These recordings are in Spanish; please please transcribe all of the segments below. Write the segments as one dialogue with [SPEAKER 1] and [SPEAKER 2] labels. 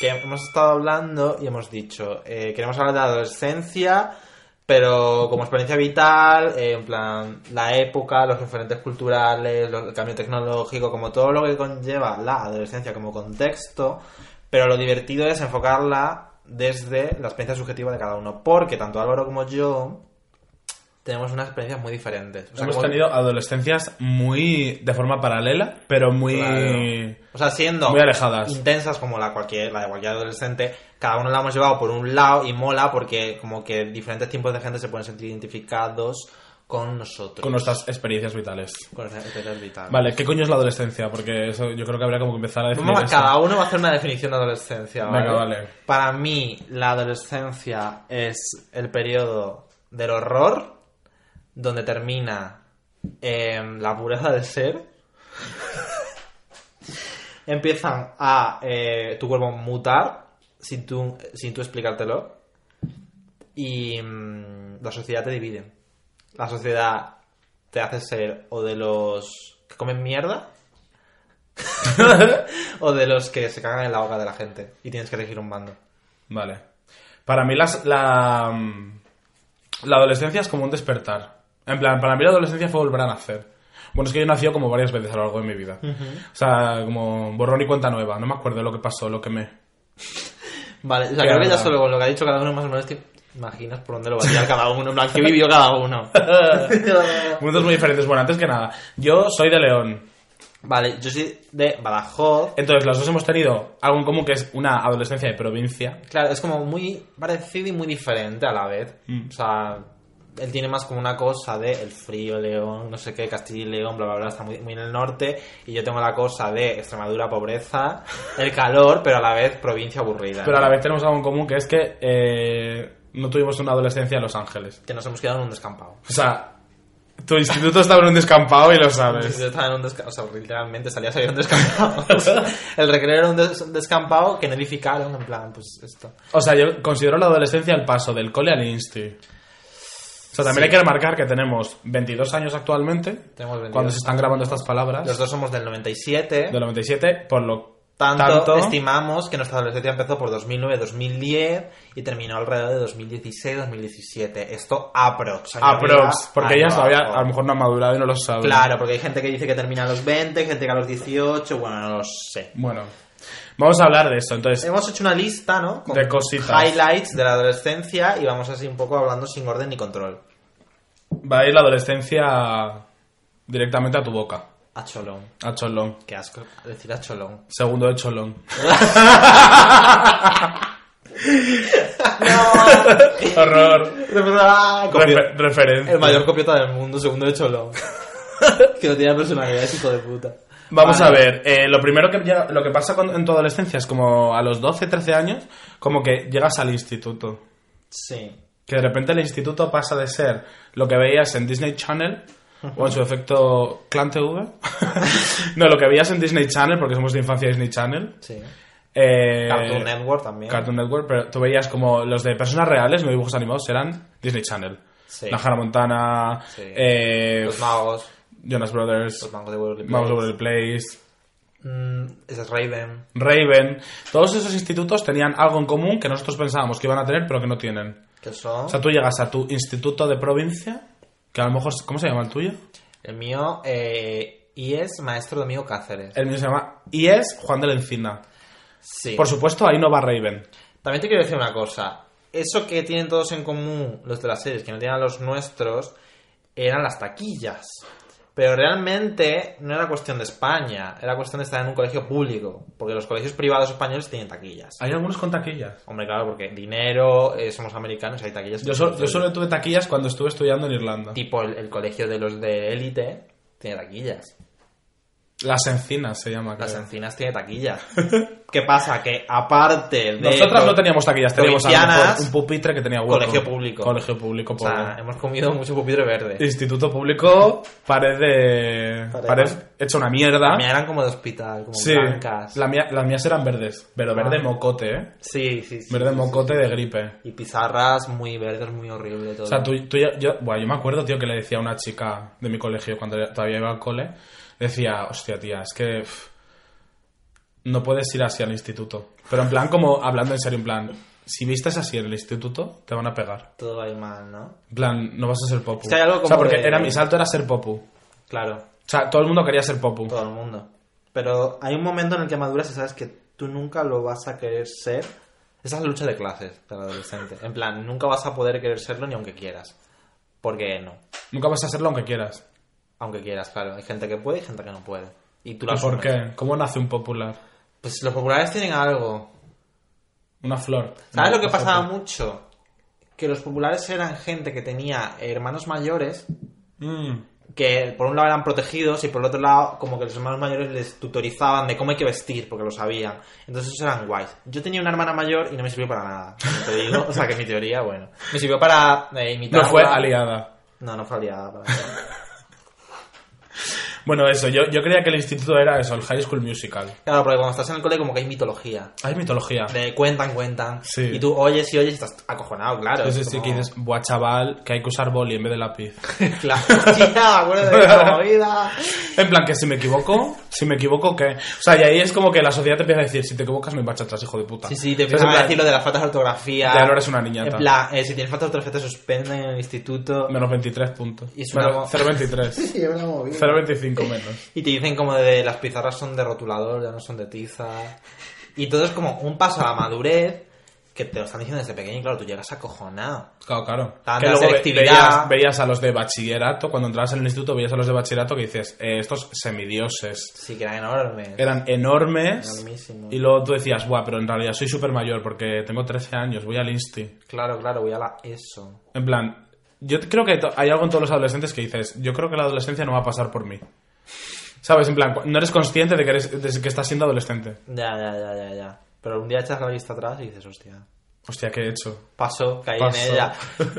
[SPEAKER 1] que hemos estado hablando y hemos dicho, eh, queremos hablar de la adolescencia, pero como experiencia vital, eh, en plan, la época, los referentes culturales, los, el cambio tecnológico, como todo lo que conlleva la adolescencia como contexto, pero lo divertido es enfocarla desde la experiencia subjetiva de cada uno, porque tanto Álvaro como yo tenemos unas experiencias muy diferentes.
[SPEAKER 2] O sea, hemos como... tenido adolescencias muy de forma paralela, pero muy...
[SPEAKER 1] Claro. O sea, siendo
[SPEAKER 2] muy alejadas.
[SPEAKER 1] intensas como la, cualquier, la de cualquier adolescente, cada uno la hemos llevado por un lado y mola porque como que diferentes tipos de gente se pueden sentir identificados con nosotros.
[SPEAKER 2] Con nuestras experiencias vitales.
[SPEAKER 1] Con nuestras experiencias vitales.
[SPEAKER 2] Vale, ¿qué coño es la adolescencia? Porque eso yo creo que habría como que empezar a definir.
[SPEAKER 1] Vamos, cada uno va a hacer una definición de adolescencia. ¿vale?
[SPEAKER 2] Venga, vale.
[SPEAKER 1] Para mí, la adolescencia es el periodo del horror, donde termina eh, la pureza del ser. Empiezan a eh, tu cuerpo mutar sin tú, sin tú explicártelo. Y mm, la sociedad te divide. La sociedad te hace ser o de los que comen mierda o de los que se cagan en la boca de la gente y tienes que elegir un bando.
[SPEAKER 2] Vale. Para mí las, la, mm, la adolescencia es como un despertar. En plan, para mí la adolescencia fue volver a nacer. Bueno, es que yo he nacido como varias veces a lo largo de mi vida. Uh -huh. O sea, como borrón y cuenta nueva. No me acuerdo lo que pasó, lo que me...
[SPEAKER 1] Vale, o sea, creo que ya solo con lo que ha dicho cada uno más o menos te imaginas por dónde lo va a tirar cada uno, en plan, que vivió cada uno.
[SPEAKER 2] Mundos muy diferentes. Bueno, antes que nada, yo soy de León.
[SPEAKER 1] Vale, yo soy de Badajoz.
[SPEAKER 2] Entonces, los dos hemos tenido algo en común que es una adolescencia de provincia.
[SPEAKER 1] Claro, es como muy parecido y muy diferente a la vez.
[SPEAKER 2] Mm.
[SPEAKER 1] O sea, él tiene más como una cosa de el frío, León, no sé qué, Castilla y León, bla, bla, bla, está muy, muy en el norte. Y yo tengo la cosa de Extremadura, pobreza, el calor, pero a la vez provincia aburrida.
[SPEAKER 2] Pero a la vez tenemos algo en común que es que eh, no tuvimos una adolescencia en Los Ángeles.
[SPEAKER 1] Que nos hemos quedado en un descampado.
[SPEAKER 2] O sea, tu instituto estaba en un descampado y lo sabes.
[SPEAKER 1] Yo estaba en un descampado, o sea, literalmente salías ahí un descampado. O sea, el recreo era un des descampado que no edificaron, en plan, pues esto.
[SPEAKER 2] O sea, yo considero la adolescencia el paso del cole al insti. O sea, también
[SPEAKER 1] Sí.
[SPEAKER 2] hay que remarcar que tenemos 22 años actualmente,
[SPEAKER 1] Tenemos 22.
[SPEAKER 2] cuando se están grabando estas palabras,
[SPEAKER 1] Los dos somos del 97.
[SPEAKER 2] del 97, por lo
[SPEAKER 1] Tanto,
[SPEAKER 2] tanto-
[SPEAKER 1] estimamos que nuestra adolescencia empezó por 2009-2010 y terminó alrededor de 2016-2017. Esto aprox. año
[SPEAKER 2] aprox,
[SPEAKER 1] arriba,
[SPEAKER 2] porque
[SPEAKER 1] año
[SPEAKER 2] ellas todavía
[SPEAKER 1] abajo.
[SPEAKER 2] a lo mejor no han madurado y no lo saben.
[SPEAKER 1] Claro, porque hay gente que dice que termina a los 20, gente que a los 18, bueno, no lo sé.
[SPEAKER 2] Bueno, vamos a hablar de eso, entonces...
[SPEAKER 1] Hemos hecho una lista, ¿no?
[SPEAKER 2] De cositas.
[SPEAKER 1] Highlights de la adolescencia y vamos así un poco hablando sin orden ni control.
[SPEAKER 2] Va a ir la adolescencia directamente a tu boca,
[SPEAKER 1] A Cholón.
[SPEAKER 2] a cholón.
[SPEAKER 1] Qué asco decir a Cholón.
[SPEAKER 2] Segundo de cholón. Horror. Refe-
[SPEAKER 1] Ah, Copio-
[SPEAKER 2] referencia.
[SPEAKER 1] El mayor copiota del mundo, segundo de Cholo. que no tiene personalidad, es hijo de puta.
[SPEAKER 2] Vamos
[SPEAKER 1] Vale.
[SPEAKER 2] a ver, eh, lo primero que llega- lo que pasa con- en tu adolescencia es como a los 12, 13 años, como que llegas al instituto.
[SPEAKER 1] Sí.
[SPEAKER 2] Que de repente el instituto pasa de ser lo que veías en Disney Channel o en su efecto Clan TV. no, lo que veías en Disney Channel, porque somos de infancia Disney Channel.
[SPEAKER 1] Sí.
[SPEAKER 2] eh,
[SPEAKER 1] Cartoon Network también.
[SPEAKER 2] Cartoon Network, pero tú veías como los de personas reales, no dibujos animados, eran Disney Channel.
[SPEAKER 1] Sí.
[SPEAKER 2] La Hannah Montana,
[SPEAKER 1] Sí.
[SPEAKER 2] eh,
[SPEAKER 1] Los magos.
[SPEAKER 2] Jonas Brothers,
[SPEAKER 1] Los magos de Waverly
[SPEAKER 2] Mouse
[SPEAKER 1] Place.
[SPEAKER 2] Over the Place.
[SPEAKER 1] Mm, ese es Raven.
[SPEAKER 2] Raven, todos esos institutos tenían algo en común que nosotros pensábamos que iban a tener, pero que no tienen.
[SPEAKER 1] Que son.
[SPEAKER 2] O sea, tú llegas a tu instituto de provincia, que a lo mejor, ¿cómo se llama el tuyo?
[SPEAKER 1] El mío, eh, y es maestro de mío Cáceres.
[SPEAKER 2] El mío se llama IES Juan de la Encina.
[SPEAKER 1] Sí.
[SPEAKER 2] Por supuesto, ahí no va Raven.
[SPEAKER 1] También te quiero decir una cosa. Eso que tienen todos en común los de las series, que no tenían los nuestros, eran las taquillas. Pero realmente no era cuestión de España, era cuestión de estar en un colegio público, porque los colegios privados españoles tienen taquillas.
[SPEAKER 2] Hay algunos con taquillas.
[SPEAKER 1] Hombre, claro, porque dinero, eh, somos americanos, hay taquillas.
[SPEAKER 2] Yo, sol- yo solo tuve taquillas cuando estuve estudiando en Irlanda.
[SPEAKER 1] Tipo el, el colegio de los de élite tiene taquillas.
[SPEAKER 2] Las encinas se llama.
[SPEAKER 1] Las
[SPEAKER 2] creo.
[SPEAKER 1] encinas tiene taquillas. ¿Qué pasa? Que aparte de...
[SPEAKER 2] Nosotras no teníamos taquillas, teníamos a lo mejor
[SPEAKER 1] Provincianas,
[SPEAKER 2] un pupitre que tenía hueco.
[SPEAKER 1] colegio público.
[SPEAKER 2] Colegio público,
[SPEAKER 1] O sea,
[SPEAKER 2] pobre.
[SPEAKER 1] hemos comido mucho pupitre verde.
[SPEAKER 2] Instituto público, pared de...
[SPEAKER 1] Pared.
[SPEAKER 2] Pared hecha una mierda.
[SPEAKER 1] Me eran como de hospital, como
[SPEAKER 2] ¿Ah? Sí,
[SPEAKER 1] blancas.
[SPEAKER 2] la mía- las mías eran verdes, pero verde
[SPEAKER 1] Ah.
[SPEAKER 2] mocote, ¿eh?
[SPEAKER 1] Sí, sí, sí.
[SPEAKER 2] Verde
[SPEAKER 1] sí,
[SPEAKER 2] mocote de gripe.
[SPEAKER 1] sí. Y pizarras muy verdes, muy horrible todo.
[SPEAKER 2] O sea, tú, tú ya- yo, buah, yo me acuerdo, tío, que le decía a una chica de mi colegio cuando le- todavía iba al cole, le decía, hostia, tía, es que pff, no puedes ir así al instituto. Pero en plan, como hablando en serio, en plan, si vistes así en el instituto, te van a pegar.
[SPEAKER 1] Todo va a ir mal, ¿no?
[SPEAKER 2] En plan, no vas a ser popu.
[SPEAKER 1] Es que hay algo
[SPEAKER 2] o sea,
[SPEAKER 1] como
[SPEAKER 2] porque
[SPEAKER 1] de-
[SPEAKER 2] era, mi salto era ser popu. O
[SPEAKER 1] Claro,
[SPEAKER 2] sea, todo el mundo quería ser popu.
[SPEAKER 1] todo el mundo. Pero hay un momento en el que maduras y sabes que tú nunca lo vas a querer ser. Esa es la lucha de clases del adolescente. En plan, nunca vas a poder querer serlo ni aunque quieras. Porque no.
[SPEAKER 2] Nunca vas a serlo aunque quieras.
[SPEAKER 1] Aunque quieras, claro. Hay gente que puede y gente que no puede. Y tú
[SPEAKER 2] ¿Y
[SPEAKER 1] la
[SPEAKER 2] ¿Por qué? ¿Cómo nace un popular?
[SPEAKER 1] Pues los populares tienen algo.
[SPEAKER 2] Una flor.
[SPEAKER 1] ¿Sabes
[SPEAKER 2] No,
[SPEAKER 1] lo que
[SPEAKER 2] ojo,
[SPEAKER 1] pasaba
[SPEAKER 2] tío.
[SPEAKER 1] mucho? Que los populares eran gente que tenía hermanos mayores
[SPEAKER 2] Mm.
[SPEAKER 1] que por un lado eran protegidos y por el otro lado como que los hermanos mayores les tutorizaban de cómo hay que vestir porque lo sabían. Entonces esos eran guays. Yo tenía una hermana mayor y no me sirvió para nada. también Te digo, o sea que mi teoría, bueno. Me sirvió para eh, imitar...
[SPEAKER 2] No fue
[SPEAKER 1] a-
[SPEAKER 2] aliada.
[SPEAKER 1] No, no fue aliada. para nada.
[SPEAKER 2] Bueno, eso, yo, yo creía que el instituto era eso, el High School Musical.
[SPEAKER 1] Claro, porque cuando estás en el cole como que hay mitología.
[SPEAKER 2] Hay mitología.
[SPEAKER 1] De cuentan, cuentan.
[SPEAKER 2] Sí.
[SPEAKER 1] Y tú oyes y oyes y estás acojonado, claro.
[SPEAKER 2] Entonces
[SPEAKER 1] es
[SPEAKER 2] sí
[SPEAKER 1] como-
[SPEAKER 2] que dices, buah, chaval, que hay que usar boli en vez de lápiz.
[SPEAKER 1] Claro, hostia, me acuerdo de esa movida.
[SPEAKER 2] en plan, que si me equivoco, si me equivoco, ¿qué? O sea, y ahí es como que la sociedad te empieza a decir, si te equivocas, me marcha atrás, hijo de puta.
[SPEAKER 1] Sí, sí, te
[SPEAKER 2] O sea,
[SPEAKER 1] empiezan
[SPEAKER 2] en
[SPEAKER 1] a
[SPEAKER 2] plan,
[SPEAKER 1] decir lo de las faltas de ortografía.
[SPEAKER 2] Ya no eres una niñata.
[SPEAKER 1] En plan, eh, si tienes faltas de ortografía te suspenden en el instituto.
[SPEAKER 2] Menos 23 puntos.
[SPEAKER 1] Y es una
[SPEAKER 2] Menos
[SPEAKER 1] mo-
[SPEAKER 2] 0,23.
[SPEAKER 1] Sí, es una movida.
[SPEAKER 2] 0,25 menos.
[SPEAKER 1] Y te dicen como de las pizarras son de rotulador, ya no son de tiza. Y todo es como un paso a la madurez que te lo están diciendo desde pequeño y claro, tú llegas acojonado.
[SPEAKER 2] Claro, claro.
[SPEAKER 1] Tanta
[SPEAKER 2] que luego ve-
[SPEAKER 1] selectividad.
[SPEAKER 2] veías, veías a los de bachillerato, cuando entrabas en el instituto, veías a los de bachillerato que dices, eh, estos semidioses.
[SPEAKER 1] Sí, que era enorme.
[SPEAKER 2] eran enormes
[SPEAKER 1] Enormísimo.
[SPEAKER 2] y luego tú decías, guau, pero en realidad soy súper mayor porque tengo 13 años, voy al insti.
[SPEAKER 1] Claro, claro, voy a la ESO.
[SPEAKER 2] En plan, yo t- creo que to- hay algo en todos los adolescentes que dices, yo creo que la adolescencia no va a pasar por mí. ¿Sabes? En plan, cu- no eres consciente de que, eres, de que estás siendo adolescente.
[SPEAKER 1] Ya, ya, ya, ya, ya. Pero un día echas la vista atrás y dices, hostia,
[SPEAKER 2] Hostia, ¿qué he hecho?
[SPEAKER 1] pasó, caí
[SPEAKER 2] Pasó.
[SPEAKER 1] en ella.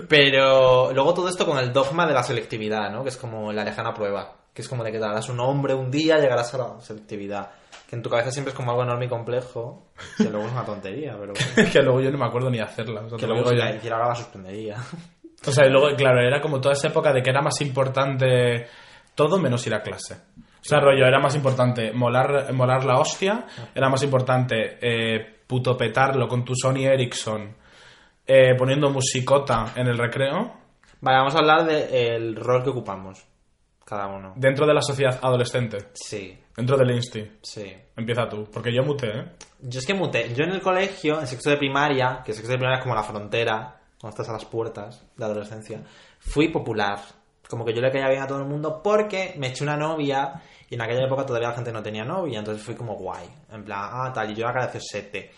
[SPEAKER 1] Pero luego todo esto con el dogma de la selectividad, ¿no? Que es como la lejana prueba. Que es como de que te darás un hombre un día, llegarás a la selectividad. Que en tu cabeza siempre es como algo enorme y complejo, que luego es una tontería, pero bueno.
[SPEAKER 2] que luego yo no me acuerdo ni hacerla. O sea,
[SPEAKER 1] Que
[SPEAKER 2] te lo
[SPEAKER 1] luego si
[SPEAKER 2] digo
[SPEAKER 1] la
[SPEAKER 2] ya.
[SPEAKER 1] hiciera ahora la suspendería.
[SPEAKER 2] O sea, y luego, claro, era como toda esa época de que era más importante todo menos ir a clase. O sea, rollo, era más importante molar, molar la hostia, era más importante eh, putopetarlo con tu Sony Ericsson, eh, poniendo musicota en el recreo,
[SPEAKER 1] Vale, vamos a hablar del rol que ocupamos. Cada uno.
[SPEAKER 2] dentro de la sociedad adolescente,
[SPEAKER 1] Sí,
[SPEAKER 2] dentro del Insti.
[SPEAKER 1] sí.
[SPEAKER 2] Empieza tú, porque yo muté, ¿eh?
[SPEAKER 1] Yo es que muté. Yo en el colegio, en sexto de primaria, que sexto de primaria es como la frontera, cuando estás a las puertas de adolescencia, fui popular. Como que yo le caía bien a todo el mundo porque me eché una novia y en aquella época todavía la gente no tenía novia, entonces fui como guay. En plan, ah, tal, y yo era cara de cesete.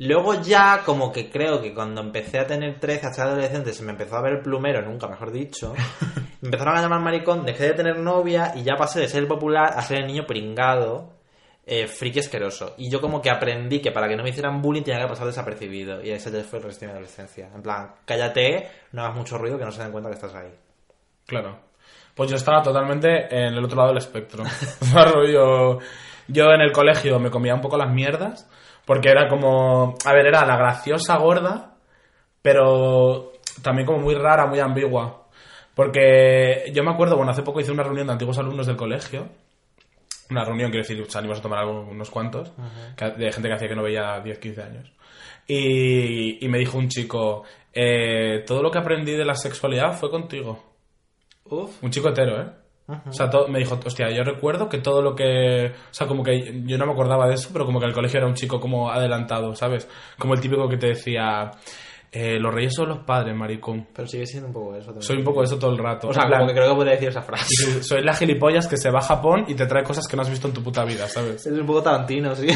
[SPEAKER 1] Luego ya, como que creo que cuando empecé a tener 13, a ser adolescente, se me empezó a ver el plumero, nunca mejor dicho. me empezaron a llamar maricón, dejé de tener novia y ya pasé de ser popular a ser el niño pringado, eh, friki asqueroso. Y yo como que aprendí que para que no me hicieran bullying tenía que pasar desapercibido. Y ese ya fue el resto de mi adolescencia. En plan, cállate, no hagas mucho ruido que no se den cuenta que estás ahí.
[SPEAKER 2] Claro. Pues yo estaba totalmente en el otro lado del espectro. O sea, rollo, yo en el colegio me comía un poco las mierdas, porque era como, a ver, era la graciosa gorda, pero también como muy rara, muy ambigua. Porque yo me acuerdo, bueno, hace poco hice una reunión de antiguos alumnos del colegio. Una reunión, quiero decir, salimos a tomar algo- unos cuantos, que- de gente que hacía que no veía 10, 15 años. Y, y me dijo un chico, eh, todo lo que aprendí de la sexualidad fue contigo.
[SPEAKER 1] Uf.
[SPEAKER 2] Un chico hetero, ¿eh? O sea, to- me dijo, hostia, yo recuerdo que todo lo que... O sea, como que yo no me acordaba de eso, pero como que el colegio era un chico como adelantado, ¿sabes? Como el típico que te decía, eh, los reyes son los padres, maricón.
[SPEAKER 1] Pero sigue siendo un poco eso. también.
[SPEAKER 2] Soy un poco eso todo el rato.
[SPEAKER 1] O sea,
[SPEAKER 2] En plan,
[SPEAKER 1] como que creo que podría decir esa frase.
[SPEAKER 2] sí, soy la gilipollas que se va a Japón y te trae cosas que no has visto en tu puta vida, ¿sabes?
[SPEAKER 1] Es un poco Tarantino, sí.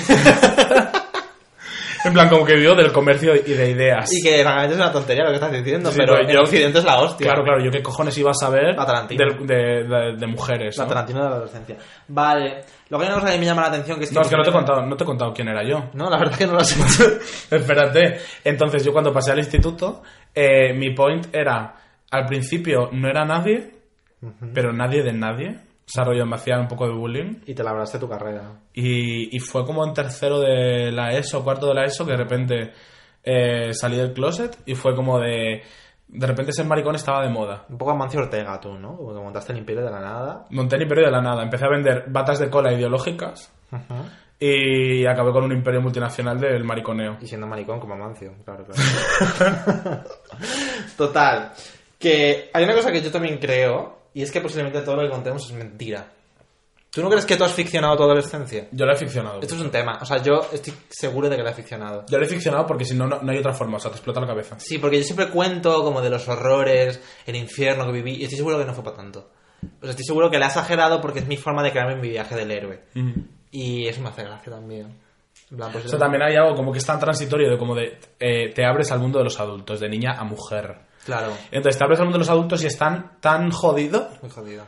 [SPEAKER 2] En plan, como que vivo del comercio y de ideas.
[SPEAKER 1] y que realmente es una tontería lo que estás diciendo,
[SPEAKER 2] Sí, sí,
[SPEAKER 1] pero
[SPEAKER 2] pero
[SPEAKER 1] en
[SPEAKER 2] yo-
[SPEAKER 1] Occidente es la hostia.
[SPEAKER 2] Claro, claro, yo qué cojones iba a saber
[SPEAKER 1] La Tarantino.
[SPEAKER 2] del- de, de- de mujeres.
[SPEAKER 1] La
[SPEAKER 2] ¿no?
[SPEAKER 1] Tarantino de la adolescencia. Vale. Lo que hay una cosa que me llama la atención que es
[SPEAKER 2] No, es que no te he contado, no te he contado quién era yo.
[SPEAKER 1] No, la verdad es que no lo has hecho.
[SPEAKER 2] Espérate. Entonces, yo cuando pasé al instituto, eh, mi point era, al principio no era nadie, pero nadie de nadie. O sea, rollo, me hacía un poco de bullying.
[SPEAKER 1] y te labraste tu carrera.
[SPEAKER 2] Y, y fue como en tercero de la ESO, cuarto de la ESO, que de repente eh, salí del closet y fue como de... De repente ser maricón estaba de moda.
[SPEAKER 1] Un poco Amancio Ortega tú, ¿no? Como que montaste el imperio de la nada.
[SPEAKER 2] Monté el imperio de la nada. Empecé a vender batas de cola ideológicas y acabé con un imperio multinacional del mariconeo.
[SPEAKER 1] Y siendo maricón como Amancio, claro, claro. Total. Que hay una cosa que yo también creo, y es que posiblemente todo lo que contemos es mentira. ¿Tú no crees que tú has ficcionado tu adolescencia?
[SPEAKER 2] Yo lo he ficcionado.
[SPEAKER 1] Esto es un tema. O sea, yo estoy seguro de que lo he ficcionado.
[SPEAKER 2] Yo lo he ficcionado porque si no, no no hay otra forma. O sea, te explota la cabeza.
[SPEAKER 1] Sí, porque yo siempre cuento como de los horrores, el infierno que viví, y estoy seguro que no fue para tanto. O sea, estoy seguro que la he exagerado porque es mi forma de crearme mi viaje del héroe. Y eso me hace gracia también. En plan, pues,
[SPEAKER 2] O sea, también hay algo como que es tan transitorio de como de eh, te abres al mundo de los adultos, de niña a mujer.
[SPEAKER 1] Claro,
[SPEAKER 2] Entonces te abres al mundo de los adultos y es tan, tan jodido
[SPEAKER 1] muy jodido.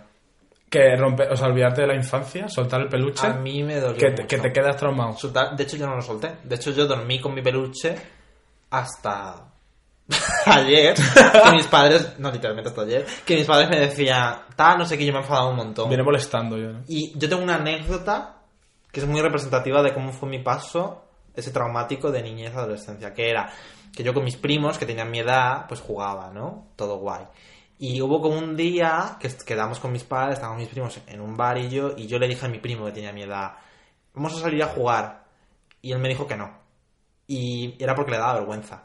[SPEAKER 2] que rompe, o sea, olvidarte de la infancia, soltar el peluche,
[SPEAKER 1] A mí me dolió
[SPEAKER 2] que, te,
[SPEAKER 1] mucho.
[SPEAKER 2] que te quedas traumado.
[SPEAKER 1] Soltar- De hecho, yo no lo solté. De hecho, yo dormí con mi peluche hasta ayer. que mis padres, no literalmente hasta ayer, que mis padres me decían, tal, no sé qué, yo me he enfadado un montón.
[SPEAKER 2] Viene molestando yo. ¿no?
[SPEAKER 1] Y yo tengo una anécdota que es muy representativa de cómo fue mi paso, ese traumático de niñez a adolescencia, que era que yo con mis primos, que tenían mi edad, pues jugaba, ¿no? Todo guay. Y hubo como un día que est- quedamos con mis padres, estábamos mis primos en un bar y yo, y yo le dije a mi primo que tenía mi edad, vamos a salir a jugar. Y él me dijo que no. Y era porque le daba vergüenza.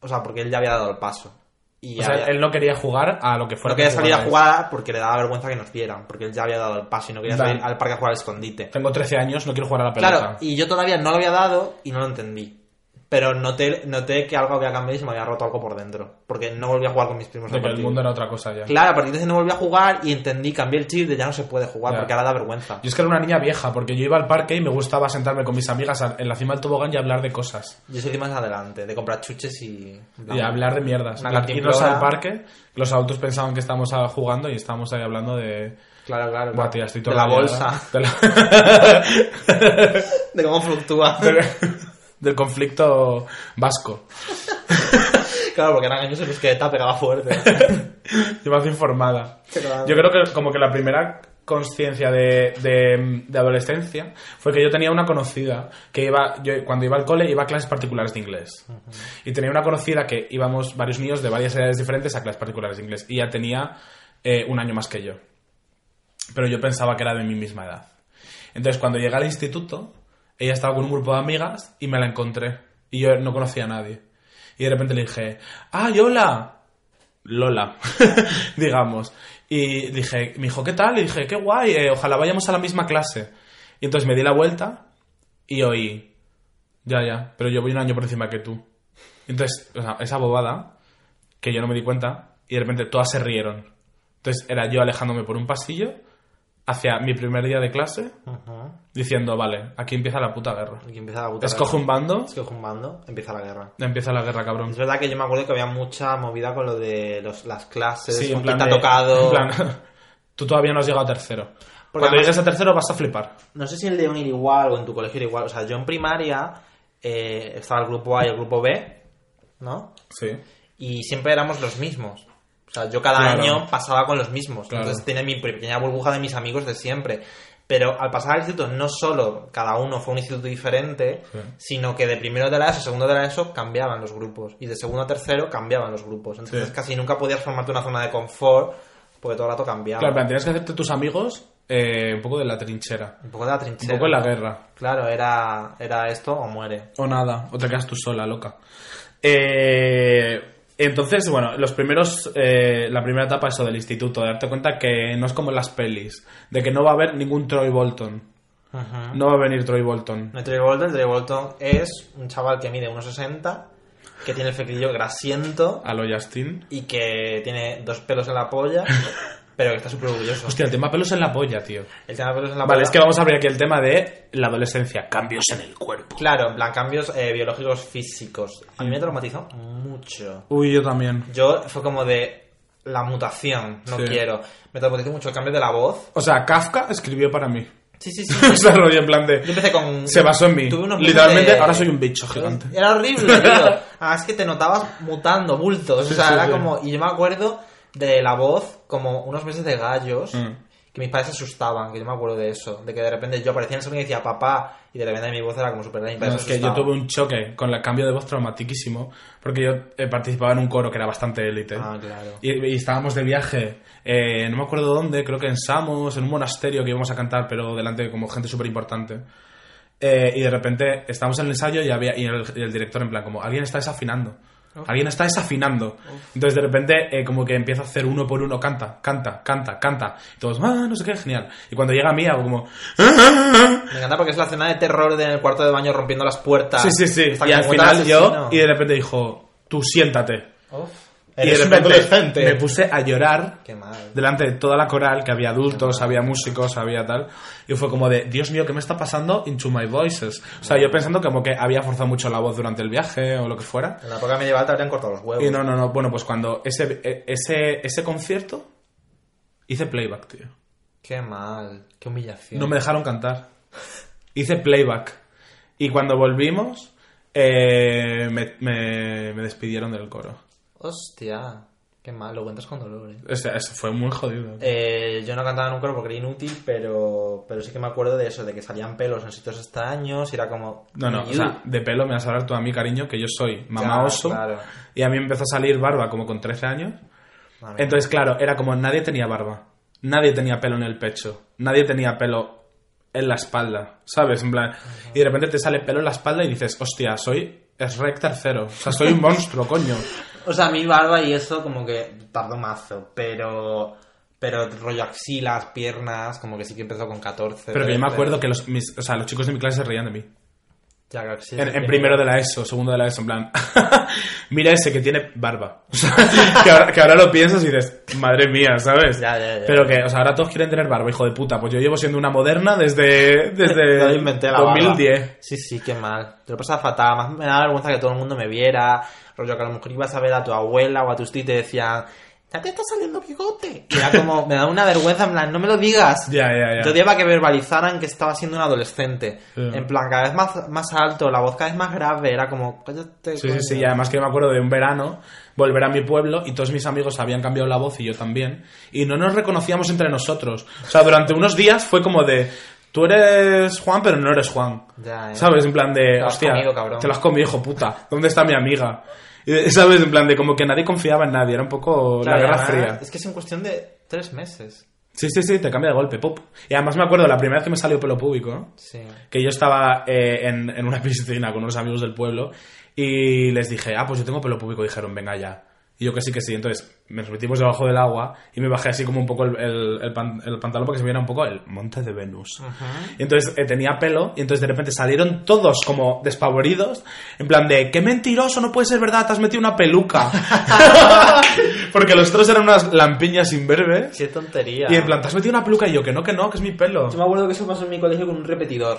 [SPEAKER 1] O sea, porque él ya había dado el paso. Y
[SPEAKER 2] O sea,
[SPEAKER 1] había-
[SPEAKER 2] él no quería jugar a lo que fuera. ¿eh?
[SPEAKER 1] no quería
[SPEAKER 2] que
[SPEAKER 1] salir a
[SPEAKER 2] jugara él.
[SPEAKER 1] jugar porque le daba vergüenza que nos vieran, porque él ya había dado el paso y no quería
[SPEAKER 2] Vale.
[SPEAKER 1] salir al parque a jugar al escondite.
[SPEAKER 2] Tengo 13 años, no quiero jugar a la pelota.
[SPEAKER 1] Claro, y yo todavía no lo había dado y no lo entendí. Pero noté, noté que algo había cambiado y se me había roto algo por dentro. Porque no volví a jugar con mis primos. a
[SPEAKER 2] de que el
[SPEAKER 1] partir-
[SPEAKER 2] mundo era otra cosa ya.
[SPEAKER 1] Claro, a partir de ese no volví a jugar y entendí, cambié el chip de ya no se puede jugar
[SPEAKER 2] Ya.
[SPEAKER 1] porque ahora da vergüenza.
[SPEAKER 2] Yo es que era una niña vieja, porque yo iba al parque y me gustaba sentarme con mis amigas a- en la cima del tobogán y hablar de cosas.
[SPEAKER 1] Yo soy de más adelante, de comprar chuches y...
[SPEAKER 2] Y hablar de mierdas.
[SPEAKER 1] Una
[SPEAKER 2] La- Irnos
[SPEAKER 1] cantimplora.
[SPEAKER 2] al parque, los adultos pensaban que estábamos ah, jugando y estábamos ahí hablando de...
[SPEAKER 1] Claro, claro.
[SPEAKER 2] Buah,
[SPEAKER 1] claro.
[SPEAKER 2] tía, estoy
[SPEAKER 1] de
[SPEAKER 2] toda
[SPEAKER 1] la
[SPEAKER 2] rayada.
[SPEAKER 1] bolsa,
[SPEAKER 2] De la- ¿eh?
[SPEAKER 1] de cómo fluctúa.
[SPEAKER 2] del- del conflicto vasco.
[SPEAKER 1] claro, porque eran años en los que ETA pegaba fuerte.
[SPEAKER 2] Yo más informada.
[SPEAKER 1] Claro.
[SPEAKER 2] Yo creo que como que la primera conciencia de, de- de adolescencia fue que yo tenía una conocida que iba, yo cuando iba al cole iba a clases particulares de inglés. Y tenía una conocida que íbamos varios niños de varias edades diferentes a clases particulares de inglés. Y ya tenía eh, un año más que yo. Pero yo pensaba que era de mi misma edad. Entonces cuando llegué al instituto, ella estaba con un grupo de amigas y me la encontré. Y yo no conocía a nadie. Y de repente le dije, "Ah, ¡ay, hola! Lola, digamos. Y dije, me dijo, ¿qué tal? Y dije, qué guay, eh, ojalá vayamos a la misma clase. Y entonces me di la vuelta y oí, ya, ya, pero yo voy un año por encima que tú. Y entonces, o sea, esa bobada, que yo no me di cuenta, y de repente todas se rieron. Entonces era yo alejándome por un pasillo hacia mi primer día de clase
[SPEAKER 1] Ajá.
[SPEAKER 2] diciendo, vale, aquí empieza la puta guerra.
[SPEAKER 1] Aquí empieza la puta
[SPEAKER 2] Escoge
[SPEAKER 1] guerra.
[SPEAKER 2] un bando,
[SPEAKER 1] Escoge un bando, empieza la guerra.
[SPEAKER 2] empieza la guerra, cabrón.
[SPEAKER 1] Es verdad que yo me acuerdo que había mucha movida con lo de los, las clases,
[SPEAKER 2] Sí,
[SPEAKER 1] con
[SPEAKER 2] en plan
[SPEAKER 1] quién te ha
[SPEAKER 2] de-
[SPEAKER 1] tocado.
[SPEAKER 2] en plan, tú todavía no has llegado a tercero. Cuando
[SPEAKER 1] además-
[SPEAKER 2] llegues a tercero vas a flipar.
[SPEAKER 1] No sé si en León era igual o en tu colegio era igual. O sea, yo en primaria eh, estaba el grupo A y el grupo B, ¿no?
[SPEAKER 2] Sí.
[SPEAKER 1] Y siempre éramos los mismos. O sea, yo cada
[SPEAKER 2] Claro.
[SPEAKER 1] año pasaba con los mismos.
[SPEAKER 2] Claro.
[SPEAKER 1] Entonces tenía mi pequeña burbuja de mis amigos de siempre. Pero al pasar al instituto, no solo cada uno fue un instituto diferente,
[SPEAKER 2] Sí.
[SPEAKER 1] sino que de primero de la ESO, segundo de la ESO, cambiaban los grupos. Y de segundo a tercero cambiaban los grupos. Entonces
[SPEAKER 2] Sí.
[SPEAKER 1] casi nunca podías formarte una zona de confort porque todo el rato cambiaba.
[SPEAKER 2] Claro, en plan, tenías que hacerte tus amigos eh, un poco de la trinchera.
[SPEAKER 1] Un poco de la
[SPEAKER 2] Un
[SPEAKER 1] trinchera.
[SPEAKER 2] poco de la guerra.
[SPEAKER 1] Claro, era, era esto o muere.
[SPEAKER 2] O nada, o te quedas tú sola, loca. Eh, entonces, bueno, los primeros, eh, la primera etapa eso del instituto, de darte cuenta que no es como en las pelis, de que no va a haber ningún Troy Bolton.
[SPEAKER 1] Ajá.
[SPEAKER 2] No va a venir Troy Bolton.
[SPEAKER 1] No, Trey Bolton. Trey Bolton es un chaval que mide 1,60, que tiene el flequillo grasiento
[SPEAKER 2] A lo Justin.
[SPEAKER 1] y que tiene dos pelos en la polla, pero que está súper orgulloso.
[SPEAKER 2] Hostia, el tema pelos en la polla, tío.
[SPEAKER 1] El tema de pelos en la
[SPEAKER 2] Ah, Vale,
[SPEAKER 1] polla-
[SPEAKER 2] es que vamos a abrir aquí el tema de la adolescencia, cambios en el cuerpo.
[SPEAKER 1] Claro, en plan, cambios eh, biológicos físicos. A mí me traumatizó mucho.
[SPEAKER 2] Uy, yo también.
[SPEAKER 1] Yo fue como de la mutación, no
[SPEAKER 2] Sí.
[SPEAKER 1] quiero. Me traumatizó mucho el cambio de la voz.
[SPEAKER 2] O sea, Kafka escribió para mí.
[SPEAKER 1] Sí, sí, sí.
[SPEAKER 2] o sea, rollo en plan
[SPEAKER 1] Yo
[SPEAKER 2] de...
[SPEAKER 1] empecé con.
[SPEAKER 2] Se basó en mí.
[SPEAKER 1] tuve unos
[SPEAKER 2] Literalmente,
[SPEAKER 1] meses de-
[SPEAKER 2] ahora soy un bicho gigante.
[SPEAKER 1] Era horrible, tío. Ah, es que te notabas mutando, bultos.
[SPEAKER 2] Sí,
[SPEAKER 1] o sea,
[SPEAKER 2] sí,
[SPEAKER 1] era
[SPEAKER 2] sí.
[SPEAKER 1] como. Y yo me acuerdo de la voz, como unos meses de gallos,
[SPEAKER 2] Mm.
[SPEAKER 1] que mis padres se asustaban, que yo me acuerdo de eso. De que de repente yo aparecía en el sonido y decía papá, y de repente mi voz era como super rara. y mis
[SPEAKER 2] No,
[SPEAKER 1] padres
[SPEAKER 2] es
[SPEAKER 1] se
[SPEAKER 2] que yo
[SPEAKER 1] asustaban.
[SPEAKER 2] tuve un choque con el cambio de voz traumatiquísimo, porque yo eh, participaba en un coro que era bastante élite.
[SPEAKER 1] Ah, claro.
[SPEAKER 2] Y, y estábamos de viaje, eh, no me acuerdo dónde, creo que en Samos, en un monasterio que íbamos a cantar, pero delante de como gente súper importante. Eh, y de repente estábamos en el ensayo y, había, y, el, y el director en plan como, alguien está desafinando,
[SPEAKER 1] Oh.
[SPEAKER 2] alguien está desafinando. Entonces de repente eh, como que empieza a hacer uno por uno, canta, canta, canta, canta. Y todos, ah, no sé qué, genial. Y cuando llega a mí hago como,
[SPEAKER 1] Me encanta porque es la escena de terror de en el cuarto de baño rompiendo las puertas.
[SPEAKER 2] Sí, sí, sí.
[SPEAKER 1] Está
[SPEAKER 2] Y
[SPEAKER 1] como
[SPEAKER 2] al
[SPEAKER 1] cuenta
[SPEAKER 2] final
[SPEAKER 1] de
[SPEAKER 2] yo,
[SPEAKER 1] asesino.
[SPEAKER 2] y de repente dijo, tú siéntate.
[SPEAKER 1] Uf,
[SPEAKER 2] y
[SPEAKER 1] eres
[SPEAKER 2] de
[SPEAKER 1] un
[SPEAKER 2] repente
[SPEAKER 1] adolescente.
[SPEAKER 2] me puse a llorar
[SPEAKER 1] Qué mal.
[SPEAKER 2] delante de toda la coral, que había adultos, había músicos, había tal. Y fue como de, Dios mío, ¿qué me está pasando? Into my voices. O sea, yo pensando como que había forzado mucho la voz durante el viaje o lo que fuera.
[SPEAKER 1] En la época medieval te habrían cortado los huevos.
[SPEAKER 2] Y no, no, no. Bueno, pues cuando ese, e- ese, ese concierto hice playback, tío.
[SPEAKER 1] Qué mal. Qué humillación.
[SPEAKER 2] No me dejaron cantar. Hice playback. Y cuando volvimos, eh, me, me- me despidieron del coro.
[SPEAKER 1] Hostia. Qué mal. Lo cuentas con dolor, eh.
[SPEAKER 2] O sea, eso fue muy jodido.
[SPEAKER 1] Eh, yo no cantaba en un coro porque era inútil, pero, pero sí que me acuerdo de eso, de que salían pelos en sitios extraños y era como...
[SPEAKER 2] No, no, o sea, de pelo me vas a hablar tú a mí, cariño, que yo soy mamá
[SPEAKER 1] Claro,
[SPEAKER 2] oso.
[SPEAKER 1] claro.
[SPEAKER 2] Y a mí empezó a salir barba como con 13 años.
[SPEAKER 1] Madre mía.
[SPEAKER 2] Entonces, claro, era como nadie tenía barba. Nadie tenía pelo en el pecho. Nadie tenía pelo en la espalda. ¿Sabes? En plan. Y de repente te sale pelo en la espalda y dices, hostia, soy. Es rec tercero. O sea, soy un monstruo, coño.
[SPEAKER 1] O sea, mi barba y eso como que tardó mazo, pero... Pero rollo axilas, piernas, como que sí que empezó con 14.
[SPEAKER 2] Pero que yo me
[SPEAKER 1] 13.
[SPEAKER 2] acuerdo que los, mis- o sea, los chicos de mi clase se reían de mí.
[SPEAKER 1] Ya, claro, sí,
[SPEAKER 2] En,
[SPEAKER 1] sí,
[SPEAKER 2] en
[SPEAKER 1] sí.
[SPEAKER 2] primero de la ESO, segundo de la ESO, en plan. Mira ese que tiene barba. O sea, que, ahora, que ahora lo piensas y dices, madre mía, ¿sabes?
[SPEAKER 1] Ya, ya, ya.
[SPEAKER 2] Pero que, o sea, ahora todos quieren tener barba, hijo de puta. Pues yo llevo siendo una moderna desde. desde
[SPEAKER 1] Yo inventé la barba.
[SPEAKER 2] 2010.
[SPEAKER 1] Sí, sí, qué mal. Te lo pasaba fatal. Más me daba vergüenza que todo el mundo me viera. Rollo que a lo mejor ibas a ver a tu abuela o a tus tíos y te decían, ya te está saliendo bigote. Y era como, me da una vergüenza, en plan, no me lo digas.
[SPEAKER 2] Ya, ya, ya.
[SPEAKER 1] Yo odiaba que verbalizaran que estaba siendo un adolescente.
[SPEAKER 2] Sí.
[SPEAKER 1] En plan, cada vez más, más alto, la voz cada vez más grave. Era como, cállate.
[SPEAKER 2] Sí,
[SPEAKER 1] coño".
[SPEAKER 2] sí, sí. Y además que me acuerdo de un verano volver a mi pueblo y todos mis amigos habían cambiado la voz y yo también. Y no nos reconocíamos entre nosotros. O sea, durante unos días fue como de. Tú eres Juan, pero no eres Juan.
[SPEAKER 1] Ya, eh.
[SPEAKER 2] ¿Sabes? En plan de.
[SPEAKER 1] Te lo has
[SPEAKER 2] hostia,
[SPEAKER 1] comido, cabrón.
[SPEAKER 2] te lo has comido, hijo puta. ¿Dónde está mi amiga? Y, ¿Sabes? En plan de como que nadie confiaba en nadie. Era un poco
[SPEAKER 1] Claro,
[SPEAKER 2] la guerra
[SPEAKER 1] además,
[SPEAKER 2] fría.
[SPEAKER 1] Es que es en cuestión de tres meses.
[SPEAKER 2] Sí, sí, sí, te cambia de golpe, pop. Y además me acuerdo la primera vez que me salió pelo público. ¿no?
[SPEAKER 1] Sí.
[SPEAKER 2] que yo estaba eh, en, en una piscina con unos amigos del pueblo y les dije, ah, pues yo tengo pelo público. Dijeron, venga ya. Y yo que sí, que sí. Entonces nos metimos debajo del agua y me bajé así como un poco el, el- el pan- el pantalón para que se viera un poco el monte de Venus. Y entonces eh, tenía pelo y entonces de repente salieron todos como despavoridos, en plan de, qué mentiroso, no puede ser verdad, te has metido una peluca. Porque los tres eran unas lampiñas imberbes.
[SPEAKER 1] Qué tontería.
[SPEAKER 2] Y en plan, te has metido una peluca y yo, que no, que no, que es mi pelo.
[SPEAKER 1] Yo me acuerdo que eso pasó en mi colegio con un repetidor.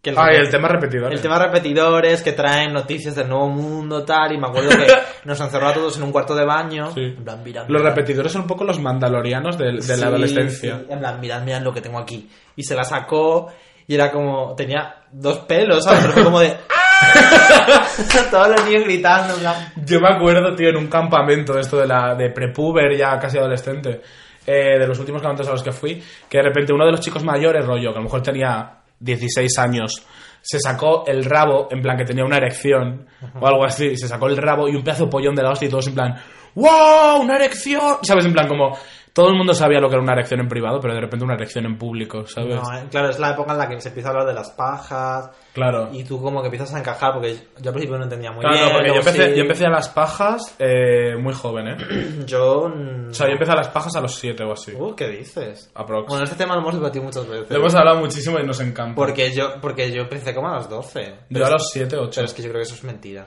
[SPEAKER 1] Que
[SPEAKER 2] Ah, y el tema repetidor.
[SPEAKER 1] El tema repetidores que traen noticias del nuevo mundo, tal. Y me acuerdo que nos encerró a todos en un cuarto de baño.
[SPEAKER 2] Sí.
[SPEAKER 1] En plan, mirad,
[SPEAKER 2] Los
[SPEAKER 1] mirad.
[SPEAKER 2] repetidores son un poco los mandalorianos del- de,
[SPEAKER 1] Sí,
[SPEAKER 2] la adolescencia.
[SPEAKER 1] sí, en plan, mirad, mirad lo que tengo aquí. Y se la sacó y era como. Tenía dos pelos, ¿sabes? Pero fue como de. ¡ah! Todos los niños gritando, en plan.
[SPEAKER 2] Yo me acuerdo, tío, en un campamento de esto de la de prepuber, ya casi adolescente, eh, de los últimos campamentos a los que fui, que de repente uno de los chicos mayores, rollo, que a lo mejor tenía 16 años, se sacó el rabo, en plan que tenía una erección o algo así, se sacó el rabo y un pedazo de pollón de la hostia y todos en plan, ¡Wow! ¡Una erección! ¿Sabes? En plan, como todo el mundo sabía lo que era una erección en privado, pero de repente una erección en público, ¿sabes?
[SPEAKER 1] No, eh, claro, es la época en la que se empieza a hablar de las pajas.
[SPEAKER 2] claro.
[SPEAKER 1] Y tú como que empiezas a encajar, porque yo al principio no entendía muy
[SPEAKER 2] Claro,
[SPEAKER 1] bien.
[SPEAKER 2] porque yo
[SPEAKER 1] luego
[SPEAKER 2] empecé,
[SPEAKER 1] sí.
[SPEAKER 2] yo empecé a las pajas eh, muy joven, ¿eh?
[SPEAKER 1] Yo... mm,
[SPEAKER 2] O sea, yo empecé a las pajas a los 7 o así.
[SPEAKER 1] Uh, ¿qué dices?
[SPEAKER 2] Aprox.
[SPEAKER 1] Bueno, este tema lo hemos debatido muchas veces.
[SPEAKER 2] Lo hemos hablado muchísimo y nos encanta.
[SPEAKER 1] Porque yo, porque yo empecé como a las 12.
[SPEAKER 2] Yo a los 7, 8.
[SPEAKER 1] Pero es que yo creo que eso es mentira.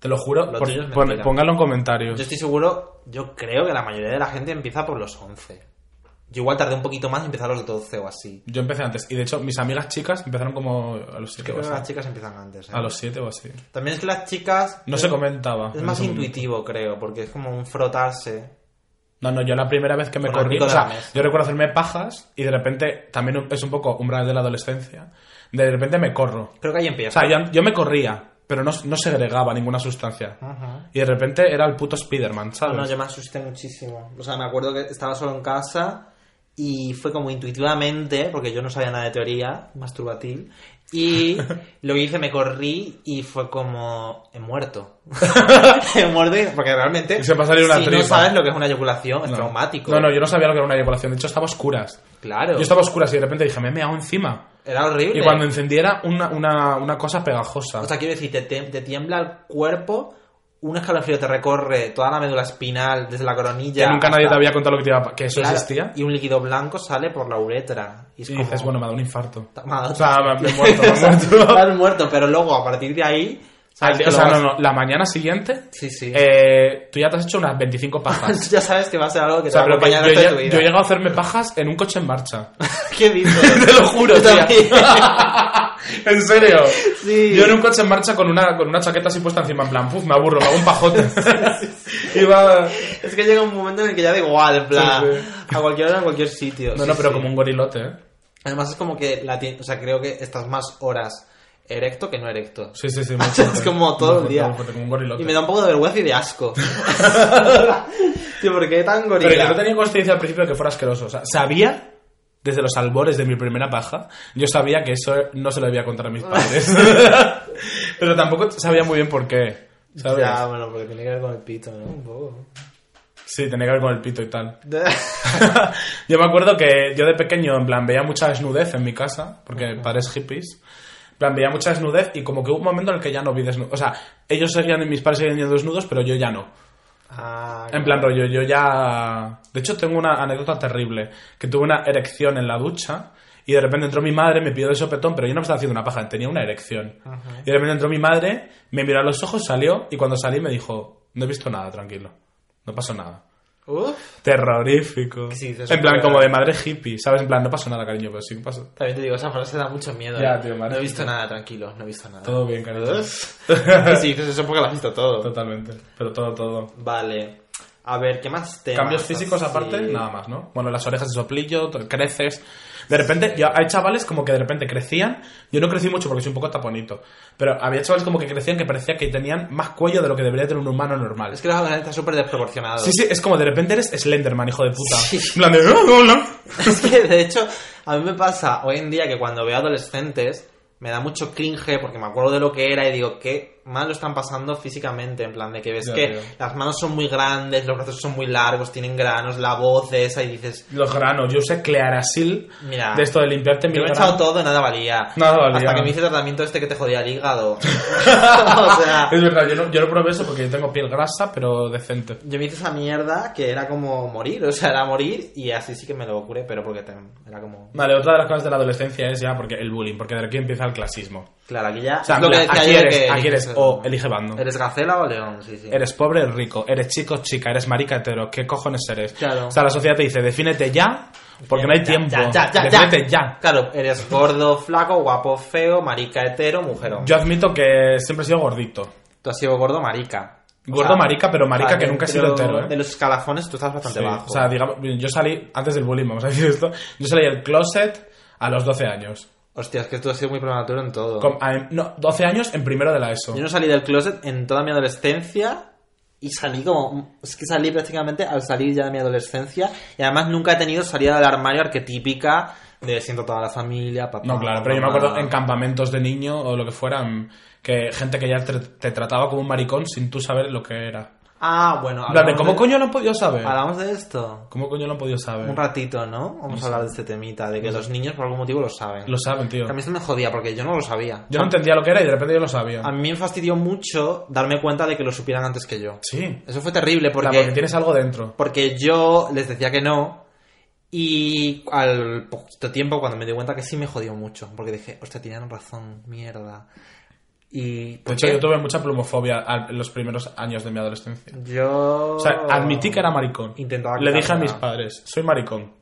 [SPEAKER 2] Te lo juro.
[SPEAKER 1] Lo
[SPEAKER 2] por-
[SPEAKER 1] tuyo es
[SPEAKER 2] pon-
[SPEAKER 1] mentira.
[SPEAKER 2] pónganlo en comentarios.
[SPEAKER 1] Yo estoy seguro, yo creo que la mayoría de la gente empieza por los 11. Yo igual tardé un poquito más en empezar a los 12 o así.
[SPEAKER 2] Yo empecé antes. Y de hecho, mis amigas chicas empezaron como a los 7
[SPEAKER 1] Yo creo
[SPEAKER 2] o
[SPEAKER 1] que las
[SPEAKER 2] así.
[SPEAKER 1] chicas empiezan antes. ¿eh?
[SPEAKER 2] A los 7 o así.
[SPEAKER 1] También es que las chicas...
[SPEAKER 2] No se comentaba.
[SPEAKER 1] Es
[SPEAKER 2] en
[SPEAKER 1] más
[SPEAKER 2] ese momento.
[SPEAKER 1] intuitivo, creo, porque es como un frotarse.
[SPEAKER 2] No, no, yo la primera vez que me
[SPEAKER 1] Por el
[SPEAKER 2] corrí.
[SPEAKER 1] pico
[SPEAKER 2] O
[SPEAKER 1] de la
[SPEAKER 2] sea,
[SPEAKER 1] mesa.
[SPEAKER 2] yo recuerdo hacerme pajas y de repente también un- es un poco umbral de la adolescencia. De repente me corro.
[SPEAKER 1] Creo que ahí
[SPEAKER 2] O
[SPEAKER 1] empieza.
[SPEAKER 2] sea, yo, yo me corría, pero no, no segregaba ninguna sustancia.
[SPEAKER 1] Ajá.
[SPEAKER 2] Y de repente era el puto Spiderman, ¿sabes?
[SPEAKER 1] Ah. No, yo me asusté muchísimo. O sea, me acuerdo que estaba solo en casa y fue como intuitivamente, porque yo no sabía nada de teoría masturbatil, y lo que hice, me corrí y fue como, he muerto. he muerto, y- porque realmente,
[SPEAKER 2] Y se me ha salido una
[SPEAKER 1] si no
[SPEAKER 2] tripa.
[SPEAKER 1] sabes lo que es una eyaculación, es
[SPEAKER 2] No.
[SPEAKER 1] traumático.
[SPEAKER 2] No, no, yo no sabía lo que era una eyaculación. De hecho, estaba a oscuras.
[SPEAKER 1] Claro,
[SPEAKER 2] Yo estaba a oscuras y de repente dije, me he meado encima.
[SPEAKER 1] era horrible.
[SPEAKER 2] Y cuando encendiera una, una, una cosa pegajosa.
[SPEAKER 1] O sea, quiero decir, te, te- te tiembla el cuerpo, un escalofrío te recorre toda la médula espinal, desde la coronilla.
[SPEAKER 2] que nunca nadie
[SPEAKER 1] hasta-
[SPEAKER 2] te había contado lo que, te iba a pa- que eso
[SPEAKER 1] Claro,
[SPEAKER 2] existía.
[SPEAKER 1] Y un líquido blanco sale por la uretra. Y,
[SPEAKER 2] Y,
[SPEAKER 1] es como-
[SPEAKER 2] dices, bueno, me ha dado un infarto.
[SPEAKER 1] Ta- madre.
[SPEAKER 2] O sea, me, me he muerto, me he muerto.
[SPEAKER 1] Estás muerto, pero luego a partir de ahí.
[SPEAKER 2] Al
[SPEAKER 1] sabes
[SPEAKER 2] día-
[SPEAKER 1] que
[SPEAKER 2] o sea,
[SPEAKER 1] lo
[SPEAKER 2] no,
[SPEAKER 1] vas-
[SPEAKER 2] no, la mañana siguiente
[SPEAKER 1] Sí, sí.
[SPEAKER 2] eh, tú ya te has hecho unas 25 pajas.
[SPEAKER 1] Tú ya sabes que va a ser algo que
[SPEAKER 2] O sea,
[SPEAKER 1] te va a
[SPEAKER 2] pero que
[SPEAKER 1] acompañar
[SPEAKER 2] yo,
[SPEAKER 1] el resto de
[SPEAKER 2] ya-
[SPEAKER 1] tu vida.
[SPEAKER 2] yo he llegado a hacerme pajas en un coche en marcha.
[SPEAKER 1] ¿Qué dices?
[SPEAKER 2] Te lo juro,
[SPEAKER 1] Yo
[SPEAKER 2] tía.
[SPEAKER 1] también.
[SPEAKER 2] en serio.
[SPEAKER 1] Sí.
[SPEAKER 2] Yo en un coche en marcha con una, con una chaqueta así puesta encima, en plan, puf, me aburro, me hago un pajote. Iba...
[SPEAKER 1] es que llega un momento en el que ya da igual, en plan.
[SPEAKER 2] Sí,
[SPEAKER 1] A cualquier hora, en cualquier sitio.
[SPEAKER 2] No,
[SPEAKER 1] sí,
[SPEAKER 2] no, pero
[SPEAKER 1] sí.
[SPEAKER 2] como un gorilote, ¿eh?
[SPEAKER 1] Además es como que la ti- O sea, creo que estás más horas erecto que no erecto.
[SPEAKER 2] Sí, sí, sí.
[SPEAKER 1] es como todo el día.
[SPEAKER 2] Como un gorilote.
[SPEAKER 1] Y me da un poco de vergüenza y de asco. Tío, ¿por qué tan gorila?
[SPEAKER 2] Pero yo no tenía conciencia al principio de que fuera asqueroso. O sea, sabía, desde los albores de mi primera paja, yo sabía que eso no se lo debía contar a mis padres. Pero tampoco sabía muy bien por qué. ¿Sabes?
[SPEAKER 1] Ya, bueno, porque tiene que ver con el pito, ¿no? Un poco.
[SPEAKER 2] Sí, tenía que ver con el pito y tal. yo me acuerdo que yo de pequeño, en plan, veía mucha desnudez en mi casa, porque padres hippies. En plan, veía mucha desnudez y como que hubo un momento en el que ya no vi desnudos. O sea, ellos seguían, mis padres seguían yendo desnudos, pero yo ya no.
[SPEAKER 1] Ah,
[SPEAKER 2] En plan rollo, yo ya... De hecho, tengo una anécdota terrible, que tuve una erección en la ducha y de repente entró mi madre, me pidió de sopetón, pero yo no me estaba haciendo una paja, tenía una erección. Y de repente entró mi madre, me miró a los ojos, salió y cuando salí me dijo, no he visto nada, tranquilo, no pasó nada.
[SPEAKER 1] Uf.
[SPEAKER 2] Terrorífico.
[SPEAKER 1] Sí, dices,
[SPEAKER 2] en plan,
[SPEAKER 1] "Joder".
[SPEAKER 2] como de madre hippie, ¿sabes? En plan, no pasó nada, cariño, pero sí que pasó.
[SPEAKER 1] También te digo, esa frase da mucho miedo.
[SPEAKER 2] Ya,
[SPEAKER 1] ¿eh?
[SPEAKER 2] tío, madre.
[SPEAKER 1] no he visto nada, tranquilo, no he visto nada.
[SPEAKER 2] Todo bien, cariño.
[SPEAKER 1] Y si dices eso porque lo has visto todo.
[SPEAKER 2] Totalmente, pero todo, todo.
[SPEAKER 1] Vale. A ver, ¿qué más temas?
[SPEAKER 2] Cambios físicos
[SPEAKER 1] Eh, así?
[SPEAKER 2] aparte, nada más, ¿no? Bueno, las orejas de soplillo, t- creces. De repente, ya hay chavales como que de repente crecían. Yo no crecí mucho porque soy un poco taponito. Pero había chavales como que crecían que parecía que tenían más cuello de lo que debería tener un humano normal.
[SPEAKER 1] Es que la verdad está súper desproporcionado.
[SPEAKER 2] Sí, sí, es como de repente eres Slenderman, hijo de puta.
[SPEAKER 1] Sí.
[SPEAKER 2] En plan de, "Ah, hola".
[SPEAKER 1] es que, de hecho, a mí me pasa hoy en día que cuando veo adolescentes me da mucho cringe porque me acuerdo de lo que era y digo, qué mal lo están pasando físicamente. En plan, de que ves
[SPEAKER 2] Ya,
[SPEAKER 1] que
[SPEAKER 2] tío.
[SPEAKER 1] las manos son muy grandes, los brazos son muy largos, tienen granos, la voz esa y dices,
[SPEAKER 2] Los granos, yo usé Clearasil
[SPEAKER 1] Mira.
[SPEAKER 2] de esto de limpiarte
[SPEAKER 1] Yo
[SPEAKER 2] mil
[SPEAKER 1] me he
[SPEAKER 2] granos.
[SPEAKER 1] echado todo, nada valía.
[SPEAKER 2] Nada valía.
[SPEAKER 1] Hasta que me hice tratamiento este que te jodía el hígado. o sea,
[SPEAKER 2] Es verdad, yo no, yo no probé eso porque yo tengo piel grasa, pero decente.
[SPEAKER 1] yo me hice esa mierda que era como morir, o sea, era morir y así sí que me lo curé, pero porque te- era como...
[SPEAKER 2] Vale, otra de las cosas de la adolescencia es ya porque el bullying, porque de aquí empieza el clasismo.
[SPEAKER 1] Claro, aquí ya...
[SPEAKER 2] O sea,
[SPEAKER 1] es lo que
[SPEAKER 2] en plan,
[SPEAKER 1] decía
[SPEAKER 2] aquí
[SPEAKER 1] yo de
[SPEAKER 2] eres,
[SPEAKER 1] que
[SPEAKER 2] aquí eres
[SPEAKER 1] dices, eso.
[SPEAKER 2] o elige bando.
[SPEAKER 1] ¿Eres gacela o león? Sí, sí.
[SPEAKER 2] Eres pobre, eres rico, eres chico, chica, eres marica, hetero, ¿qué cojones eres?
[SPEAKER 1] Claro.
[SPEAKER 2] O sea, la sociedad te dice, defínete ya, porque no hay
[SPEAKER 1] Ya,
[SPEAKER 2] tiempo.
[SPEAKER 1] Ya, ya, ya,
[SPEAKER 2] defínete ya.
[SPEAKER 1] Claro, eres gordo, flaco, guapo, feo, marica, hetero, mujerón.
[SPEAKER 2] Yo admito que siempre he sido gordito.
[SPEAKER 1] Tú has sido gordo, marica. O
[SPEAKER 2] Gordo, marica, pero marica que nunca he sido
[SPEAKER 1] dentro
[SPEAKER 2] hetero, ¿eh?
[SPEAKER 1] De los escalafones tú estás bastante
[SPEAKER 2] Sí,
[SPEAKER 1] bajo.
[SPEAKER 2] O sea, digamos, yo salí, antes del bullying, vamos a decir esto, yo salí del closet a los 12 años.
[SPEAKER 1] Hostia, es que tú has sido muy prematuro en todo.
[SPEAKER 2] Con- a- no, 12 años en primero de la ESO.
[SPEAKER 1] Yo no salí del closet en toda mi adolescencia y salí como... Es que salí prácticamente al salir ya de mi adolescencia y además nunca he tenido salida del armario arquetípica de siento toda la familia, papá...
[SPEAKER 2] No, claro, pero yo me
[SPEAKER 1] mamá.
[SPEAKER 2] acuerdo en campamentos de niño o lo que fueran, que gente que ya te, te trataba como un maricón sin tú saber lo que era.
[SPEAKER 1] Ah, bueno...
[SPEAKER 2] En plan de,
[SPEAKER 1] hablamos
[SPEAKER 2] ¿Cómo
[SPEAKER 1] de-
[SPEAKER 2] coño lo han podido saber?
[SPEAKER 1] Hablamos de esto.
[SPEAKER 2] ¿Cómo coño lo han podido saber?
[SPEAKER 1] Un ratito, ¿no? Vamos a hablar de este temita, de que los niños por algún motivo lo saben.
[SPEAKER 2] Lo saben, tío.
[SPEAKER 1] A mí esto me jodía porque yo no lo sabía.
[SPEAKER 2] Yo no entendía lo que era y de repente yo lo sabía.
[SPEAKER 1] A mí me fastidió mucho darme cuenta de que lo supieran antes que yo.
[SPEAKER 2] Sí.
[SPEAKER 1] Eso fue terrible
[SPEAKER 2] Claro,
[SPEAKER 1] porque,
[SPEAKER 2] porque tienes algo dentro.
[SPEAKER 1] porque yo les decía que no y al poquito tiempo cuando me di cuenta que sí me jodió mucho porque dije, hostia, tenían razón, mierda. Y
[SPEAKER 2] De
[SPEAKER 1] ¿por
[SPEAKER 2] hecho,
[SPEAKER 1] qué?
[SPEAKER 2] yo tuve mucha plumofobia al- en los primeros años de mi adolescencia.
[SPEAKER 1] Yo-
[SPEAKER 2] O sea, admití que era maricón.
[SPEAKER 1] Oh. Intentaba
[SPEAKER 2] Le dije a mis
[SPEAKER 1] quitármela.
[SPEAKER 2] padres, soy maricón.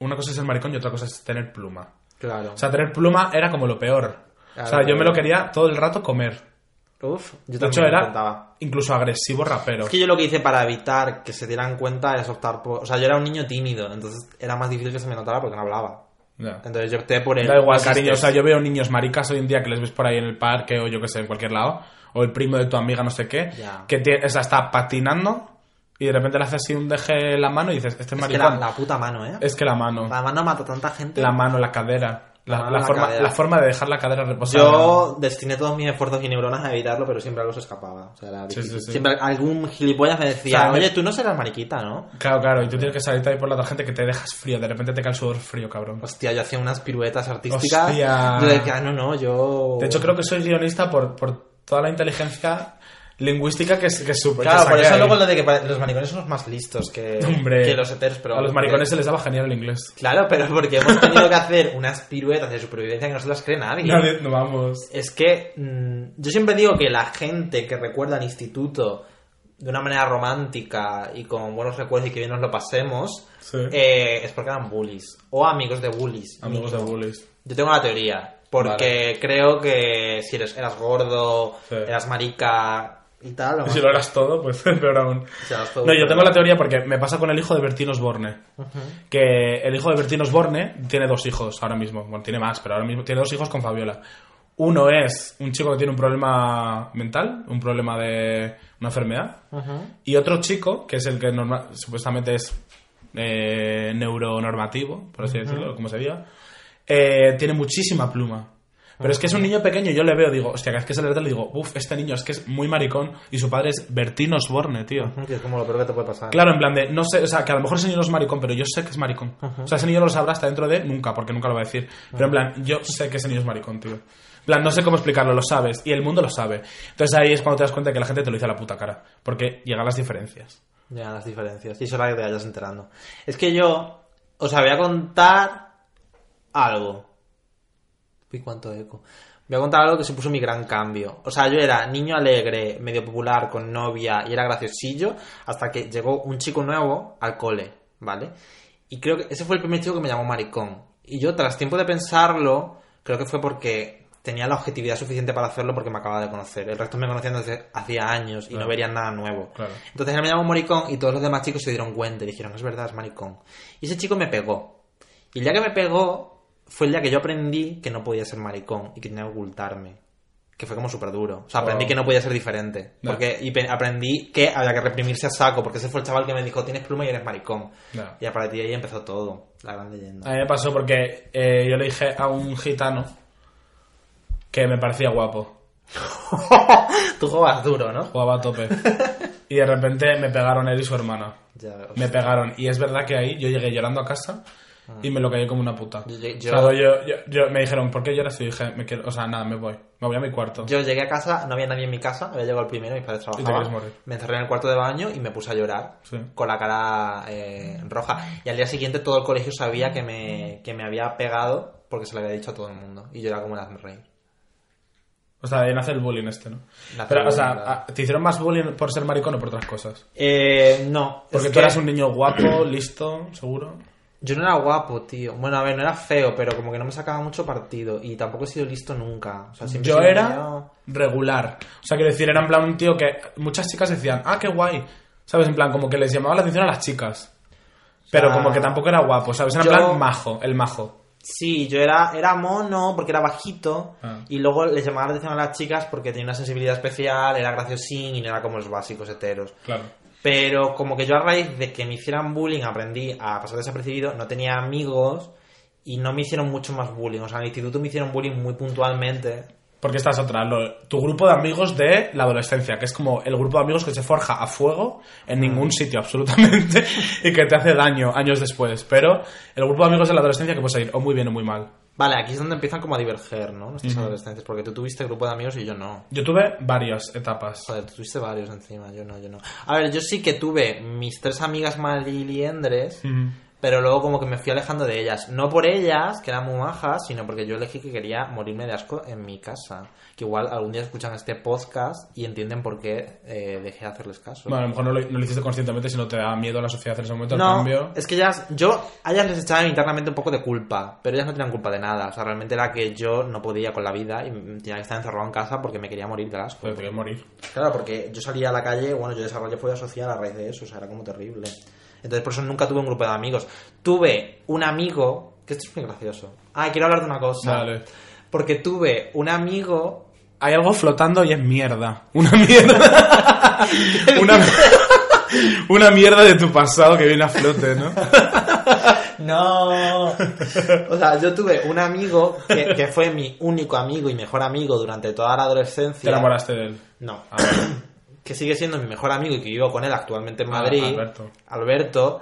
[SPEAKER 2] Una cosa es ser maricón y otra cosa es tener pluma.
[SPEAKER 1] Claro.
[SPEAKER 2] O sea, tener pluma era como lo peor. o sea,
[SPEAKER 1] Claro.
[SPEAKER 2] yo me lo quería todo el rato comer.
[SPEAKER 1] Uf, yo
[SPEAKER 2] De hecho,
[SPEAKER 1] también lo
[SPEAKER 2] era
[SPEAKER 1] intentaba.
[SPEAKER 2] incluso agresivo rapero.
[SPEAKER 1] Es que yo lo que hice para evitar que se dieran cuenta es optar por... O sea, yo era un niño tímido, entonces era más difícil que se me notara porque no hablaba.
[SPEAKER 2] Ya.
[SPEAKER 1] Entonces yo opté por el... este.
[SPEAKER 2] Da igual,
[SPEAKER 1] no
[SPEAKER 2] cariño. O sea,
[SPEAKER 1] existes.
[SPEAKER 2] yo veo niños maricas hoy en día que les ves por ahí en el parque o yo que sé, en cualquier lado. O el primo de tu amiga, no sé qué.
[SPEAKER 1] Ya.
[SPEAKER 2] Que te- o sea, está patinando y de repente le hace así un deje en la mano y dices, este es
[SPEAKER 1] Es que la,
[SPEAKER 2] maricón.
[SPEAKER 1] la puta mano, ¿eh?
[SPEAKER 2] Es que la mano.
[SPEAKER 1] La mano mata tanta gente.
[SPEAKER 2] La mano, la cadera. La,
[SPEAKER 1] La mano,
[SPEAKER 2] la
[SPEAKER 1] la
[SPEAKER 2] forma,
[SPEAKER 1] cadera.
[SPEAKER 2] la forma de dejar la cadera reposada.
[SPEAKER 1] Yo destiné todos mis esfuerzos y neuronas a evitarlo, pero siempre algo se escapaba. O sea, era
[SPEAKER 2] Sí,
[SPEAKER 1] difícil.
[SPEAKER 2] sí, sí.
[SPEAKER 1] Siempre algún gilipollas me decía,
[SPEAKER 2] O sea, me-
[SPEAKER 1] oye, tú no serás mariquita, ¿no?
[SPEAKER 2] Claro, claro. Y tú tienes que salir ahí por la otra gente que te dejas frío. De repente te cae el sudor frío, cabrón.
[SPEAKER 1] Hostia, yo hacía unas piruetas artísticas.
[SPEAKER 2] Hostia.
[SPEAKER 1] Yo decía, no, no, yo...
[SPEAKER 2] De hecho, creo que soy guionista por, por toda la inteligencia lingüística que, que supe.
[SPEAKER 1] Pues
[SPEAKER 2] que
[SPEAKER 1] Claro, por
[SPEAKER 2] saqué
[SPEAKER 1] eso
[SPEAKER 2] ahí.
[SPEAKER 1] luego lo de que pa- los maricones son los más listos que,
[SPEAKER 2] Hombre,
[SPEAKER 1] que los heteros, pero... eh.
[SPEAKER 2] a los maricones se les daba genial el inglés.
[SPEAKER 1] Claro, pero porque hemos tenido que hacer unas piruetas de supervivencia que no se las cree nadie.
[SPEAKER 2] Nadie- no vamos.
[SPEAKER 1] Es que mm, yo siempre digo que la gente que recuerda el instituto de una manera romántica y con buenos recuerdos y que bien nos lo pasemos,
[SPEAKER 2] Sí.
[SPEAKER 1] eh, es porque eran bullies o amigos de bullies.
[SPEAKER 2] Amigos de bullies.
[SPEAKER 1] Yo tengo la teoría, porque creo que si eres, eras gordo,
[SPEAKER 2] Sí.
[SPEAKER 1] eras marica y tal, o
[SPEAKER 2] Si lo eras todo, pues peor aún. No, yo tengo la teoría porque me pasa con el hijo de Bertín Osborne. Que el hijo de Bertín Osborne tiene dos hijos ahora mismo. Bueno, tiene más, pero ahora mismo tiene dos hijos con Fabiola. Uno es un chico que tiene un problema mental, un problema de una enfermedad. Y otro chico, que es el que norma- supuestamente es eh, neuronormativo, por así decirlo, como se diga, eh, tiene muchísima pluma. Pero es que es un niño pequeño, yo le veo, digo, hostia, cada vez que se le ve, le digo, uff, este niño es que es muy maricón y su padre es Bertín Osborne, tío.
[SPEAKER 1] Que es como lo peor que te puede pasar.
[SPEAKER 2] Claro, en plan de, no sé, o sea, que a lo mejor ese niño no es maricón, pero yo sé que es maricón. O sea, ese niño no lo sabrá hasta dentro de nunca, porque nunca lo va a decir. Pero en plan, yo sé que ese niño es maricón, tío. En plan, no sé cómo explicarlo, lo sabes, y el mundo lo sabe. Entonces ahí es cuando te das cuenta que la gente te lo dice a la puta cara, porque llegan las diferencias.
[SPEAKER 1] Ya, las diferencias. Y eso la que te vayas enterando. Es que yo os voy a contar algo. Uy, cuánto eco. Voy a contar algo que supuso mi gran cambio. O sea, yo era niño alegre, medio popular, con novia y era graciosillo, hasta que llegó un chico nuevo al cole, ¿vale? Y creo que ese fue el primer chico que me llamó maricón. Y yo, tras tiempo de pensarlo, creo que fue porque tenía la objetividad suficiente para hacerlo porque me acababa de conocer. El resto me conocían desde hacía años y no
[SPEAKER 2] Claro.
[SPEAKER 1] verían nada nuevo.
[SPEAKER 2] Claro.
[SPEAKER 1] Entonces él me llamó maricón y todos los demás chicos se dieron cuenta y dijeron, es verdad, es maricón. Y ese chico me pegó. Y el día que me pegó fue el día que yo aprendí que no podía ser maricón y que tenía que ocultarme. Que fue como súper duro. O sea, aprendí
[SPEAKER 2] Wow.
[SPEAKER 1] que no podía ser diferente.
[SPEAKER 2] Ya.
[SPEAKER 1] Porque, y pe- aprendí que había que reprimirse a saco, porque ese fue el chaval que me dijo, tienes pluma y eres maricón.
[SPEAKER 2] Ya.
[SPEAKER 1] Y a partir de ahí empezó todo, la gran leyenda.
[SPEAKER 2] A mí me pasó porque eh, yo le dije a un gitano que me parecía guapo,
[SPEAKER 1] Tú jugabas duro, ¿no?
[SPEAKER 2] jugaba a tope. y de repente me pegaron él y su hermana.
[SPEAKER 1] Ya, o sea,
[SPEAKER 2] Me pegaron. Y es verdad que ahí yo llegué llorando a casa y me lo callé como una puta.
[SPEAKER 1] Ah. Yo-
[SPEAKER 2] O
[SPEAKER 1] yo-
[SPEAKER 2] sea, yo- yo- yo- me dijeron, ¿por qué lloras? Y dije, me quiero, o sea, nada, me voy. Me voy a mi cuarto.
[SPEAKER 1] Yo llegué a casa, no había nadie en mi casa, había llegado el primero, mis padres
[SPEAKER 2] te
[SPEAKER 1] trabajaban.
[SPEAKER 2] quieres morir.
[SPEAKER 1] Me encerré en el cuarto de baño y me puse a llorar
[SPEAKER 2] Sí.
[SPEAKER 1] con la cara eh, roja. Y al día siguiente todo el colegio sabía que me, que me había pegado porque se lo había dicho a todo el mundo. Y yo era como las rey.
[SPEAKER 2] O sea, ahí nace el bullying este, ¿no?
[SPEAKER 1] Nace
[SPEAKER 2] Pero,
[SPEAKER 1] el bullying,
[SPEAKER 2] o sea,
[SPEAKER 1] claro.
[SPEAKER 2] ¿te hicieron más bullying por ser maricón o por otras cosas?
[SPEAKER 1] Eh, no.
[SPEAKER 2] Porque
[SPEAKER 1] es que
[SPEAKER 2] tú eras un niño guapo, listo, seguro.
[SPEAKER 1] Yo no era guapo, tío. Bueno, a ver, no era feo, pero como que no me sacaba mucho partido. Y tampoco he sido listo nunca. O sea, siempre he
[SPEAKER 2] Yo
[SPEAKER 1] sido
[SPEAKER 2] era
[SPEAKER 1] medio-
[SPEAKER 2] regular. O sea, quiero decir, era en plan un tío que muchas chicas decían, ah, qué guay. ¿Sabes? En plan, como que les llamaba la atención a las chicas. Pero
[SPEAKER 1] sea,
[SPEAKER 2] como que tampoco era guapo, ¿sabes? Era en
[SPEAKER 1] yo-
[SPEAKER 2] plan majo, el majo.
[SPEAKER 1] Sí, yo era, era mono porque era bajito.
[SPEAKER 2] Ah.
[SPEAKER 1] Y luego les llamaba la atención a las chicas porque tenía una sensibilidad especial, era graciosín y no era como los básicos heteros.
[SPEAKER 2] Claro.
[SPEAKER 1] Pero como que yo a raíz de que me hicieran bullying aprendí a pasar desapercibido, no tenía amigos y no me hicieron mucho más bullying. O sea, en el instituto me hicieron bullying muy puntualmente.
[SPEAKER 2] Porque esta es otra, lo- tu grupo de amigos de la adolescencia, que es como el grupo de amigos que se forja a fuego en ningún sitio absolutamente y que te hace daño años después. Pero el grupo de amigos de la adolescencia que puede ir o muy bien o muy mal.
[SPEAKER 1] Vale, aquí es donde empiezan como a diverger, ¿no? Nuestros adolescentes, porque tú tuviste grupo de amigos y yo no.
[SPEAKER 2] Yo tuve varias etapas.
[SPEAKER 1] Joder, tú tuviste varios encima, yo no, yo no. A ver, yo sí que tuve mis tres amigas maliliendres,
[SPEAKER 2] Ujú.
[SPEAKER 1] pero luego como que me fui alejando de ellas. No por ellas, que eran muy majas, sino porque yo elegí que quería morirme de asco en mi casa. Que igual algún día escuchan este podcast y entienden por qué eh, dejé de hacerles caso.
[SPEAKER 2] Bueno, a lo mejor no lo, no lo hiciste conscientemente, sino te da miedo a la sociedad en ese momento, el
[SPEAKER 1] No,
[SPEAKER 2] cambio.
[SPEAKER 1] es que ellas, yo a ellas les echaba internamente un poco de culpa, pero ellas no tenían culpa de nada. O sea, realmente era que yo no podía con la vida y mm, tenía que estar encerrado en casa porque me quería morir de asco.
[SPEAKER 2] Pero te voy a morir.
[SPEAKER 1] Claro, porque yo salía a la calle, bueno, yo desarrollé fobia social a raíz de eso, o sea, era como terrible. Entonces, por eso nunca tuve un grupo de amigos. Tuve un amigo, que esto es muy gracioso. Ah, quiero hablar de una cosa.
[SPEAKER 2] Dale.
[SPEAKER 1] Porque tuve un amigo.
[SPEAKER 2] Hay algo flotando y es mierda. Una mierda. una, una mierda de tu pasado que viene a flote, ¿no?
[SPEAKER 1] No. o sea, yo tuve un amigo que, que fue mi único amigo y mejor amigo durante toda la adolescencia.
[SPEAKER 2] Te enamoraste de él.
[SPEAKER 1] No.
[SPEAKER 2] Ah, vale.
[SPEAKER 1] que sigue siendo mi mejor amigo y que vivo con él actualmente en
[SPEAKER 2] Ah,
[SPEAKER 1] Madrid,
[SPEAKER 2] Alberto.
[SPEAKER 1] Alberto,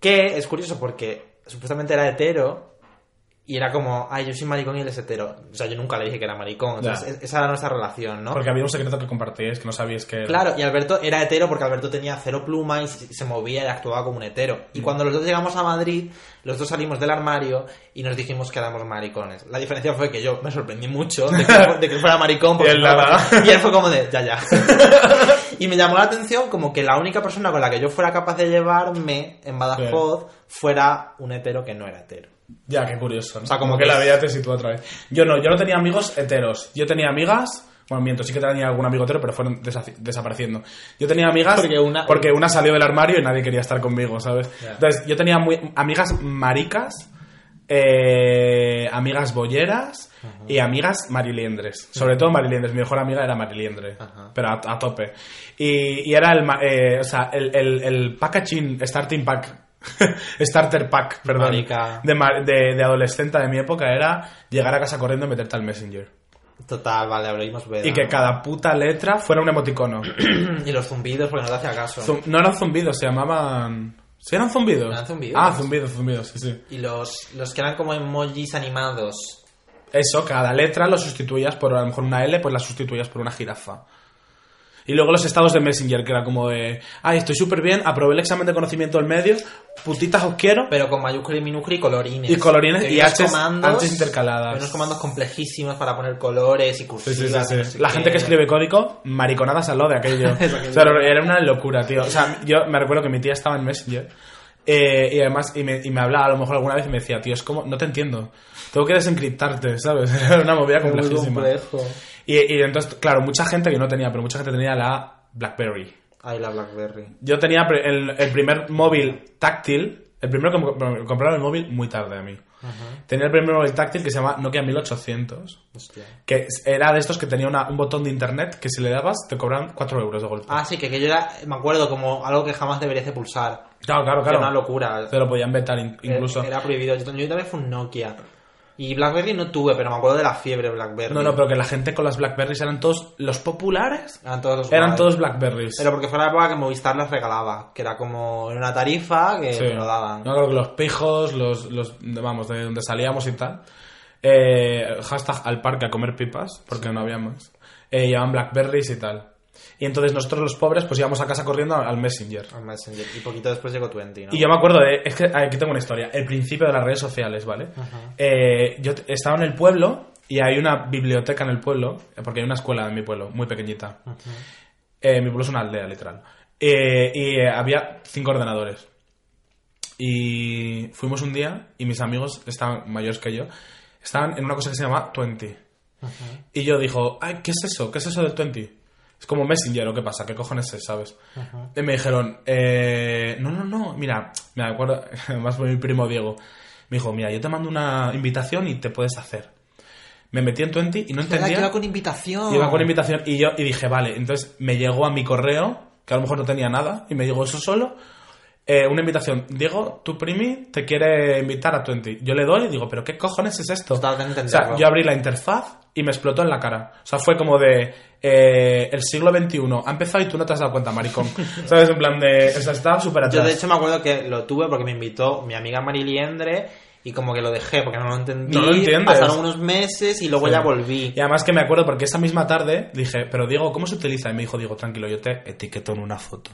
[SPEAKER 1] que es curioso porque supuestamente era hetero y era como, ay, yo soy maricón y él es hetero. O sea, yo nunca le dije que era maricón. O sea,
[SPEAKER 2] Ya.
[SPEAKER 1] es- esa era nuestra relación, ¿no?
[SPEAKER 2] Porque había un secreto que compartíais que no sabíais que era.
[SPEAKER 1] Claro, y Alberto era hetero porque Alberto tenía cero pluma y se se movía y actuaba como un hetero.
[SPEAKER 2] Mm.
[SPEAKER 1] Y cuando los dos llegamos a Madrid, los dos salimos del armario y nos dijimos que éramos maricones. La diferencia fue que yo me sorprendí mucho de que, de que fuera maricón porque
[SPEAKER 2] Y él nada.
[SPEAKER 1] y él fue como de, ya, ya. y me llamó la atención como que la única persona con la que yo fuera capaz de llevarme en Badajoz fuera un hetero que no era hetero.
[SPEAKER 2] Ya, qué curioso. ¿no?
[SPEAKER 1] O sea, como
[SPEAKER 2] como que
[SPEAKER 1] que
[SPEAKER 2] la
[SPEAKER 1] es-
[SPEAKER 2] vida te sitúa otra vez. Yo no, yo no tenía amigos heteros. Yo tenía amigas. Bueno, miento, sí que tenía algún amigo hetero, pero fueron deshaci- desapareciendo. Yo tenía amigas
[SPEAKER 1] Porque una-
[SPEAKER 2] porque una salió del armario y nadie quería estar conmigo, ¿sabes?
[SPEAKER 1] Ya.
[SPEAKER 2] Entonces, yo tenía muy, amigas maricas, eh, amigas bolleras y amigas mariliendres. Sobre todo mariliendres. Mi mejor amiga era mariliendre,
[SPEAKER 1] Ajá.
[SPEAKER 2] pero a, a tope. Y, y era el, ma- eh, o sea, el, el, el packaging, starting pack. Starter pack, perdón perdón,
[SPEAKER 1] Marica.
[SPEAKER 2] de, ma- de, de adolescente de mi época era llegar a casa corriendo y meterte al Messenger.
[SPEAKER 1] Total, vale, abrimos veda. Mm,
[SPEAKER 2] Y que cada puta letra fuera un emoticono.
[SPEAKER 1] Y los zumbidos porque no te hacía caso.
[SPEAKER 2] Zum- no eran zumbidos, se llamaban. ¿Sí eran zumbidos?
[SPEAKER 1] Eran zumbidos.
[SPEAKER 2] Ah, zumbidos, zumbidos, sí, sí.
[SPEAKER 1] y los, los que eran como emojis animados.
[SPEAKER 2] Eso, cada letra lo sustituías por a lo mejor una L, pues la sustituías por una jirafa. Y luego los estados de Messenger, que era como de. Ay, estoy súper bien, aprobé el examen de conocimiento del medio, putitas os quiero.
[SPEAKER 1] Pero con mayúscula y minúscula y colorines.
[SPEAKER 2] Y colorines
[SPEAKER 1] Que
[SPEAKER 2] y
[SPEAKER 1] unos
[SPEAKER 2] Hs, Hs intercaladas.
[SPEAKER 1] Unos comandos complejísimos para poner colores y
[SPEAKER 2] Sí,
[SPEAKER 1] cursivas.
[SPEAKER 2] sí, sí,
[SPEAKER 1] y
[SPEAKER 2] sí.
[SPEAKER 1] no sé
[SPEAKER 2] La
[SPEAKER 1] qué.
[SPEAKER 2] gente que escribe código, mariconadas a lo de aquello. o sea, era una locura, tío. O sea, yo me recuerdo que mi tía estaba en Messenger. eh, y además, y me, y me hablaba a lo mejor alguna vez y me decía, tío, es como, no te entiendo. Tengo que desencriptarte, ¿sabes? Era una movida
[SPEAKER 1] Muy
[SPEAKER 2] complejísima.
[SPEAKER 1] complejo.
[SPEAKER 2] Y, y entonces, claro, mucha gente que no tenía, pero mucha gente tenía la Blackberry.
[SPEAKER 1] Ay, la Blackberry.
[SPEAKER 2] Yo tenía pre- el, el primer móvil táctil, el primero que me comp- me compraron el móvil muy tarde a mí. Tenía el primer móvil táctil que se llama Nokia 1800
[SPEAKER 1] Hostia.
[SPEAKER 2] que era de estos que tenía una- un botón de internet que si le dabas te cobraban 4 euros de golpe.
[SPEAKER 1] Ah, sí, que, que yo era, me acuerdo, como algo que jamás deberías de pulsar.
[SPEAKER 2] claro, Ah, claro,
[SPEAKER 1] Era
[SPEAKER 2] claro.
[SPEAKER 1] una locura.
[SPEAKER 2] Te lo podían vetar in- incluso.
[SPEAKER 1] Era, era prohibido. Yo, yo también fue un Nokia. Y Blackberry no tuve, pero me acuerdo de la fiebre Blackberry.
[SPEAKER 2] No, no, pero que la gente con las Blackberries eran todos los populares.
[SPEAKER 1] Eran todos los
[SPEAKER 2] Eran
[SPEAKER 1] guays.
[SPEAKER 2] todos Blackberries.
[SPEAKER 1] Pero porque fue la época que Movistar las regalaba. Que era como en una tarifa que
[SPEAKER 2] Sí.
[SPEAKER 1] te lo daban.
[SPEAKER 2] No, creo que los pijos, los, los de- vamos, de donde salíamos y tal. Eh, hashtag al parque a comer pipas, porque no había más. Eh, llevaban Blackberries y tal. Y entonces nosotros los pobres pues íbamos a casa corriendo al Messenger.
[SPEAKER 1] Al Ah, Messenger. Y poquito después llegó Twenty, ¿no?
[SPEAKER 2] Y yo me acuerdo de. Es que aquí tengo una historia. El principio de las redes sociales, ¿vale? Eh, yo t- estaba en el pueblo y hay una biblioteca en el pueblo, eh, porque hay una escuela en mi pueblo, muy pequeñita. Eh, mi pueblo es una aldea, literal. Eh, y eh, había cinco ordenadores. Y fuimos un día y mis amigos estaban mayores que yo, estaban en una cosa que se llama Twenty. Y yo dijo, Ay, ¿qué es eso? ¿Qué es eso del 20? Es como Messenger, ¿o qué pasa? ¿Qué cojones es, sabes? Y me dijeron, eh, no, no, no, mira, me acuerdo, más por mi primo Diego, me dijo, mira, yo te mando una invitación y te puedes hacer. Me metí en 20 y no
[SPEAKER 1] Era que
[SPEAKER 2] entendía.
[SPEAKER 1] iba con invitación.
[SPEAKER 2] Iba ¿eh? con invitación y yo y dije, vale, entonces me llegó a mi correo, que a lo mejor no tenía nada, y me llegó eso solo, eh, una invitación. Diego, tu primi te quiere invitar a 20. Yo le doy y digo, pero ¿qué cojones es esto?
[SPEAKER 1] Estaba tratando de
[SPEAKER 2] o sea,
[SPEAKER 1] entenderlo.
[SPEAKER 2] yo abrí la interfaz y me explotó en la cara. O sea, fue como de, eh, el siglo XXI ha empezado y tú no te has dado cuenta, maricón. ¿Sabes? En plan de, o sea, estaba súper atrás.
[SPEAKER 1] Yo de hecho me acuerdo que lo tuve porque me invitó mi amiga Mariliendre y como que lo dejé porque no lo entendí.
[SPEAKER 2] No lo entiendes.
[SPEAKER 1] Pasaron unos meses y luego
[SPEAKER 2] Sí.
[SPEAKER 1] ya volví.
[SPEAKER 2] Y además que me acuerdo porque esa misma tarde dije, pero Diego, ¿cómo se utiliza? Y me dijo, Diego, tranquilo, yo te etiqueto en una foto.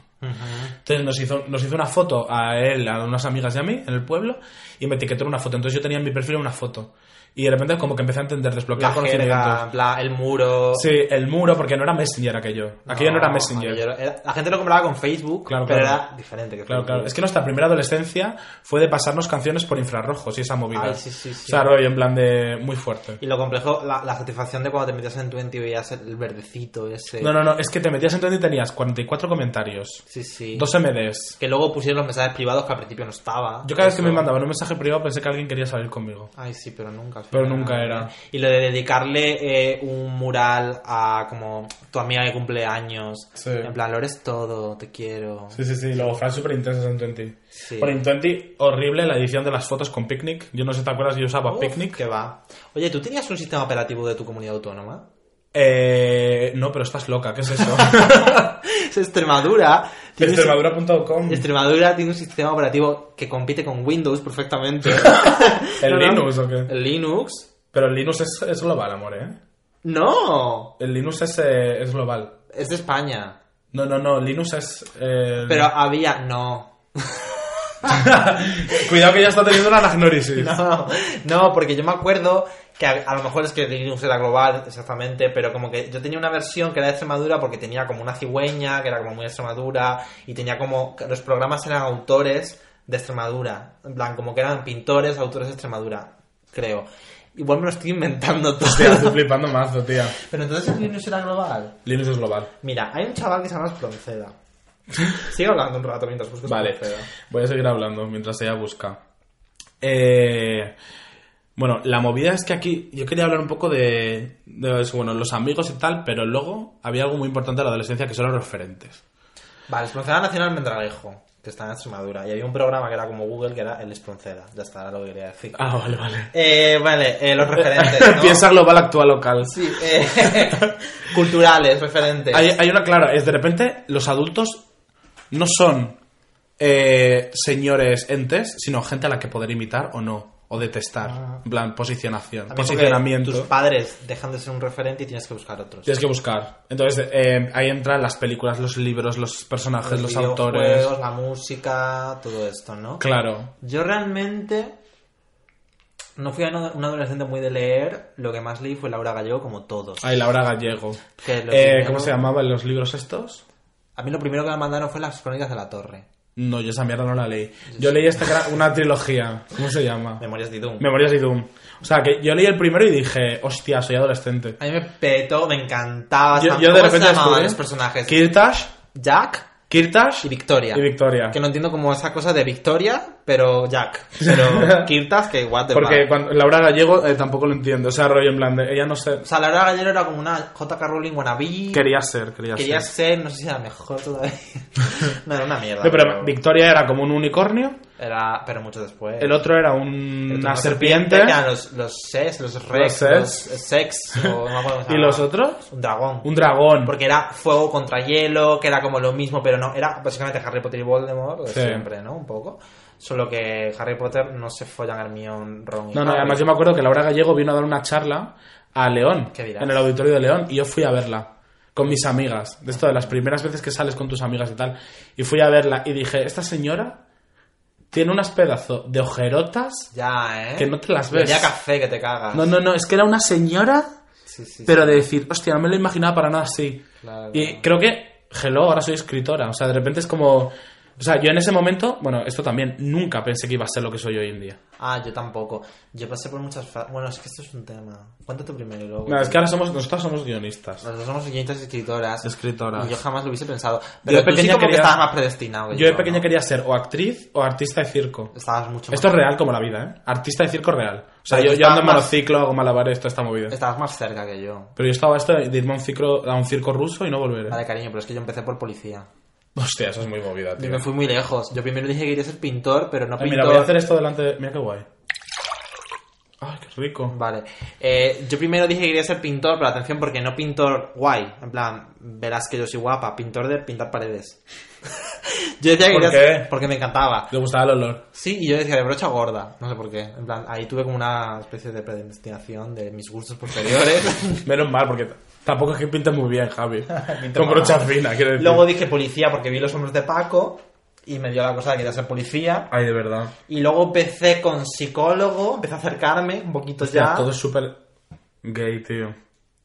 [SPEAKER 2] Entonces nos hizo, nos hizo una foto a él, a unas amigas y a mí en el pueblo y me etiquetó en una foto. Entonces yo tenía en mi perfil una foto. Y de repente como que empecé a entender,
[SPEAKER 1] La
[SPEAKER 2] desbloquear
[SPEAKER 1] jerga,
[SPEAKER 2] conocimientos.
[SPEAKER 1] en plan, el muro.
[SPEAKER 2] Sí, el muro, porque no era Messenger aquello. Aquello no, era Messenger.
[SPEAKER 1] aquello era- era- la gente lo compraba con Facebook,
[SPEAKER 2] Claro,
[SPEAKER 1] pero
[SPEAKER 2] claro.
[SPEAKER 1] era diferente. Que
[SPEAKER 2] Claro,
[SPEAKER 1] Facebook.
[SPEAKER 2] claro. Es que nuestra primera adolescencia fue de pasarnos canciones por infrarrojos y esa movida.
[SPEAKER 1] Ay, sí, sí, sí.
[SPEAKER 2] O sea, rollo en plan de muy fuerte.
[SPEAKER 1] Y lo complejo, la, la satisfacción de cuando te metías en Twenty y veías el verdecito ese.
[SPEAKER 2] No, no, no, es que te metías en Twitter y tenías 44 comentarios,
[SPEAKER 1] Sí, sí.
[SPEAKER 2] dos MDs.
[SPEAKER 1] Que luego pusieron los mensajes privados que al principio no estaba.
[SPEAKER 2] Yo cada vez que
[SPEAKER 1] Eso-
[SPEAKER 2] me mandaban un mensaje privado pensé que alguien quería salir conmigo.
[SPEAKER 1] Ay, sí, pero nunca. al
[SPEAKER 2] Pero
[SPEAKER 1] final.
[SPEAKER 2] nunca era.
[SPEAKER 1] Y lo de dedicarle eh, un mural a como tu amiga que cumple años.
[SPEAKER 2] Sí.
[SPEAKER 1] En plan, lo eres todo, te quiero.
[SPEAKER 2] Sí, sí, sí, luego frases súper intensas en Twenty.
[SPEAKER 1] Sí.
[SPEAKER 2] Por en Twenty, horrible la edición de las fotos con Picnic. Yo no sé si te acuerdas, yo usaba
[SPEAKER 1] Uf,
[SPEAKER 2] Picnic.
[SPEAKER 1] Que va. Oye, ¿tú tenías un sistema operativo de tu comunidad autónoma?
[SPEAKER 2] Eh, no, pero estás loca, ¿qué es eso? Este,
[SPEAKER 1] Es Extremadura. tiene un si-
[SPEAKER 2] Extremadura.com.
[SPEAKER 1] este, Extremadura tiene un sistema operativo que compite con Windows perfectamente.
[SPEAKER 2] ¿El
[SPEAKER 1] No, no.
[SPEAKER 2] Linux o qué?
[SPEAKER 1] ¿El Linux?
[SPEAKER 2] Pero el Linux es, es global, amor, ¿eh?
[SPEAKER 1] No.
[SPEAKER 2] El Linux es, eh, es global.
[SPEAKER 1] Es de España.
[SPEAKER 2] No, no, no, Linux es... eh,
[SPEAKER 1] Pero había... No.
[SPEAKER 2] Cuidado que ya está teniendo una anagnorisis.
[SPEAKER 1] No, no, porque yo me acuerdo que a, a lo mejor es que Linux era global exactamente, pero como que yo tenía una versión que era de Extremadura porque tenía como una cigüeña, que era como muy de Extremadura, y tenía como, que los programas eran autores de Extremadura, en plan, como que eran pintores, autores de Extremadura, creo. Igual me lo estoy inventando todo.
[SPEAKER 2] Tía, estoy flipando mazo, tía.
[SPEAKER 1] Pero entonces Linux era global.
[SPEAKER 2] Linux es global.
[SPEAKER 1] Mira, hay un chaval que se llama Espronceda. Sigue hablando un rato mientras busco
[SPEAKER 2] Vale,
[SPEAKER 1] Espronceda.
[SPEAKER 2] voy a seguir hablando mientras ella busca. Eh, bueno, la movida es que aquí yo quería hablar un poco de, de eso, bueno, los amigos y tal, pero luego había algo muy importante de la adolescencia que son los referentes.
[SPEAKER 1] Vale, Espronceda Nacional Mendralejo, que está en Extremadura. Y había un programa que era como Google, que era el Espronceda. Ya está, era lo que quería decir.
[SPEAKER 2] Ah, vale, vale.
[SPEAKER 1] Eh, vale, eh, los referentes. ¿no?
[SPEAKER 2] Piensa global, actúa local.
[SPEAKER 1] Sí, eh, culturales, referentes.
[SPEAKER 2] Hay, hay una clara, es de repente los adultos no son eh, señores entes, sino gente a la que poder imitar o no, o detestar. En plan, posicionación,
[SPEAKER 1] También Ah. porque
[SPEAKER 2] posicionamiento.
[SPEAKER 1] Tus padres dejan de ser un referente y tienes que buscar otros.
[SPEAKER 2] Tienes que buscar. Entonces, eh, ahí entran las películas, los libros, los personajes, los, autores.
[SPEAKER 1] videojuegos, La música, todo esto, ¿no?
[SPEAKER 2] Claro.
[SPEAKER 1] Yo realmente no fui una una adolescente muy de leer. Lo que más leí fue Laura Gallego, como todos.
[SPEAKER 2] Ahí Laura Gallego.
[SPEAKER 1] Que lo
[SPEAKER 2] Eh,
[SPEAKER 1] primero-
[SPEAKER 2] ¿Cómo se llamaban los libros estos?
[SPEAKER 1] A mí lo primero que me mandaron fue Las Crónicas de la Torre.
[SPEAKER 2] No, yo esa mierda no la leí. Yo leí esta que era una trilogía. ¿Cómo se llama?
[SPEAKER 1] Memorias de Doom.
[SPEAKER 2] Memorias y Doom. O sea, que yo leí el primero y dije, hostia, soy adolescente.
[SPEAKER 1] A mí me petó, me encantaba.
[SPEAKER 2] Yo,
[SPEAKER 1] Sam-
[SPEAKER 2] yo de
[SPEAKER 1] ¿Cómo se
[SPEAKER 2] repente
[SPEAKER 1] llamaban
[SPEAKER 2] descubrí
[SPEAKER 1] los personajes?
[SPEAKER 2] Kirtash,
[SPEAKER 1] Jack
[SPEAKER 2] Kirtash
[SPEAKER 1] y Victoria.
[SPEAKER 2] y Victoria.
[SPEAKER 1] Que no entiendo como esa cosa de Victoria, pero Jack. Pero Kirtas, que igual te
[SPEAKER 2] Porque cuando- Laura Gallego eh, tampoco lo entiendo. O sea, rollo en plan de, ella no sé,
[SPEAKER 1] O sea, Laura Gallero era como una J.K. Rowling wannabe.
[SPEAKER 2] quería ser, quería,
[SPEAKER 1] Quería
[SPEAKER 2] ser.
[SPEAKER 1] ser, no sé si era mejor todavía. no, era una mierda.
[SPEAKER 2] No, pero Victoria era como un unicornio
[SPEAKER 1] Era, pero mucho después.
[SPEAKER 2] El otro era un-
[SPEAKER 1] Pero
[SPEAKER 2] una
[SPEAKER 1] una
[SPEAKER 2] serpiente.
[SPEAKER 1] que eran los, los ses, los rex,
[SPEAKER 2] ses.
[SPEAKER 1] los, sex, o no me acuerdo cómo se
[SPEAKER 2] ¿Y
[SPEAKER 1] llamaba.
[SPEAKER 2] los otros?
[SPEAKER 1] Un dragón.
[SPEAKER 2] Un dragón.
[SPEAKER 1] Porque era fuego contra hielo, que era como lo mismo, pero no. Era básicamente Harry Potter y Voldemort, lo de
[SPEAKER 2] Sí.
[SPEAKER 1] siempre, ¿no? Un poco. Solo que Harry Potter no se follan a Hermione, Ron y
[SPEAKER 2] No, no,
[SPEAKER 1] Harry.
[SPEAKER 2] además yo me acuerdo que Laura Gallego vino a dar una charla a León,
[SPEAKER 1] ¿Qué dirás?
[SPEAKER 2] en el auditorio de León, y yo fui a verla con mis amigas. De esto de las primeras veces que sales con tus amigas y tal. Y fui a verla y dije, esta señora tiene unas pedazos de ojerotas.
[SPEAKER 1] Ya, ¿eh?
[SPEAKER 2] Que no te las
[SPEAKER 1] Venía
[SPEAKER 2] ves.
[SPEAKER 1] café, que te cagas.
[SPEAKER 2] No, no, no, es que era una señora,
[SPEAKER 1] Sí, sí, sí.
[SPEAKER 2] pero de decir, hostia, no me lo imaginaba para nada así.
[SPEAKER 1] Claro.
[SPEAKER 2] Y creo que, hello, ahora soy escritora. O sea, de repente es como. O sea, yo en ese momento, bueno, esto también, nunca pensé que iba a ser lo que soy hoy en día.
[SPEAKER 1] Ah, yo tampoco. Yo pasé por muchas fases. Bueno, es que esto es un tema. Cuéntate primero y luego.
[SPEAKER 2] No, es que ahora somos, nosotros somos guionistas.
[SPEAKER 1] Nosotros somos guionistas y escritoras.
[SPEAKER 2] Escritoras.
[SPEAKER 1] Y yo jamás lo hubiese pensado. Pero
[SPEAKER 2] de
[SPEAKER 1] tú sí
[SPEAKER 2] pequeña
[SPEAKER 1] como que
[SPEAKER 2] quería-
[SPEAKER 1] estabas más predestinado.
[SPEAKER 2] Yo de pequeña
[SPEAKER 1] ¿no?
[SPEAKER 2] quería ser o actriz o artista de circo.
[SPEAKER 1] Estabas mucho más.
[SPEAKER 2] Esto es real como la vida, ¿eh? Artista de circo real. O sea,
[SPEAKER 1] Pero
[SPEAKER 2] yo,
[SPEAKER 1] tú
[SPEAKER 2] yo ando en
[SPEAKER 1] estabas-
[SPEAKER 2] monociclo, hago malabares, toda esta movida.
[SPEAKER 1] Estabas más cerca que yo.
[SPEAKER 2] Pero yo estaba esto de irme a un, ciclo, a un circo ruso y no volver. ¿eh?
[SPEAKER 1] Vale, cariño, pero es que yo empecé por policía.
[SPEAKER 2] Hostia, eso es muy movida,
[SPEAKER 1] Yo
[SPEAKER 2] tío.
[SPEAKER 1] me fui muy lejos. Yo primero dije que quería ser pintor, pero no
[SPEAKER 2] Ay,
[SPEAKER 1] pintor.
[SPEAKER 2] Ah, mira, voy a hacer esto delante de... Mira qué guay. Ay, qué rico.
[SPEAKER 1] Vale. Eh, yo primero dije que quería ser pintor, pero atención, porque no pintor guay. En plan, verás que yo soy guapa. Pintor de pintar paredes. yo decía que
[SPEAKER 2] ¿Por
[SPEAKER 1] quería
[SPEAKER 2] qué?
[SPEAKER 1] ser- Porque me encantaba.
[SPEAKER 2] Le gustaba el olor.
[SPEAKER 1] Sí, y yo decía de brocha gorda, no sé por qué. En plan, ahí tuve como una especie de predestinación de mis gustos posteriores.
[SPEAKER 2] Menos mal, porque t- tampoco es que pinte muy bien, Javi. Con
[SPEAKER 1] mal.
[SPEAKER 2] brocha fina, quiero decir.
[SPEAKER 1] luego dije policía porque vi los hombros de Paco y me dio la cosa de querer ser policía.
[SPEAKER 2] Ay, de verdad.
[SPEAKER 1] Y luego empecé con psicólogo, empecé a acercarme un poquito
[SPEAKER 2] Hostia,
[SPEAKER 1] ya.
[SPEAKER 2] todo es súper gay, tío.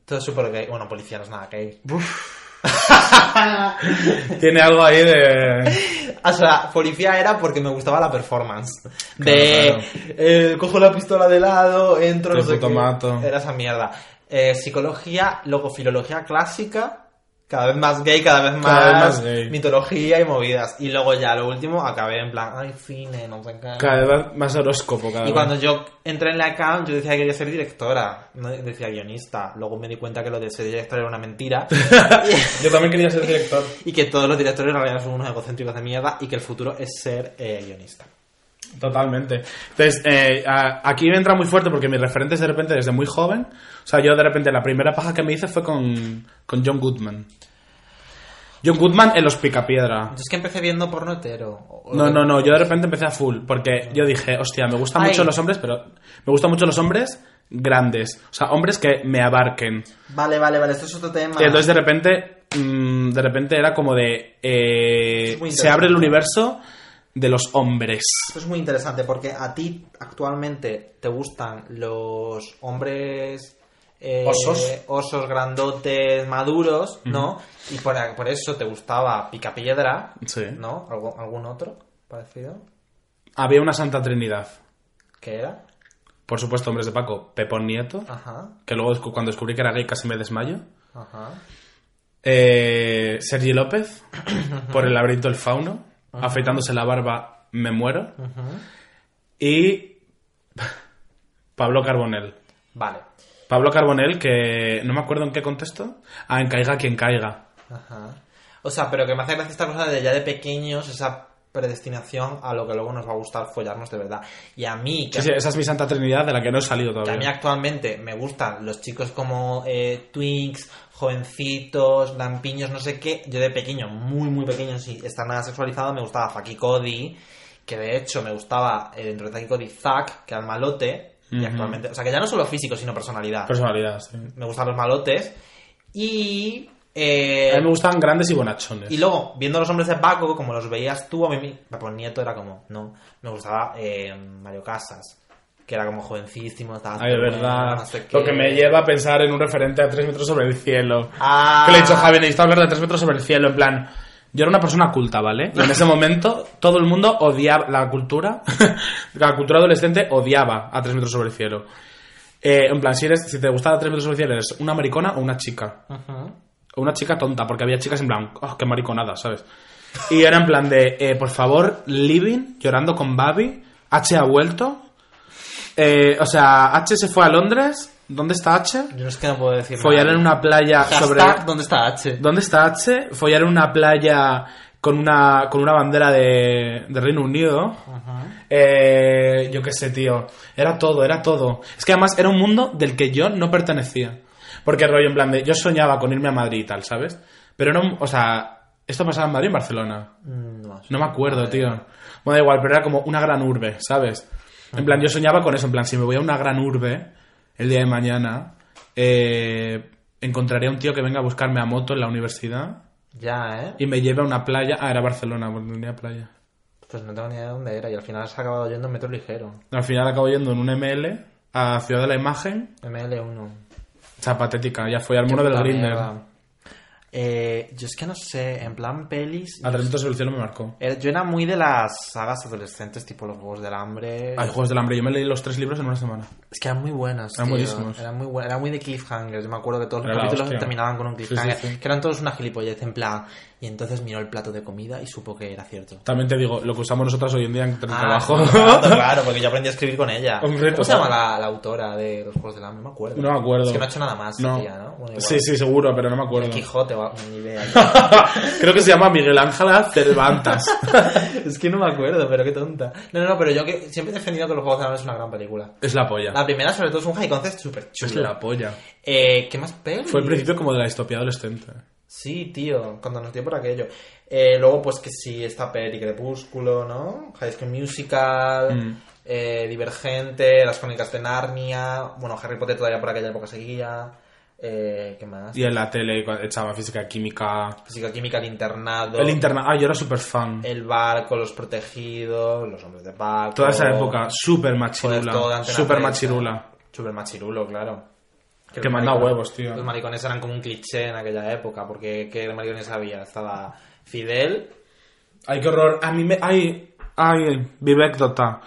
[SPEAKER 1] Todo es súper gay. Bueno, policía no es nada gay.
[SPEAKER 2] Tiene algo ahí de...
[SPEAKER 1] O sea, policía era porque me gustaba la performance. de
[SPEAKER 2] claro.
[SPEAKER 1] eh, cojo la pistola de lado, entro,
[SPEAKER 2] Te
[SPEAKER 1] no sé qué.
[SPEAKER 2] putomato.
[SPEAKER 1] Era esa mierda. Eh, psicología, luego filología clásica, cada vez más gay, cada vez más,
[SPEAKER 2] Cada vez más gay.
[SPEAKER 1] mitología y movidas. Y luego ya lo último acabé en plan, ay, cine, no sé qué.
[SPEAKER 2] Cada vez más horóscopo,
[SPEAKER 1] Y
[SPEAKER 2] cada vez.
[SPEAKER 1] cuando yo entré en la CAM, yo decía que quería ser directora, no decía guionista. Luego me di cuenta que lo de ser director era una mentira.
[SPEAKER 2] Yo también quería ser director.
[SPEAKER 1] y que todos los directores en realidad son unos egocéntricos de mierda y que el futuro es ser eh, guionista.
[SPEAKER 2] Totalmente. Entonces, eh, a- aquí me entra muy fuerte porque mis referentes de repente desde muy joven. O sea, yo de repente la primera paja que me hice fue con, con John Goodman. John Goodman en los Picapiedra.
[SPEAKER 1] Yo es que empecé viendo porno hetero. O-
[SPEAKER 2] No, no, no, yo de repente empecé a full porque yo dije, hostia, me gustan
[SPEAKER 1] Ay.
[SPEAKER 2] mucho los hombres, pero me gustan mucho los hombres grandes. O sea, hombres que me abarquen.
[SPEAKER 1] Vale, vale, vale, esto es otro tema.
[SPEAKER 2] Y entonces de repente, mm, de repente era como de, eh,
[SPEAKER 1] Es muy
[SPEAKER 2] se abre el
[SPEAKER 1] interesante.
[SPEAKER 2] universo de los hombres.
[SPEAKER 1] Esto es muy interesante porque a ti actualmente te gustan los hombres... eh,
[SPEAKER 2] Osos.
[SPEAKER 1] Osos grandotes, maduros, ¿no? Y por, por eso te gustaba Picapiedra,
[SPEAKER 2] Sí.
[SPEAKER 1] ¿no? ¿Algún, ¿Algún otro parecido?
[SPEAKER 2] Había una Santa Trinidad.
[SPEAKER 1] ¿Qué era?
[SPEAKER 2] Por supuesto, hombres de Paco, Pepón Nieto,
[SPEAKER 1] Ajá,
[SPEAKER 2] que luego descu- cuando descubrí que era gay casi me desmayo.
[SPEAKER 1] ajá.
[SPEAKER 2] Eh, Sergi López, por el laberinto del fauno, afeitándose la barba, me muero. Y Pablo Carbonell.
[SPEAKER 1] Vale.
[SPEAKER 2] Pablo Carbonell, que no me acuerdo en qué contexto. Ah, en Caiga quien caiga.
[SPEAKER 1] Ajá. O sea, pero que me hace gracia esta cosa de ya de pequeños, esa predestinación a lo que luego nos va a gustar follarnos de verdad. Y a mí, que
[SPEAKER 2] Sí, sí, esa es mi santa trinidad de la que no he salido
[SPEAKER 1] Que a mí
[SPEAKER 2] todavía.
[SPEAKER 1] actualmente me gustan los chicos como eh, Twinks, jovencitos, lampiños, no sé qué. Yo de pequeño, muy, muy pequeño, sin estar nada sexualizado, me gustaba Faki Cody, que de hecho me gustaba eh, dentro de Faki Cody Zack, que era el malote, y
[SPEAKER 2] Ujú.
[SPEAKER 1] actualmente, o sea, que ya no solo físico, sino personalidad.
[SPEAKER 2] Personalidad, sí. A
[SPEAKER 1] Me gustan los malotes. Y. eh,
[SPEAKER 2] mí me gustaban grandes y bonachones.
[SPEAKER 1] y luego, viendo los hombres de Paco, como los veías tú, a mí, mi Paco Nieto era como, no, me gustaba eh, Mario Casas, que era como jovencísimo, estaba...
[SPEAKER 2] Ay, de
[SPEAKER 1] súper
[SPEAKER 2] verdad.
[SPEAKER 1] bueno, no sé
[SPEAKER 2] Lo
[SPEAKER 1] qué.
[SPEAKER 2] que me lleva a pensar en un referente a 3 metros sobre el cielo.
[SPEAKER 1] Ah.
[SPEAKER 2] Que le he dicho, Javi, necesito hablar de 3 metros sobre el cielo. En plan, yo era una persona culta, ¿vale? Y en ese momento todo el mundo odiaba la cultura. la cultura adolescente odiaba a 3 metros sobre el cielo. Eh, en plan, si, eres, si te gustaba 3 metros sobre el cielo, eres una maricona o una chica.
[SPEAKER 1] Ujú.
[SPEAKER 2] O una chica tonta, porque había chicas en plan, oh, qué mariconada, ¿sabes? Y era en plan de, eh, por favor, Living, llorando con Babi, H ha vuelto. Eh, o sea, H se fue a Londres. ¿Dónde está H?
[SPEAKER 1] Yo es que no puedo decir
[SPEAKER 2] Follar en una playa
[SPEAKER 1] Hashtag,
[SPEAKER 2] sobre...
[SPEAKER 1] ¿dónde está H?
[SPEAKER 2] ¿Dónde está H? Follar en una playa con una, con una bandera de, de Reino Unido. Eh, yo qué sé, tío. Era todo, era todo. Es que además era un mundo del que yo no pertenecía. Porque rollo, en plan de... Yo soñaba con irme a Madrid y tal, ¿sabes? Pero no... O sea, esto pasaba en Madrid y en Barcelona.
[SPEAKER 1] Mm, No, sé.
[SPEAKER 2] No me acuerdo, tío. Bueno, da igual, pero era como una gran urbe, ¿sabes? En plan, yo soñaba con eso. En plan, si me voy a una gran urbe el día de mañana, eh, encontraré a un tío que venga a buscarme a moto en la universidad
[SPEAKER 1] Ya, ¿eh?
[SPEAKER 2] y me lleve a una playa. Ah, era Barcelona, porque tenía playa.
[SPEAKER 1] Pues Pues no tengo ni idea de dónde era y al final se ha acabado yendo en metro ligero.
[SPEAKER 2] Al final acabo yendo en un ML a Ciudad de la Imagen.
[SPEAKER 1] ML1.
[SPEAKER 2] O sea, patética, ya fue al muro del
[SPEAKER 1] Puta
[SPEAKER 2] Grinder.
[SPEAKER 1] mierda. Eh, yo es que no sé, en plan pelis.
[SPEAKER 2] A 300 sobre el cielo me marcó.
[SPEAKER 1] Era- Eh, Yo era muy de las sagas adolescentes, tipo los Juegos del Hambre.
[SPEAKER 2] Ay, Juegos del Hambre, yo me leí los tres libros en una semana.
[SPEAKER 1] Es que eran muy buenas.
[SPEAKER 2] Eran
[SPEAKER 1] tío.
[SPEAKER 2] buenísimos.
[SPEAKER 1] Eran muy buenas. Era muy de cliffhangers. Yo me acuerdo que todos los
[SPEAKER 2] Era la
[SPEAKER 1] capítulos
[SPEAKER 2] hostia.
[SPEAKER 1] terminaban con un
[SPEAKER 2] Sí, sí,
[SPEAKER 1] cliffhanger.
[SPEAKER 2] sí.
[SPEAKER 1] Que eran todos una gilipollez, en plan. Y entonces miró el plato de comida y supo que era cierto.
[SPEAKER 2] También te digo, lo que usamos nosotras hoy en día en el
[SPEAKER 1] Ah,
[SPEAKER 2] trabajo.
[SPEAKER 1] sí, claro, claro, porque yo aprendí a escribir con ella.
[SPEAKER 2] Hombre,
[SPEAKER 1] ¿Cómo se
[SPEAKER 2] total.
[SPEAKER 1] llama la, la autora de los Juegos del Hambre? No me acuerdo.
[SPEAKER 2] No me acuerdo.
[SPEAKER 1] Es que no ha hecho nada más,
[SPEAKER 2] No.
[SPEAKER 1] tía, ¿no? Bueno, igual.
[SPEAKER 2] sí, sí, seguro, pero no me acuerdo.
[SPEAKER 1] Quijote, va, ni idea.
[SPEAKER 2] Creo que se llama Miguel Ángela Cervantes.
[SPEAKER 1] es que no me acuerdo, pero qué tonta. No, no, no, pero yo que siempre he defendido que los Juegos del Hambre es una gran película.
[SPEAKER 2] es la polla.
[SPEAKER 1] La primera, sobre todo, es un high concept súper chulo.
[SPEAKER 2] es la polla.
[SPEAKER 1] Eh, ¿Qué más pelis?
[SPEAKER 2] Fue el principio como de la distopía adolescente.
[SPEAKER 1] Sí, tío, cuando nos dio por aquello. Eh, luego, pues que sí, esta peli Crepúsculo, ¿no? High School Musical,
[SPEAKER 2] Mm.
[SPEAKER 1] eh, Divergente, Las Crónicas de Narnia, bueno, Harry Potter todavía por aquella época seguía. Eh, ¿Qué más?
[SPEAKER 2] Y en la tele cua- echaba física, química.
[SPEAKER 1] Física Química, El Internado,
[SPEAKER 2] El internet. Ah, yo era súper fan.
[SPEAKER 1] El Barco, Los Protegidos, Los Hombres de Barco.
[SPEAKER 2] Toda esa época,
[SPEAKER 1] Joder, todo
[SPEAKER 2] súper
[SPEAKER 1] de
[SPEAKER 2] machirula.
[SPEAKER 1] Antena
[SPEAKER 2] Súper
[SPEAKER 1] 3,
[SPEAKER 2] machirula.
[SPEAKER 1] Súper machirulo, claro.
[SPEAKER 2] Que
[SPEAKER 1] los
[SPEAKER 2] manda
[SPEAKER 1] maricones-
[SPEAKER 2] huevos, tío.
[SPEAKER 1] Los maricones eran como un cliché en aquella época, porque ¿qué maricones había? Estaba Fidel,
[SPEAKER 2] Ay, qué horror. A mí me. Ay, ay, vivecdota.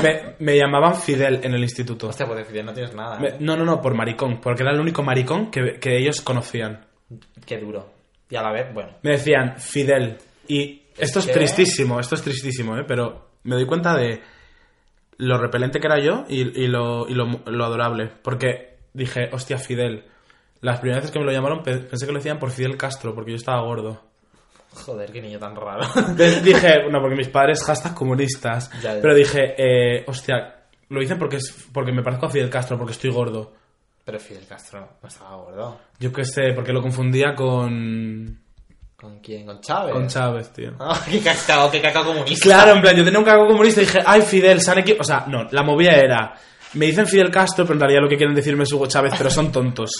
[SPEAKER 2] Me, me llamaban Fidel en el instituto.
[SPEAKER 1] Hostia, pues de Fidel no tienes nada.
[SPEAKER 2] Me-
[SPEAKER 1] ¿eh?
[SPEAKER 2] no, no, no, por maricón. Porque era el único maricón que, que ellos conocían.
[SPEAKER 1] Qué duro. Y a la vez, bueno.
[SPEAKER 2] Me decían Fidel. Y esto es
[SPEAKER 1] ¿Qué?
[SPEAKER 2] tristísimo, esto es tristísimo, ¿eh? Pero me doy cuenta de lo repelente que era yo y, y lo, y lo- lo adorable. Porque dije, hostia, Fidel. Las primeras veces que me lo llamaron pe- pensé que lo decían por Fidel Castro, porque yo estaba gordo.
[SPEAKER 1] Joder, qué niño tan raro.
[SPEAKER 2] Entonces dije, no, porque mis padres hashtag comunistas.
[SPEAKER 1] Ya, ya.
[SPEAKER 2] Pero dije, eh, hostia, lo hice porque, es, porque me parezco a Fidel Castro, porque estoy gordo.
[SPEAKER 1] Pero Fidel Castro no estaba gordo.
[SPEAKER 2] Yo qué sé, porque lo confundía con,
[SPEAKER 1] ¿Con quién? ¿Con Chávez?
[SPEAKER 2] con Chávez, tío.
[SPEAKER 1] Ah, qué cacao, qué cacao comunista.
[SPEAKER 2] Claro, en plan, yo tenía un cago comunista y dije, ay, Fidel, se han equi-". O sea, no, la movida era, me dicen Fidel Castro, pero en realidad lo que quieren decirme es Hugo Chávez, pero son tontos.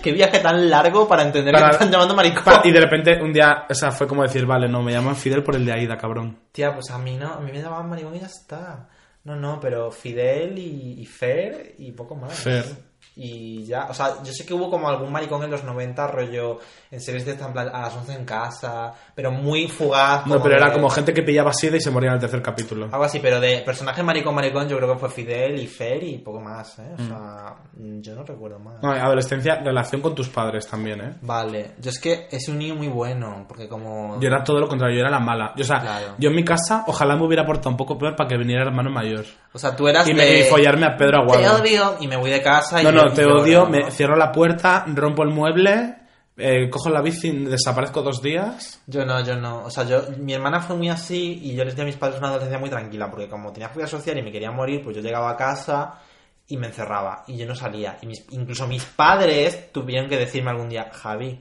[SPEAKER 1] Qué viaje tan largo para entender que
[SPEAKER 2] Para-
[SPEAKER 1] te están llamando maricón.
[SPEAKER 2] Pa- Y de repente un día, o sea, fue como decir, vale, no, me llaman Fidel por el de Aida, cabrón.
[SPEAKER 1] Tía, pues a mí no, a mí me llamaban maricón y ya está. No, no, pero Fidel y, y Fer y poco más.
[SPEAKER 2] Fer.
[SPEAKER 1] Y ya, o sea, yo sé que hubo como algún maricón en los 90, rollo, en series de esta, en plan, a las 11 en casa, pero muy fugaz.
[SPEAKER 2] No, pero era
[SPEAKER 1] de-
[SPEAKER 2] como gente que pillaba sida y se moría en el tercer capítulo.
[SPEAKER 1] Algo así, pero de personaje maricón maricón yo creo que fue Fidel y Fer y poco más, ¿eh? O sea, yo no recuerdo más.
[SPEAKER 2] Mm. No, adolescencia, relación con tus padres también, ¿eh?
[SPEAKER 1] Vale, yo es que es un niño muy bueno, porque como...
[SPEAKER 2] Yo era todo lo contrario, yo era la mala. Yo, o sea,
[SPEAKER 1] Claro.
[SPEAKER 2] yo en mi casa, ojalá me hubiera portado un poco peor para que viniera el hermano mayor.
[SPEAKER 1] O sea, tú eras
[SPEAKER 2] Y, me,
[SPEAKER 1] de...
[SPEAKER 2] y follarme a Pedro
[SPEAKER 1] Te
[SPEAKER 2] Aguado.
[SPEAKER 1] odio y me voy de casa y...
[SPEAKER 2] No, no,
[SPEAKER 1] y
[SPEAKER 2] te
[SPEAKER 1] lloro,
[SPEAKER 2] odio,
[SPEAKER 1] ¿no?
[SPEAKER 2] me cierro la puerta, rompo el mueble, eh, cojo la bici, desaparezco dos días.
[SPEAKER 1] Yo no, yo no. O sea, yo, mi hermana fue muy así y yo les di a mis padres una adolescencia muy tranquila, porque como tenía fobia social y me quería morir, pues yo llegaba a casa y me encerraba y yo no salía. Y mis- incluso mis padres tuvieron que decirme algún día, Javi,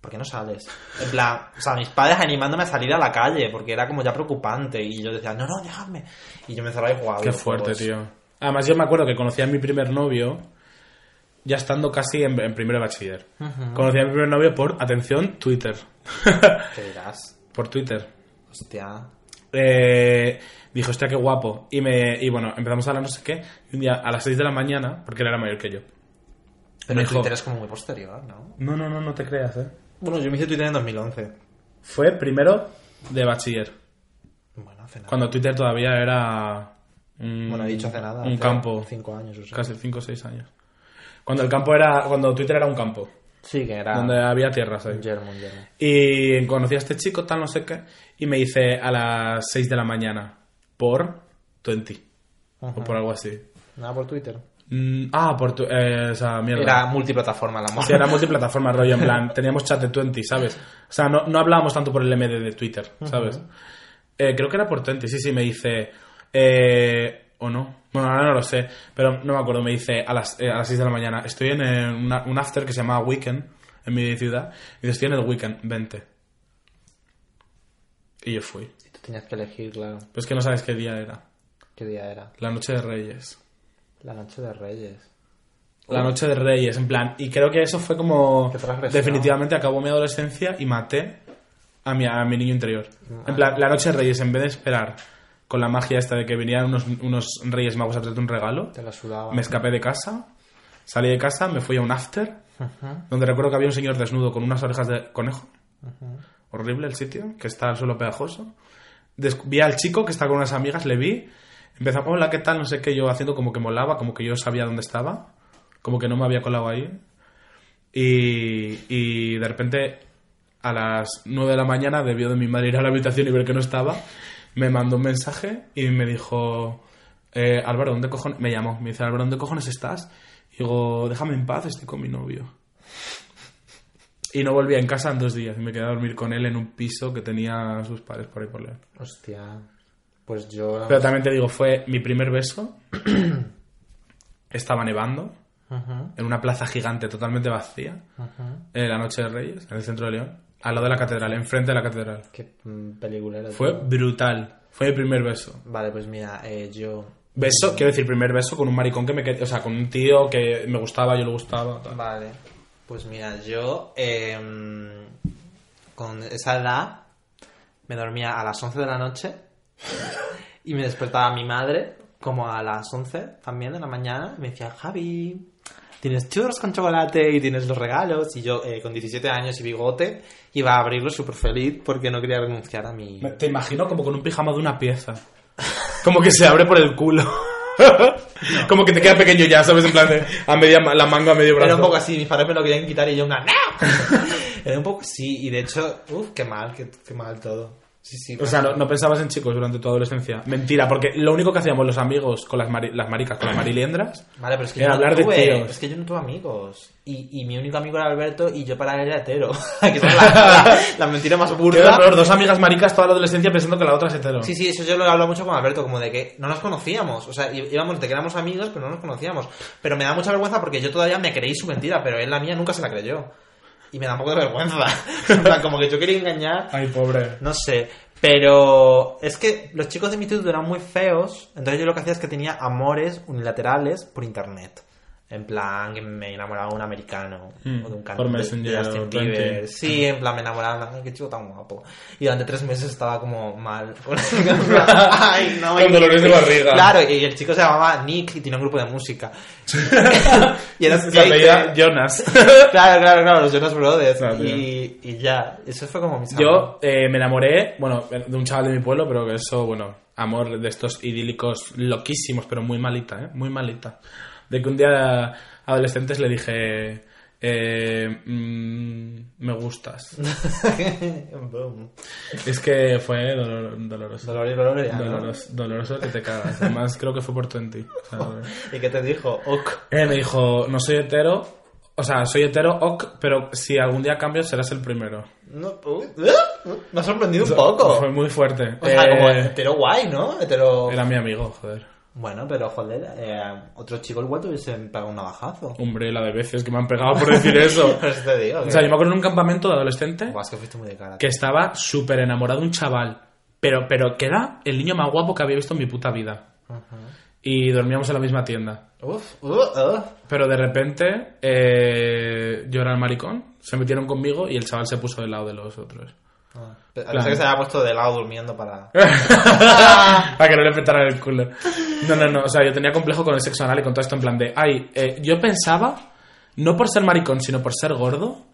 [SPEAKER 1] ¿por qué no sales? En plan, o sea, mis padres animándome a salir a la calle, porque era como ya preocupante y yo decía, no, no, déjame. Y yo me encerraba y jugaba.
[SPEAKER 2] Qué
[SPEAKER 1] videojuegos.
[SPEAKER 2] fuerte, tío. Además, yo me acuerdo que conocí a mi primer novio ya estando casi en, en primero de bachiller. Conocí a mi primer novio por, atención, Twitter.
[SPEAKER 1] Te dirás,
[SPEAKER 2] por Twitter.
[SPEAKER 1] hostia.
[SPEAKER 2] Eh, dije, hostia, qué guapo. Y, me, y bueno, empezamos a hablar no sé qué. Y un día a las 6 de la mañana, porque él era mayor que yo.
[SPEAKER 1] Pero el
[SPEAKER 2] Hijo.
[SPEAKER 1] Twitter es como muy posterior, ¿no?
[SPEAKER 2] No, no, no, no te creas, eh.
[SPEAKER 1] Bueno, yo me hice Twitter en 2011.
[SPEAKER 2] Fue primero de bachiller.
[SPEAKER 1] Bueno, hace nada.
[SPEAKER 2] Cuando Twitter todavía era. mm,
[SPEAKER 1] Bueno, he dicho hace nada.
[SPEAKER 2] Un
[SPEAKER 1] hace
[SPEAKER 2] campo.
[SPEAKER 1] Cinco años o sea.
[SPEAKER 2] Casi 5 o 6 años. Cuando el campo era. Cuando Twitter era un campo.
[SPEAKER 1] Sí, que era.
[SPEAKER 2] Donde había tierras ahí.
[SPEAKER 1] Un yermo, un yermo.
[SPEAKER 2] Y conocí a este chico, tal, no sé qué. Y me hice a las 6 de la mañana. Por 20. O
[SPEAKER 1] Ajá.
[SPEAKER 2] por algo así.
[SPEAKER 1] Nada Ah, por Twitter.
[SPEAKER 2] Mm, ah, por tu. eh, esa mierda.
[SPEAKER 1] Era multiplataforma la
[SPEAKER 2] Sí,
[SPEAKER 1] moda.
[SPEAKER 2] era multiplataforma, rollo, en plan, teníamos chat de 20, ¿sabes? O sea, no, no hablábamos tanto por el MD de Twitter, ¿sabes? Eh, creo que era por 20, sí, sí, me dice... eh, ¿O no? Bueno, ahora no lo sé, pero no me acuerdo, me dice a las, eh, a las 6 de la mañana, estoy en eh, una- un after que se llama Weekend, en mi ciudad, y dice, estoy en el Weekend, 20. Y yo fui.
[SPEAKER 1] Y tú tenías que elegir, claro,
[SPEAKER 2] Pero es que no sabes qué día era.
[SPEAKER 1] qué día era.
[SPEAKER 2] La noche de Reyes.
[SPEAKER 1] La noche de Reyes.
[SPEAKER 2] La noche de Reyes, en plan. Y creo que eso fue como.
[SPEAKER 1] Qué transgresión.
[SPEAKER 2] Definitivamente acabó mi
[SPEAKER 1] Ah.
[SPEAKER 2] adolescencia y maté a mi, a mi niño interior. En plan, la noche de Reyes, en vez de esperar con la magia esta de que venían unos, unos reyes magos a traerte un regalo.
[SPEAKER 1] Te la sudaba.
[SPEAKER 2] Me escapé de casa, salí de casa, me fui a un after,
[SPEAKER 1] Ajá.
[SPEAKER 2] donde recuerdo que había un señor desnudo con unas orejas de conejo. Horrible el sitio, que está al suelo pegajoso. Des- vi al chico que está con unas amigas, le vi. Empezó, hola, ¿qué tal? No sé qué, yo haciendo como que molaba, como que yo sabía dónde estaba, como que no me había colado ahí. Y, y de repente, a las 9 de la mañana, debió de mi madre ir a la habitación y ver que no estaba. Me mandó un mensaje y me dijo, eh, Álvaro, ¿dónde cojones? Me llamó, me dice, Álvaro, ¿dónde cojones estás? Y digo, déjame en paz, estoy con mi novio. Y no volvía en casa en dos días. Y me quedé a dormir con él en un piso que tenía sus padres por ahí por leer.
[SPEAKER 1] Hostia. Pues yo.
[SPEAKER 2] Pero también te digo, fue mi primer beso. Estaba nevando
[SPEAKER 1] Ajá,
[SPEAKER 2] en una plaza gigante totalmente vacía.
[SPEAKER 1] ajá.
[SPEAKER 2] En la noche de Reyes, en el centro de León. Al lado de la catedral, enfrente de la catedral.
[SPEAKER 1] Qué mm, película era.
[SPEAKER 2] Fue
[SPEAKER 1] tío.
[SPEAKER 2] brutal. Fue mi primer beso.
[SPEAKER 1] Vale, pues mira, eh, yo.
[SPEAKER 2] Beso, quiero decir, primer beso con un maricón que me qued- O sea, con un tío que me gustaba, yo le gustaba. tal.
[SPEAKER 1] Vale. Pues mira, yo. em, con esa edad. Me dormía a las 11 de la noche. y me despertaba mi madre. Como a las 11 también de la mañana. Y me decía, Javi. Tienes churros con chocolate y tienes los regalos. Y yo, eh, con 17 años y bigote, iba a abrirlo súper feliz porque no quería renunciar a mi.
[SPEAKER 2] Me- Te imagino como con un pijama de una pieza. Como que se abre por el culo. Como que te queda pequeño ya, ¿sabes? En plan de a media ma- la manga a medio brazo.
[SPEAKER 1] Era un poco así, mis padres me lo querían quitar y yo, en plan, ¡No! Era un poco así, y de hecho, uff, qué mal, qué, qué mal todo. Sí, sí.
[SPEAKER 2] O sea, no, no pensabas en chicos durante tu adolescencia. Mentira, porque lo único que hacíamos los amigos con las, mari- las maricas, con las mariliendras,
[SPEAKER 1] Vale, pero es que
[SPEAKER 2] Era
[SPEAKER 1] yo no
[SPEAKER 2] hablar de
[SPEAKER 1] tuve,
[SPEAKER 2] tíos.
[SPEAKER 1] es que yo no tuve amigos. Y, y mi único amigo era Alberto y yo para él era hetero. que es la, la, la mentira más
[SPEAKER 2] Qué horror,
[SPEAKER 1] burda.
[SPEAKER 2] dos amigas maricas toda la adolescencia pensando que la otra es hetero.
[SPEAKER 1] Sí, sí, eso yo lo he hablado mucho con Alberto, como de que no nos conocíamos. O sea, í- íbamos de que éramos amigos, pero no nos conocíamos. Pero me da mucha vergüenza porque yo todavía me creí su mentira, pero él la mía nunca se la creyó. Y me da un poco de vergüenza. En plan, como que yo quería engañar
[SPEAKER 2] Ay, pobre.
[SPEAKER 1] No sé, pero es que los chicos de mi instituto eran muy feos, entonces yo lo que hacía es que tenía amores unilaterales por internet. En plan, que me enamoraba de un americano
[SPEAKER 2] Mm,
[SPEAKER 1] o de un
[SPEAKER 2] por
[SPEAKER 1] cantante de- de
[SPEAKER 2] Messenger,
[SPEAKER 1] Justin
[SPEAKER 2] Twenty. Hmm.
[SPEAKER 1] Bieber. Sí, en plan, me enamoraba, en plan, "Ay, qué chico tan guapo. Y durante tres meses estaba como mal. Ay, no,
[SPEAKER 2] Con
[SPEAKER 1] y-
[SPEAKER 2] dolores de barriga.
[SPEAKER 1] Claro, y el chico se llamaba Nick y tenía un grupo de música. y era
[SPEAKER 2] Se
[SPEAKER 1] gay, eh,
[SPEAKER 2] apellida
[SPEAKER 1] gay.
[SPEAKER 2] Jonas.
[SPEAKER 1] Claro, claro, claro, los Jonas Brothers.
[SPEAKER 2] Claro,
[SPEAKER 1] y, y ya, eso fue como mi
[SPEAKER 2] Yo eh, me enamoré, bueno, de un chaval de mi pueblo, pero que eso, bueno, amor de estos idílicos loquísimos, pero muy malita, ¿eh? Muy malita. De que un día adolescentes le dije, eh, mm, me gustas.
[SPEAKER 1] Boom.
[SPEAKER 2] es que fue dolor- doloroso.
[SPEAKER 1] Dolor y dolor ya, ¿no?
[SPEAKER 2] Doloroso, doloroso que te cagas. Además, creo que fue por 20. O sea,
[SPEAKER 1] ¿Y qué te dijo? Ok.
[SPEAKER 2] eh, me dijo, no soy hetero, o sea, soy hetero, ok, pero si algún día cambio serás el primero.
[SPEAKER 1] No, uh, uh, me ha sorprendido un poco.
[SPEAKER 2] Fue muy fuerte.
[SPEAKER 1] Oh. O sea,
[SPEAKER 2] Eh,
[SPEAKER 1] como hetero guay, ¿no? Hetero...
[SPEAKER 2] Era mi amigo, joder.
[SPEAKER 1] Bueno, pero joder, eh, otro chico igual te hubiese pegado un navajazo.
[SPEAKER 2] Hombre, la de veces que me han pegado por decir eso.
[SPEAKER 1] Por eso te digo.
[SPEAKER 2] O sea, yo me acuerdo en un campamento de adolescente
[SPEAKER 1] Buah, es que fuiste muy de cara.
[SPEAKER 2] que estaba súper enamorado de un chaval. Pero, pero que era el niño más guapo que había visto en mi puta vida.
[SPEAKER 1] Ajá.
[SPEAKER 2] Y dormíamos en la misma tienda.
[SPEAKER 1] Uf, uh, uh.
[SPEAKER 2] Pero de repente eh, yo era el maricón, se metieron conmigo y el chaval se puso del lado de los otros.
[SPEAKER 1] Ah, pensé
[SPEAKER 2] Claro.
[SPEAKER 1] que se había puesto de lado durmiendo para...
[SPEAKER 2] Para que no le petaran el culo. No, no, no. O sea, yo tenía complejo con el sexo anal y con todo esto en plan de, ay, eh, yo pensaba, no por ser maricón, sino por ser gordo,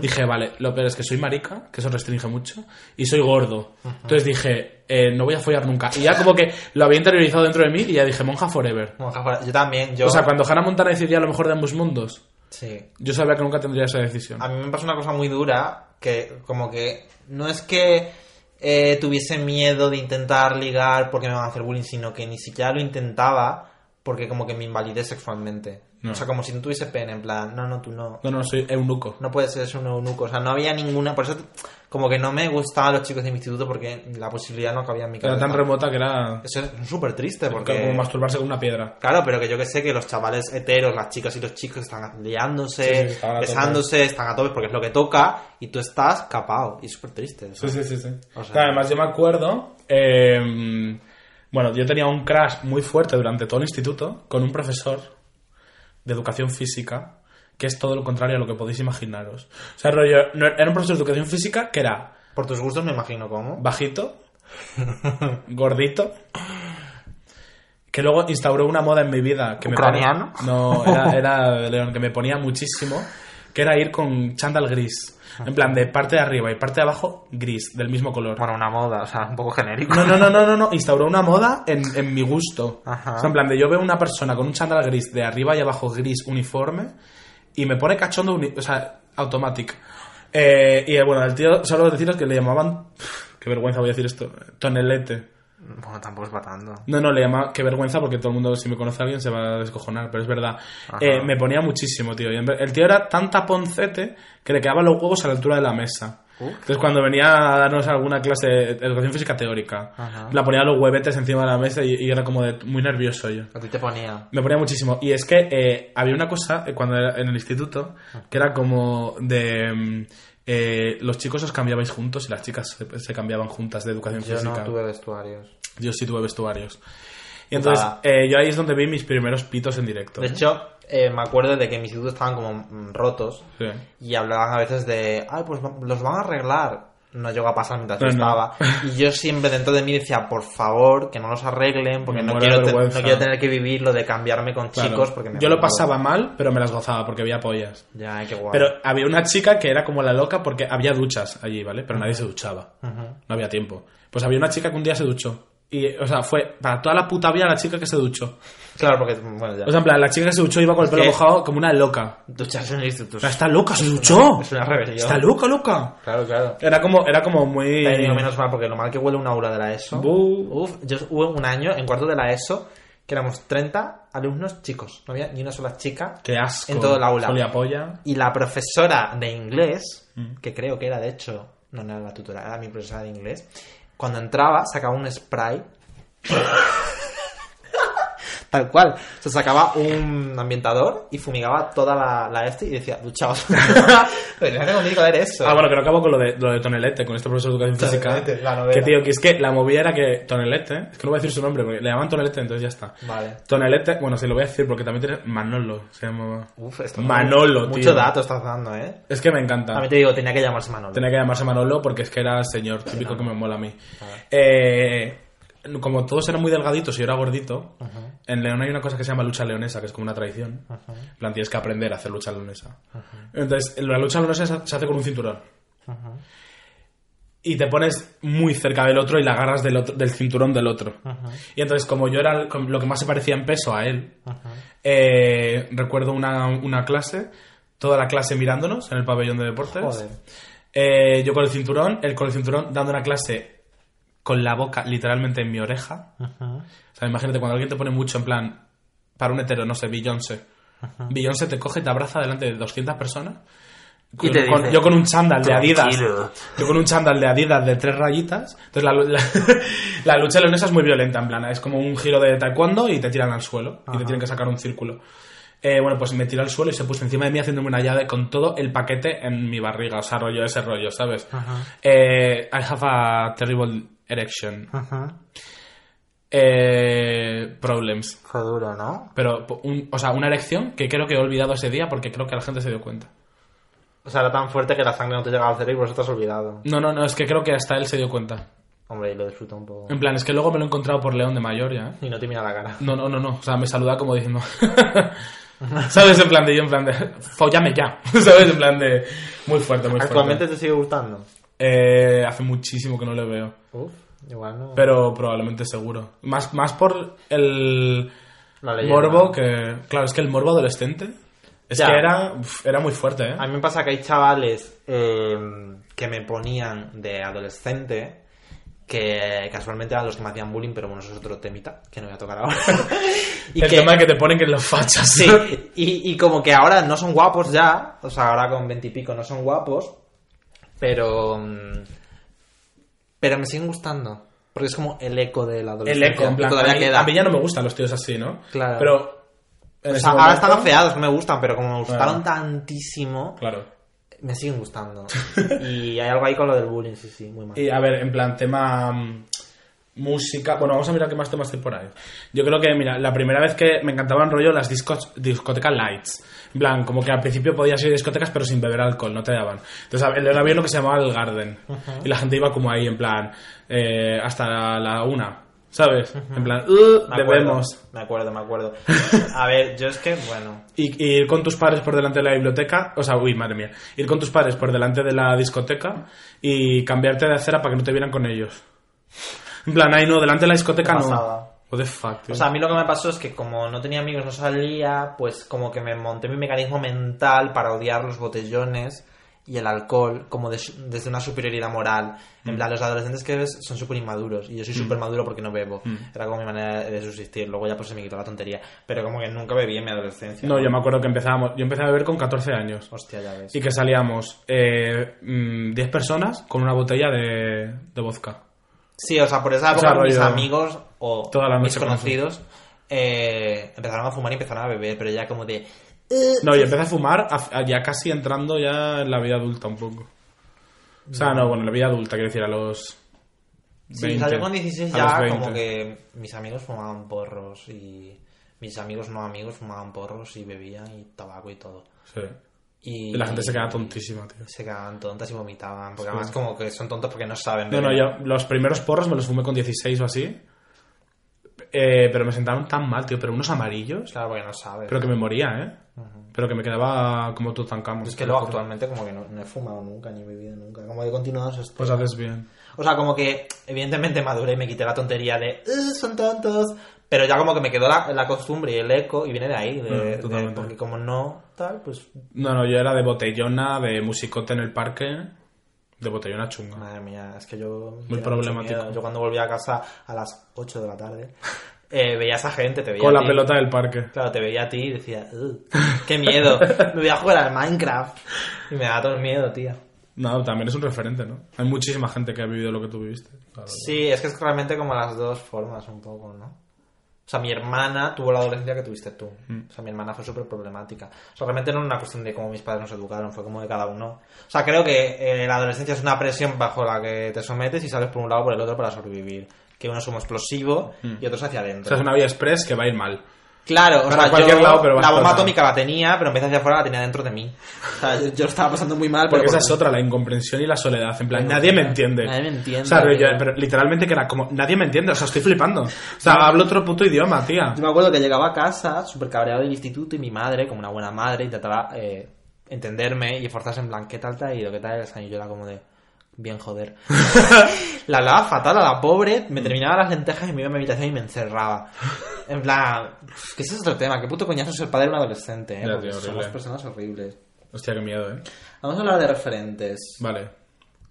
[SPEAKER 2] dije, vale, lo peor es que soy marica, que eso restringe mucho, y soy gordo. Entonces dije, eh, no voy a follar nunca. Y ya como que lo había interiorizado dentro de mí y ya dije, monja forever.
[SPEAKER 1] Monja fuera. Yo también, yo...
[SPEAKER 2] O sea, cuando Hannah Montana decidía lo mejor de ambos mundos,
[SPEAKER 1] Sí.
[SPEAKER 2] yo sabía que nunca tendría esa decisión.
[SPEAKER 1] A mí me pasó una cosa muy dura, que como que no es que eh, tuviese miedo de intentar ligar porque me van a hacer bullying, sino que ni siquiera lo intentaba porque como que me invalidé sexualmente.
[SPEAKER 2] No.
[SPEAKER 1] O sea, como si no tuviese pena, en plan, no, no, tú no.
[SPEAKER 2] No, no, soy eunuco.
[SPEAKER 1] No puedes ser un eunuco, o sea, no había ninguna... Por eso como que no me gustaban los chicos de mi instituto porque la posibilidad no cabía en mi
[SPEAKER 2] Era
[SPEAKER 1] cabeza.
[SPEAKER 2] tan remota que era
[SPEAKER 1] Eso es súper triste porque...
[SPEAKER 2] como masturbarse con una piedra.
[SPEAKER 1] Claro, pero que yo que sé que los chavales heteros, las chicas y los chicos están liándose,
[SPEAKER 2] Sí, sí, están a
[SPEAKER 1] besándose, están a tope porque es lo que toca y tú estás capao y es súper triste.
[SPEAKER 2] Sí, sí, sí. sí.
[SPEAKER 1] O sea-
[SPEAKER 2] Claro, además, yo me acuerdo. eh, bueno, yo tenía un crash muy fuerte durante todo el instituto con un profesor de educación física que es todo lo contrario a lo que podéis imaginaros. O sea, rollo, no- era un profesor de educación física que era
[SPEAKER 1] Por tus gustos me imagino cómo.
[SPEAKER 2] bajito, gordito, que luego instauró una moda en mi vida. Que
[SPEAKER 1] ¿Ucraniano?
[SPEAKER 2] Me ponía- no, era, era de León, que me ponía muchísimo, que era ir con chándal gris. En plan, de parte de arriba y parte de abajo, gris, del mismo color.
[SPEAKER 1] Bueno, una moda, o sea, un poco genérico.
[SPEAKER 2] No, no, no, no, no, no. Instauró una moda en, en mi gusto.
[SPEAKER 1] Ajá.
[SPEAKER 2] O sea, en plan, de yo veo una persona con un chándal gris de arriba y abajo gris uniforme y me pone cachondo, uni- o sea, automatic. Eh, y eh, bueno, el tío, solo deciros que le llamaban. Qué vergüenza voy a decir esto. Tonelete.
[SPEAKER 1] Bueno, tampoco es matando.
[SPEAKER 2] No, no, le llama qué vergüenza porque todo el mundo, si me conoce a alguien, se va a descojonar, pero es verdad.
[SPEAKER 1] Ajá.
[SPEAKER 2] Eh, me ponía muchísimo, tío. Y en ver- el tío era tan taponcete que le quedaban los huevos a la altura de la mesa.
[SPEAKER 1] Uh.
[SPEAKER 2] Entonces, cuando venía a darnos alguna clase de educación física teórica,
[SPEAKER 1] Ajá.
[SPEAKER 2] la ponía los huevetes encima de la mesa y, y era como de muy nervioso yo.
[SPEAKER 1] A ti te ponía.
[SPEAKER 2] Me ponía muchísimo. Y es que eh, había una cosa eh, cuando era en el instituto
[SPEAKER 1] Ah.
[SPEAKER 2] que era como de. mm, eh, los chicos os cambiabais juntos y las chicas se, se cambiaban juntas de educación
[SPEAKER 1] Yo
[SPEAKER 2] física.
[SPEAKER 1] no tuve vestuarios.
[SPEAKER 2] Yo sí tuve vestuarios. Y entonces,
[SPEAKER 1] Putada.
[SPEAKER 2] eh, yo ahí es donde vi mis primeros pitos en directo.
[SPEAKER 1] De hecho, eh, me acuerdo de que mis institutos estaban como mm, rotos
[SPEAKER 2] Sí.
[SPEAKER 1] y hablaban a veces de, ay, pues va- los van a arreglar. No llegó a pasar mientras yo
[SPEAKER 2] No, no.
[SPEAKER 1] estaba. Y yo siempre dentro de mí decía, por favor, que no los arreglen, porque
[SPEAKER 2] Me
[SPEAKER 1] no
[SPEAKER 2] muero de
[SPEAKER 1] quiero, te-
[SPEAKER 2] vergüenza.
[SPEAKER 1] no quiero tener que vivir lo de cambiarme con
[SPEAKER 2] Claro.
[SPEAKER 1] chicos. porque me
[SPEAKER 2] yo lo
[SPEAKER 1] acuerdo".
[SPEAKER 2] pasaba mal, pero me las gozaba porque había pollas.
[SPEAKER 1] Ya, ay, qué guay.
[SPEAKER 2] Pero había una chica que era como la loca porque había duchas allí, ¿vale? Pero nadie se duchaba.
[SPEAKER 1] Ujú.
[SPEAKER 2] No había tiempo. Pues había una chica que un día se duchó. Y, o sea, fue para toda la puta vida la chica que se duchó.
[SPEAKER 1] Claro, porque, bueno, ya.
[SPEAKER 2] O sea, en plan, la chica que se duchó iba con
[SPEAKER 1] Es
[SPEAKER 2] el pelo
[SPEAKER 1] que-
[SPEAKER 2] mojado como una loca.
[SPEAKER 1] ducharse en el instituto.
[SPEAKER 2] O sea, está loca, se duchó.
[SPEAKER 1] Es una rebelión.
[SPEAKER 2] Está loca, loca.
[SPEAKER 1] Claro, claro.
[SPEAKER 2] Era como, era como muy.
[SPEAKER 1] Te digo menos mal, porque lo mal que huele una aula de la ESO.
[SPEAKER 2] Eh, Bu.
[SPEAKER 1] Uf, yo hubo un año en cuarto de la ESO que éramos 30 alumnos chicos. No había ni una sola chica.
[SPEAKER 2] Qué asco.
[SPEAKER 1] En todo el aula.
[SPEAKER 2] Solía polla.
[SPEAKER 1] Y la profesora de inglés,
[SPEAKER 2] Mm.
[SPEAKER 1] que creo que era de hecho, no, no era la tutora, era mi profesora de inglés, cuando entraba sacaba un spray. Tal cual. Se sacaba un ambientador y fumigaba toda la, la este y decía, duchaos. Pero no tengo ni que ver eso.
[SPEAKER 2] Ah, bueno, que no acabo con lo de, lo de Tonelete, con este profesor de educación
[SPEAKER 1] Tonelete, la
[SPEAKER 2] física.
[SPEAKER 1] novela.
[SPEAKER 2] que tío, que es que la movida era que Tonelete, es que no voy a decir su nombre, porque le llaman Tonelete, entonces ya está.
[SPEAKER 1] Vale.
[SPEAKER 2] Tonelete, bueno, sí lo voy a decir porque también tiene Manolo, se llamaba.
[SPEAKER 1] Uf, esto-
[SPEAKER 2] Manolo,
[SPEAKER 1] Mucho
[SPEAKER 2] tío.
[SPEAKER 1] dato estás dando, ¿eh?
[SPEAKER 2] Es que me encanta.
[SPEAKER 1] También te digo, tenía que llamarse Manolo.
[SPEAKER 2] Tenía que llamarse Manolo porque es que era el señor típico que me mola a mí. Eh, como todos eran muy delgaditos y yo era gordito, en León hay una cosa que se llama lucha leonesa, que es como una tradición. En plan, tienes que aprender a hacer lucha leonesa. Entonces, la lucha leonesa se- se hace con un cinturón. Y te pones muy cerca del otro y la agarras del, otro- del cinturón del otro. Y entonces, como yo era el- como lo que más se parecía en peso a él, eh, recuerdo una, una clase, toda la clase mirándonos en el pabellón de deportes.
[SPEAKER 1] Joder.
[SPEAKER 2] Eh, yo con el cinturón, él con el cinturón dando una clase con la boca literalmente en mi oreja. O sea, imagínate cuando alguien te pone mucho en plan, para un hetero, no sé, Beyoncé. Beyoncé te coge y te abraza delante de 200 personas.
[SPEAKER 1] Y
[SPEAKER 2] Yo
[SPEAKER 1] te
[SPEAKER 2] con-
[SPEAKER 1] dice,
[SPEAKER 2] yo con un chándal de Adidas.
[SPEAKER 1] "Tranquilo".
[SPEAKER 2] Yo con un chándal de Adidas de tres rayitas. Entonces la, lu- la, la lucha leonesa es muy violenta, en plan. Es como un giro de taekwondo y te tiran al suelo. Y te tienen que sacar un círculo. Eh, bueno, pues me tiró al suelo y se puso encima de mí haciéndome una llave con todo el paquete en mi barriga. O sea, rollo ese rollo, ¿sabes?
[SPEAKER 1] Ah.
[SPEAKER 2] Eh, I have a terrible erection. Eh, problems.
[SPEAKER 1] Fue duro, ¿no?
[SPEAKER 2] Pero, po- un- o sea, una erección que creo que he olvidado ese día porque creo que la gente se dio cuenta.
[SPEAKER 1] O sea, era tan fuerte que la sangre no te llegaba al cerebro y por eso te has olvidado.
[SPEAKER 2] No, no, no, es que creo que hasta él se dio cuenta.
[SPEAKER 1] Hombre, y lo disfruto un poco.
[SPEAKER 2] En plan, es que luego me lo he encontrado por León de Mayor ya, ¿eh?
[SPEAKER 1] Y no te mira la cara.
[SPEAKER 2] No, no, no, no. O sea, me saluda como diciendo. ¿Sabes? En plan de yo, en plan de. Follame ya. ¿Sabes? En plan de. Muy fuerte, muy fuerte.
[SPEAKER 1] ¿Actualmente te sigue gustando?
[SPEAKER 2] Eh, hace muchísimo que no le veo.
[SPEAKER 1] Uf, igual no.
[SPEAKER 2] Pero probablemente seguro. Más, más por el
[SPEAKER 1] La leyenda.
[SPEAKER 2] morbo que. Claro, es que el morbo adolescente. Es
[SPEAKER 1] Ya.
[SPEAKER 2] que era, uf, era muy fuerte, ¿eh?
[SPEAKER 1] A mí me pasa que hay chavales eh, que me ponían de adolescente que casualmente eran los que me hacían bullying, pero bueno, eso es otro temita que no voy a tocar ahora. y
[SPEAKER 2] el tema que te ponen que los fachas.
[SPEAKER 1] Sí, y, y como que ahora no son guapos ya, o sea, ahora con veintipico no son guapos, pero. mm, Pero me siguen gustando. Porque es como el eco de la
[SPEAKER 2] El
[SPEAKER 1] adolescencia.
[SPEAKER 2] eco, en plan.
[SPEAKER 1] que todavía
[SPEAKER 2] a, mí,
[SPEAKER 1] queda.
[SPEAKER 2] a mí ya no me gustan los tíos así, ¿no?
[SPEAKER 1] Claro.
[SPEAKER 2] Pero. en
[SPEAKER 1] O
[SPEAKER 2] ese
[SPEAKER 1] sea, ahora
[SPEAKER 2] momento-
[SPEAKER 1] están afeados, no me gustan, pero como me gustaron
[SPEAKER 2] Claro.
[SPEAKER 1] tantísimo,
[SPEAKER 2] Claro.
[SPEAKER 1] me siguen gustando. y hay algo ahí con lo del bullying, sí, sí, muy mal.
[SPEAKER 2] Y a ver, en plan, tema mm, música. Bueno, vamos a mirar qué más temas hay por ahí. Yo creo que, mira, la primera vez que me encantaban rollo las discos, discotecas lights. En plan, como que al principio podías ir a discotecas pero sin beber alcohol, no te daban. Entonces, a- en León había lo que se llamaba el Garden. Y la gente iba como ahí, en plan, eh, hasta la una. ¿Sabes? En plan, "Uh,
[SPEAKER 1] Me acuerdo,
[SPEAKER 2] debemos.
[SPEAKER 1] Me acuerdo, me acuerdo. A ver, yo es que, bueno.
[SPEAKER 2] Y, y ir con tus padres por delante de la biblioteca, o sea, uy, madre mía, ir con tus padres por delante de la discoteca y cambiarte de acera para que no te vieran con ellos. En plan, ahí no, delante de la discoteca
[SPEAKER 1] Qué
[SPEAKER 2] no.
[SPEAKER 1] pasada.
[SPEAKER 2] What the fuck, tío.
[SPEAKER 1] O sea, a mí lo que me pasó es que como no tenía amigos, no salía, pues como que me monté mi mecanismo mental para odiar los botellones y el alcohol como de- desde una superioridad moral. En
[SPEAKER 2] Mm.
[SPEAKER 1] plan, los adolescentes que ves son súper inmaduros y yo soy súper maduro porque no bebo.
[SPEAKER 2] Mm.
[SPEAKER 1] Era como mi manera de subsistir. Luego ya pues se me quitó la tontería. Pero como que nunca bebí en mi adolescencia.
[SPEAKER 2] no, yo me acuerdo que empezábamos, yo empecé a beber con 14 años.
[SPEAKER 1] Hostia, ya ves.
[SPEAKER 2] Y que salíamos eh, mm, 10 personas con una botella de, de vodka.
[SPEAKER 1] Sí, o sea, por esa época
[SPEAKER 2] sea,
[SPEAKER 1] mis
[SPEAKER 2] rollo-
[SPEAKER 1] amigos o
[SPEAKER 2] Toda la
[SPEAKER 1] mis
[SPEAKER 2] noche con eso.
[SPEAKER 1] conocidos eh, empezaron a fumar y empezaron a beber, pero ya como de...
[SPEAKER 2] No, yo empecé a fumar a- a- ya casi entrando ya en la vida adulta un poco. O sea, no, bueno, la vida adulta, quiero decir, a los...
[SPEAKER 1] Sí, o sea,
[SPEAKER 2] 20,
[SPEAKER 1] yo con 16
[SPEAKER 2] a los
[SPEAKER 1] ya
[SPEAKER 2] 20.
[SPEAKER 1] como que mis amigos fumaban porros y mis amigos no amigos fumaban porros y bebían y tabaco y todo.
[SPEAKER 2] Sí.
[SPEAKER 1] Y,
[SPEAKER 2] Y la gente se queda tontísima, tío.
[SPEAKER 1] Se quedaban tontas y vomitaban, porque además como que son tontos porque no saben.
[SPEAKER 2] No, no,
[SPEAKER 1] beber.
[SPEAKER 2] yo los primeros porros me los fumé con 16 o así. Eh, pero me sentaron tan mal, tío. Pero unos amarillos.
[SPEAKER 1] Claro, porque no saben.
[SPEAKER 2] Pero que me moría, ¿eh? Pero que me quedaba como tú tan
[SPEAKER 1] Es que luego actualmente como que no, no he fumado nunca ni he bebido nunca, como de continuado sostengo.
[SPEAKER 2] Pues haces bien.
[SPEAKER 1] O sea, como que evidentemente maduré y me quité la tontería de "Eh, son tontos. Pero ya como que me quedó la, la costumbre y el eco y viene de ahí. de-
[SPEAKER 2] Mm,
[SPEAKER 1] de-
[SPEAKER 2] totalmente.
[SPEAKER 1] porque como no tal, pues
[SPEAKER 2] No, no, yo era de botellona, de musicote en el parque. De botellona chunga.
[SPEAKER 1] Madre mía, es que yo.
[SPEAKER 2] Muy
[SPEAKER 1] tenía
[SPEAKER 2] problemático.
[SPEAKER 1] mucho miedo. Yo cuando volvía a casa a las 8 de la tarde, eh, veía a esa gente, te veía.
[SPEAKER 2] Con
[SPEAKER 1] a
[SPEAKER 2] la
[SPEAKER 1] ti.
[SPEAKER 2] pelota del parque.
[SPEAKER 1] Claro, te veía a ti y decía, "Ugh, ¡qué miedo! Me voy a jugar al Minecraft. Y me da todo el miedo, tío.
[SPEAKER 2] No, también es un referente, ¿no? Hay muchísima gente que ha vivido lo que tú viviste. Claro.
[SPEAKER 1] Sí, es que es realmente como las dos formas, un poco, ¿no? O sea, mi hermana tuvo la adolescencia que tuviste tú.
[SPEAKER 2] Mm.
[SPEAKER 1] O sea, mi hermana fue súper problemática. O sea, realmente no era una cuestión de cómo mis padres nos educaron, fue como de cada uno. O sea, creo que eh, la adolescencia es una presión bajo la que te sometes y sales por un lado o por el otro para sobrevivir. Que uno es como explosivo y otro es hacia
[SPEAKER 2] Mm. O sea,
[SPEAKER 1] adentro.
[SPEAKER 2] es una vía express que va a ir mal.
[SPEAKER 1] Claro, o
[SPEAKER 2] Para
[SPEAKER 1] sea,
[SPEAKER 2] cualquier
[SPEAKER 1] yo
[SPEAKER 2] lado, pero vas
[SPEAKER 1] la
[SPEAKER 2] por
[SPEAKER 1] bomba
[SPEAKER 2] la-
[SPEAKER 1] atómica la tenía, pero en vez de hacia afuera la tenía dentro de mí. O sea, yo, yo lo estaba pasando muy mal.
[SPEAKER 2] Porque
[SPEAKER 1] pero
[SPEAKER 2] esa es otra, la incomprensión y la soledad. En plan,
[SPEAKER 1] Nadie
[SPEAKER 2] nadie me
[SPEAKER 1] me
[SPEAKER 2] entiende.
[SPEAKER 1] entiende,
[SPEAKER 2] O sea, pero, yo-
[SPEAKER 1] tío.
[SPEAKER 2] pero literalmente que era como, nadie me entiende, o sea, estoy flipando. O sea, hablo otro puto idioma, tía.
[SPEAKER 1] Yo me acuerdo que llegaba a casa súper cabreado del instituto y mi madre, como una buena madre, intentaba eh, entenderme y esforzarse en plan, ¿qué tal te ha ido? ¿Qué tal el año? Y yo era como de, bien joder. la hablaba fatal a la pobre, me terminaba las lentejas y me iba a mi habitación y me encerraba. En plan, que ese es otro tema, qué puto coñazo es el padre de un adolescente, ¿eh?
[SPEAKER 2] Ya,
[SPEAKER 1] Porque
[SPEAKER 2] tío, horrible.
[SPEAKER 1] somos personas horribles.
[SPEAKER 2] Hostia, qué miedo, eh.
[SPEAKER 1] Vamos a hablar de referentes
[SPEAKER 2] Vale.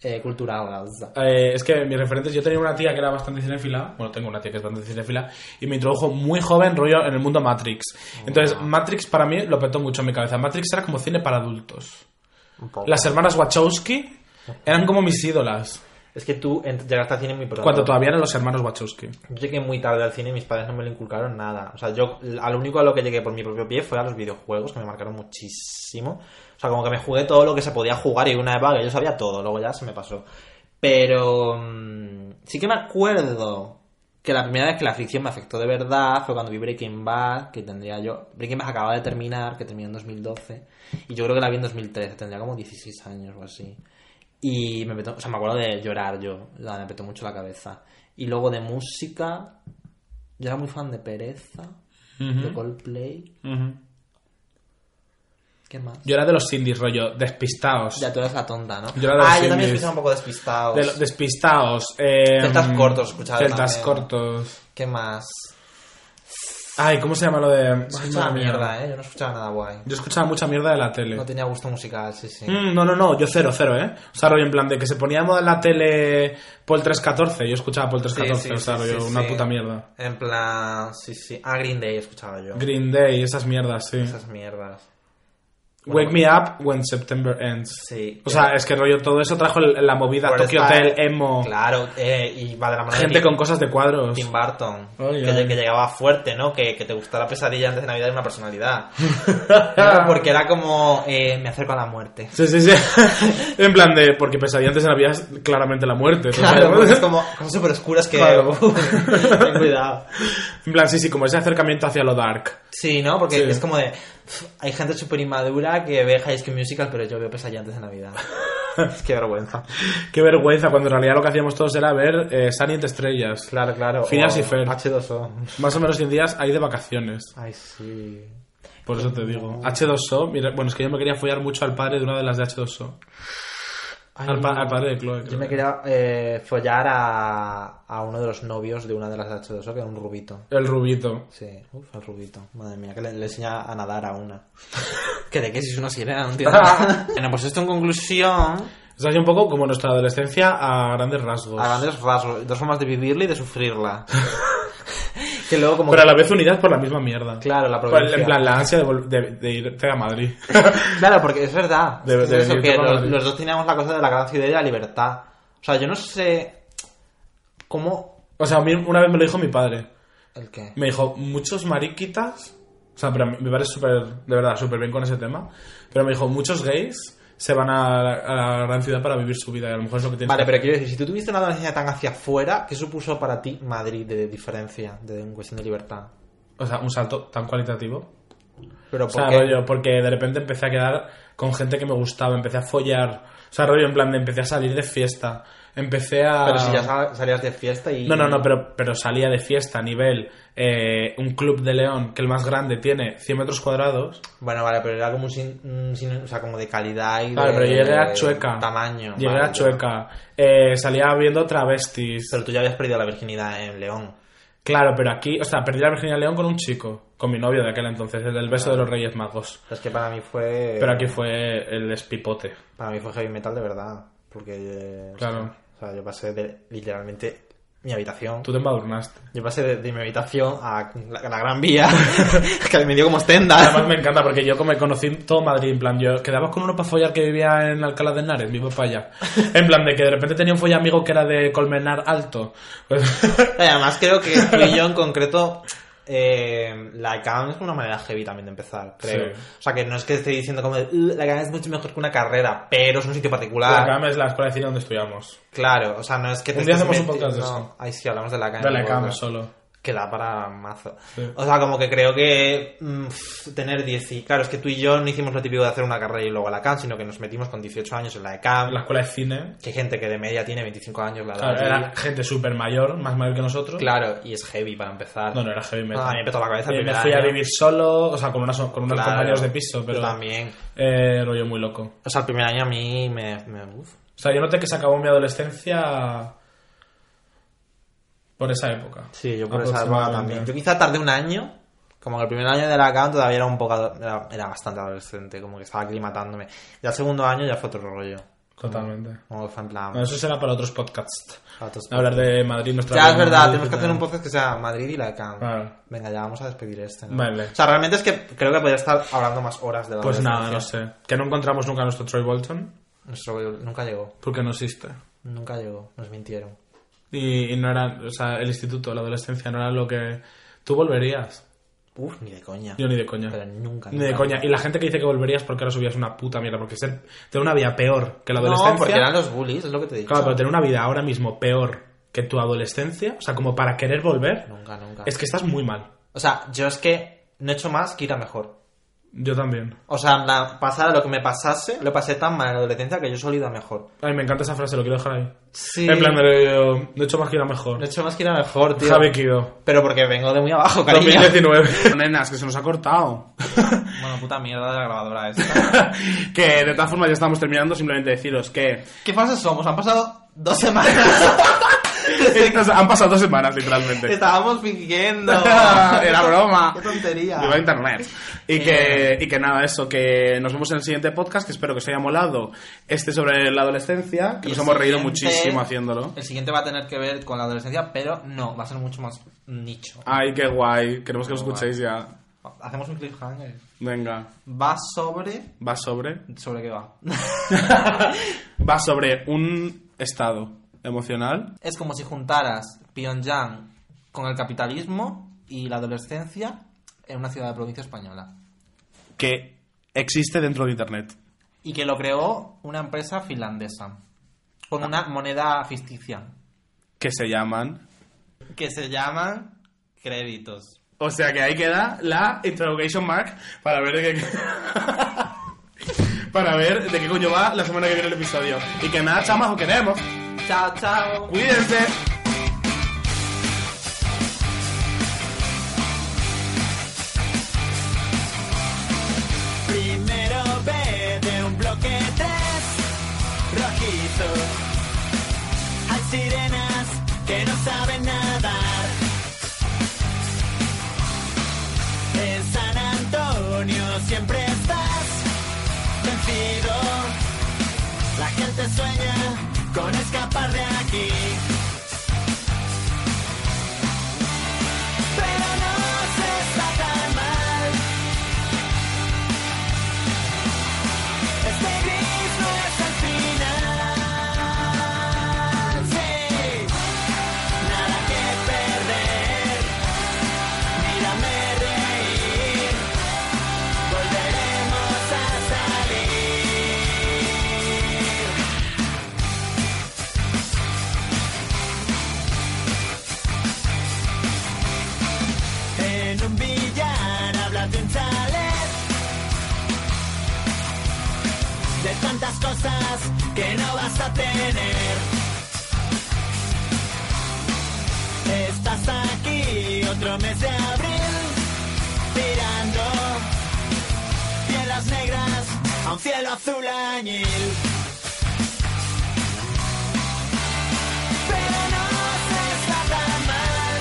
[SPEAKER 1] eh, culturales.
[SPEAKER 2] Eh, es que mis referentes, yo tenía una tía que era bastante cinéfila, bueno, tengo una tía que es bastante cinéfila, y me introdujo muy joven rollo en el mundo Matrix. Entonces, Matrix para mí lo petó mucho en mi cabeza. Matrix era como cine para adultos.
[SPEAKER 1] Un poco.
[SPEAKER 2] Las hermanas Wachowski eran como mis ídolas,
[SPEAKER 1] Es que tú ent- llegaste al cine muy pronto.
[SPEAKER 2] cuando todavía eran los hermanos Wachowski.
[SPEAKER 1] Yo llegué muy tarde al cine y mis padres no me lo inculcaron nada. O sea, yo a lo único a lo que llegué por mi propio pie fue a los videojuegos, que me marcaron muchísimo. O sea, como que me jugué todo lo que se podía jugar y una época que yo sabía todo, luego ya se me pasó. Pero mm, sí que me acuerdo que la primera vez que la fricción me afectó de verdad fue cuando vi Breaking Bad, que tendría yo... Breaking Bad acababa de terminar, que terminó en 2012, y yo creo que la vi en 2013, tendría como 16 años o así. Y me petó, o sea, me acuerdo de llorar yo, o sea, me petó mucho la cabeza. Y luego de música, yo era muy fan de Pereza, de Coldplay, ¿qué más?
[SPEAKER 2] Yo era de los indies rollo, despistados.
[SPEAKER 1] Ya tú eras la tonta, ¿no?
[SPEAKER 2] Yo era de los
[SPEAKER 1] ah, yo también
[SPEAKER 2] indies.
[SPEAKER 1] escuchaba un poco despistados.
[SPEAKER 2] De- despistados. Eh,
[SPEAKER 1] Celtas cortos, escuchaba
[SPEAKER 2] Celtas
[SPEAKER 1] también.
[SPEAKER 2] cortos.
[SPEAKER 1] ¿Qué más?
[SPEAKER 2] Ay, ¿cómo se llama lo de.? Ay,
[SPEAKER 1] Escuchaba
[SPEAKER 2] madre mía.
[SPEAKER 1] mierda, ¿eh? Yo no escuchaba nada guay.
[SPEAKER 2] Yo escuchaba mucha mierda de la tele.
[SPEAKER 1] No tenía gusto musical, sí, sí.
[SPEAKER 2] Mm, no, no, no, yo cero, cero, ¿eh? O sea, rollo en plan de que se ponía de moda en la tele Pol 314. Yo escuchaba Pol 314,
[SPEAKER 1] Sí, sí,
[SPEAKER 2] o sea,
[SPEAKER 1] sí,
[SPEAKER 2] rollo,
[SPEAKER 1] sí,
[SPEAKER 2] una
[SPEAKER 1] sí.
[SPEAKER 2] puta mierda.
[SPEAKER 1] En plan, sí, sí. Ah, Green Day escuchaba yo.
[SPEAKER 2] Green Day, esas mierdas, sí.
[SPEAKER 1] Esas mierdas.
[SPEAKER 2] Wake Me Up When September Ends.
[SPEAKER 1] Sí.
[SPEAKER 2] O sea, es que rollo, todo eso trajo el- la movida
[SPEAKER 1] Por
[SPEAKER 2] Tokyo
[SPEAKER 1] esta-
[SPEAKER 2] Hotel, emo,
[SPEAKER 1] Claro, eh, y va de la mano de
[SPEAKER 2] gente
[SPEAKER 1] Pink-
[SPEAKER 2] con cosas de cuadros.
[SPEAKER 1] Tim Burton.
[SPEAKER 2] Ay,
[SPEAKER 1] que,
[SPEAKER 2] ay.
[SPEAKER 1] que llegaba fuerte, ¿no? Que, que te gustara pesadilla antes de Navidad es una personalidad. No, porque era como, eh, me acerco a la muerte.
[SPEAKER 2] Sí, sí, sí. en plan de, porque pesadilla antes había claramente la muerte.
[SPEAKER 1] Claro,
[SPEAKER 2] ¿sabes?
[SPEAKER 1] porque es como cosas súper oscuras que...
[SPEAKER 2] Claro.
[SPEAKER 1] Ten cuidado.
[SPEAKER 2] En plan, sí, sí, como ese acercamiento hacia lo dark.
[SPEAKER 1] Sí, ¿no? Porque
[SPEAKER 2] Sí.
[SPEAKER 1] es como de... pff, Hay gente súper inmadura que ve High School Musical, pero yo veo pesadilla antes de Navidad. Es que vergüenza.
[SPEAKER 2] Qué vergüenza, cuando en realidad lo que hacíamos todos era ver eh, Sunny entre estrellas.
[SPEAKER 1] Claro, claro.
[SPEAKER 2] Phineas
[SPEAKER 1] O
[SPEAKER 2] y Ferb.
[SPEAKER 1] H2O.
[SPEAKER 2] Más o menos 100 días ahí de vacaciones.
[SPEAKER 1] Ay, sí.
[SPEAKER 2] Por eso te digo. H2O, mira, bueno, es que yo me quería follar mucho al padre de una de las de H2O.
[SPEAKER 1] Ay,
[SPEAKER 2] al, pa- al padre de Chloe.
[SPEAKER 1] Yo
[SPEAKER 2] creo
[SPEAKER 1] me
[SPEAKER 2] que era.
[SPEAKER 1] quería eh, follar a, a uno de los novios de una de las H2O, que era un rubito.
[SPEAKER 2] El rubito.
[SPEAKER 1] Sí, uff, el rubito. Madre mía, que le, le enseña a nadar a una. que de qué si es una sirena, no entiendo. bueno, pues esto en conclusión,
[SPEAKER 2] Es así un poco como nuestra adolescencia a grandes rasgos.
[SPEAKER 1] a grandes rasgos, dos formas de vivirla y de sufrirla. que luego como...
[SPEAKER 2] Pero a
[SPEAKER 1] que-
[SPEAKER 2] la vez unidas por la misma mierda.
[SPEAKER 1] Claro, la
[SPEAKER 2] Por el-
[SPEAKER 1] provincia.
[SPEAKER 2] en plan, la ansia de, vol- de- de irte a Madrid.
[SPEAKER 1] Claro, porque es verdad.
[SPEAKER 2] De-
[SPEAKER 1] Es
[SPEAKER 2] de
[SPEAKER 1] eso,
[SPEAKER 2] venir
[SPEAKER 1] que
[SPEAKER 2] con
[SPEAKER 1] los,
[SPEAKER 2] Madrid.
[SPEAKER 1] los dos teníamos la cosa de la gran ciudad y la libertad. O sea, yo no sé cómo...
[SPEAKER 2] o sea, a mí una vez me lo dijo mi padre.
[SPEAKER 1] ¿El qué?
[SPEAKER 2] Me dijo, muchos mariquitas. O sea, pero me parece súper, de verdad, súper bien con ese tema. Pero me dijo, muchos gays se van a la, a la gran ciudad para vivir su vida. Y a lo mejor es lo que tienes
[SPEAKER 1] Vale,
[SPEAKER 2] que
[SPEAKER 1] pero quiero decir, si tú tuviste una adolescencia tan hacia afuera, ¿qué supuso para ti Madrid de diferencia, de, en cuestión de libertad?
[SPEAKER 2] O sea, un salto tan cualitativo.
[SPEAKER 1] Pero
[SPEAKER 2] O sea,
[SPEAKER 1] porque
[SPEAKER 2] rollo, porque de repente empecé a quedar con gente que me gustaba, empecé a follar. O sea, rollo, en plan de empecé a salir de fiesta. Empecé a.
[SPEAKER 1] Pero si ya sa- salías de fiesta y...
[SPEAKER 2] Ah. No, no, no, pero, pero salía de fiesta a nivel eh, un club de León, que el más grande tiene 100 metros cuadrados.
[SPEAKER 1] Bueno, vale, pero era como un sin, un sin- o sea, como de calidad y
[SPEAKER 2] Claro,
[SPEAKER 1] de,
[SPEAKER 2] pero llegué a
[SPEAKER 1] de
[SPEAKER 2] Chueca.
[SPEAKER 1] tamaño.
[SPEAKER 2] Llegué
[SPEAKER 1] vale,
[SPEAKER 2] a Chueca. Eh, salía viendo travestis.
[SPEAKER 1] Pero tú ya habías perdido la virginidad en León.
[SPEAKER 2] Claro, pero aquí, o sea, perdí la Virginia León con un chico, con mi novio de aquel entonces, el del beso de los Reyes Magos.
[SPEAKER 1] Es que para mí fue...
[SPEAKER 2] Pero aquí fue el despipote.
[SPEAKER 1] Para mí fue heavy metal de verdad. Porque... eh,
[SPEAKER 2] Claro.
[SPEAKER 1] O sea, yo pasé de literalmente mi habitación.
[SPEAKER 2] Tú te embadurnaste.
[SPEAKER 1] Yo pasé de, de mi habitación a la, a la Gran Vía, que me dio como estenda.
[SPEAKER 2] Además me encanta porque yo como conocí todo Madrid, en plan, yo quedaba con uno para follar que vivía en Alcalá de Henares, mi papá ya. En plan de que de repente tenía un folla amigo que era de Colmenar Alto. Pues,
[SPEAKER 1] Y Además, creo que tú y yo en concreto. eh, la CAM es una manera heavy también de empezar, creo.
[SPEAKER 2] Sí.
[SPEAKER 1] O sea, que no es que esté diciendo como de, "Uh, la CAM es mucho mejor que una carrera, pero es un sitio
[SPEAKER 2] La
[SPEAKER 1] particular.
[SPEAKER 2] cama es la escuela de cine donde estudiamos.
[SPEAKER 1] Claro, o sea, no es que te
[SPEAKER 2] Un día
[SPEAKER 1] estés
[SPEAKER 2] hacemos un
[SPEAKER 1] metiendo-
[SPEAKER 2] podcast de eso.
[SPEAKER 1] Ay, sí, hablamos de la CAM.
[SPEAKER 2] De la
[SPEAKER 1] igual,
[SPEAKER 2] cama
[SPEAKER 1] ¿no?
[SPEAKER 2] solo.
[SPEAKER 1] Que da para mazo.
[SPEAKER 2] Sí.
[SPEAKER 1] O sea, como que creo que mm, pff, tener 10 y... Claro, es que tú y yo no hicimos lo típico de hacer una carrera y luego a la CAM, sino que nos metimos con 18 años en la ECAM.
[SPEAKER 2] La escuela de cine.
[SPEAKER 1] Que hay gente que de media tiene 25 años la edad.
[SPEAKER 2] Claro,
[SPEAKER 1] allí.
[SPEAKER 2] era gente súper mayor, más mayor que nosotros.
[SPEAKER 1] Claro, y es heavy para empezar.
[SPEAKER 2] No, no era heavy metal.
[SPEAKER 1] Ah, a mí me petó la cabeza el
[SPEAKER 2] Eh, me
[SPEAKER 1] primer
[SPEAKER 2] fui a
[SPEAKER 1] año.
[SPEAKER 2] vivir solo, o sea, con, unas, con unos
[SPEAKER 1] Claro,
[SPEAKER 2] compañeros de piso, pero...
[SPEAKER 1] Yo también.
[SPEAKER 2] Eh, rollo muy loco.
[SPEAKER 1] O sea, el primer año a mí me. me- uf.
[SPEAKER 2] O sea, yo noté que se acabó mi adolescencia por esa época.
[SPEAKER 1] Sí, yo por esa época
[SPEAKER 2] Aproximadamente.
[SPEAKER 1] también. Yo quizá tardé un año. Como que el primer año de la CAM todavía era un poco. ado- Era, era bastante adolescente, como que estaba aclimatándome. Ya el segundo año ya fue otro rollo.
[SPEAKER 2] Totalmente.
[SPEAKER 1] Como que fue en plan.
[SPEAKER 2] Bueno, eso será para otros podcasts.
[SPEAKER 1] para otros-
[SPEAKER 2] Hablar de Madrid, nuestra
[SPEAKER 1] Ya,
[SPEAKER 2] vida
[SPEAKER 1] es
[SPEAKER 2] en
[SPEAKER 1] verdad,
[SPEAKER 2] Madrid,
[SPEAKER 1] tenemos que hacer un
[SPEAKER 2] etcétera.
[SPEAKER 1] podcast que sea Madrid y la CAM.
[SPEAKER 2] Claro.
[SPEAKER 1] Venga, ya vamos a despedir este. ¿no?
[SPEAKER 2] Vale.
[SPEAKER 1] O sea, realmente es que creo que podría estar hablando más horas de la
[SPEAKER 2] Pues nada, no
[SPEAKER 1] adolescencia.
[SPEAKER 2] sé. Que no encontramos nunca a nuestro Troy Bolton,
[SPEAKER 1] Nuestro- nunca llegó.
[SPEAKER 2] porque no existe.
[SPEAKER 1] Nunca llegó, nos mintieron.
[SPEAKER 2] Y, y no era, o sea, el instituto, la adolescencia, no era lo que... Tú volverías.
[SPEAKER 1] Uf, ni de coña.
[SPEAKER 2] Yo ni de coña.
[SPEAKER 1] Pero nunca.
[SPEAKER 2] Ni de
[SPEAKER 1] nunca.
[SPEAKER 2] coña. Y la gente que dice que volverías porque ahora subías una puta mierda, porque ser, tener una vida peor que la adolescencia...
[SPEAKER 1] No, porque eran los bullies, es lo que te he dicho.
[SPEAKER 2] Claro, pero tener una vida ahora mismo peor que tu adolescencia, o sea, como para querer volver,
[SPEAKER 1] Nunca, nunca.
[SPEAKER 2] es que estás muy mal.
[SPEAKER 1] O sea, yo es que no he hecho más que ir a mejor.
[SPEAKER 2] Yo también.
[SPEAKER 1] O sea, la, pasara lo que me pasase, lo pasé tan mal en la adolescencia que yo solo he ido a mejor.
[SPEAKER 2] Ay, me encanta esa frase, lo quiero dejar ahí.
[SPEAKER 1] Sí.
[SPEAKER 2] En plan, me lo- no he hecho más que ir a mejor.
[SPEAKER 1] No he hecho más que ir a mejor, tío.
[SPEAKER 2] Javi Kido.
[SPEAKER 1] Pero porque vengo de muy abajo, cariño.
[SPEAKER 2] 2019. Nenas, que se nos ha cortado.
[SPEAKER 1] Bueno, puta mierda de la grabadora esta.
[SPEAKER 2] que de todas formas ya estamos terminando, simplemente deciros que
[SPEAKER 1] ¿Qué fases somos? Han pasado dos semanas.
[SPEAKER 2] Estas han pasado dos semanas, literalmente.
[SPEAKER 1] Estábamos fingiendo.
[SPEAKER 2] Era broma.
[SPEAKER 1] Qué tontería.
[SPEAKER 2] Viva internet.
[SPEAKER 1] Eh.
[SPEAKER 2] Y que, y que nada, eso, que nos vemos en el siguiente podcast, que espero que os haya molado este sobre la adolescencia, que
[SPEAKER 1] Y
[SPEAKER 2] nos
[SPEAKER 1] el
[SPEAKER 2] hemos reído
[SPEAKER 1] siguiente-
[SPEAKER 2] muchísimo haciéndolo.
[SPEAKER 1] El siguiente va a tener que ver con la adolescencia, pero no, va a ser mucho más nicho.
[SPEAKER 2] Ay, qué guay, queremos que lo
[SPEAKER 1] Qué guay.
[SPEAKER 2] escuchéis ya.
[SPEAKER 1] Hacemos un cliffhanger.
[SPEAKER 2] Venga,
[SPEAKER 1] Va sobre.
[SPEAKER 2] va sobre.
[SPEAKER 1] ¿Sobre qué va?
[SPEAKER 2] Va sobre un estado emocional.
[SPEAKER 1] es como si juntaras Pyongyang con el capitalismo y la adolescencia en una ciudad de provincia española.
[SPEAKER 2] que existe dentro de internet.
[SPEAKER 1] Y que lo creó una empresa finlandesa. Con una moneda ficticia.
[SPEAKER 2] Que se llaman.
[SPEAKER 1] Que se llaman créditos.
[SPEAKER 2] O sea que ahí queda la interrogation mark para ver de qué. para ver de qué coño va la semana que viene el episodio. Y que nada, chamas, os queremos.
[SPEAKER 1] Chao, chao.
[SPEAKER 2] Cuídense.
[SPEAKER 3] Primero B de un bloque 3 rojizo. Hay sirenas que no saben nadar. En San Antonio siempre estás vencido. La gente sueña con escapar de aquí. Pero no se está tan mal. Este gris no es el final, sí. Nada que perder, mírame reír. Volveremos a salir. En un billar hablas de un chalet. de tantas cosas que no vas a tener. Estás aquí otro mes de abril, tirando pieles negras a un cielo azul añil. Pero no se está tan mal.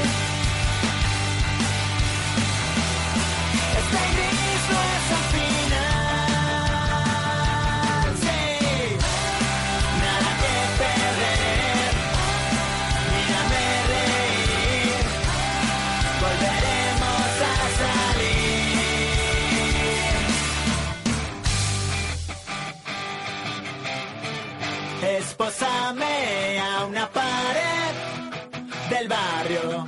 [SPEAKER 3] Este gris no es el final, sí. Nada que perder, mírame reír. Volveremos a salir. Esposame a una pared del barrio.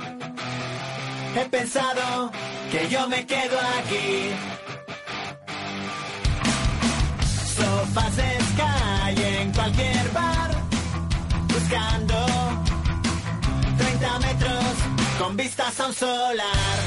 [SPEAKER 3] He pensado que yo me quedo aquí. Sofás de Sky en cualquier bar, buscando 30 metros con vistas a un solar. Este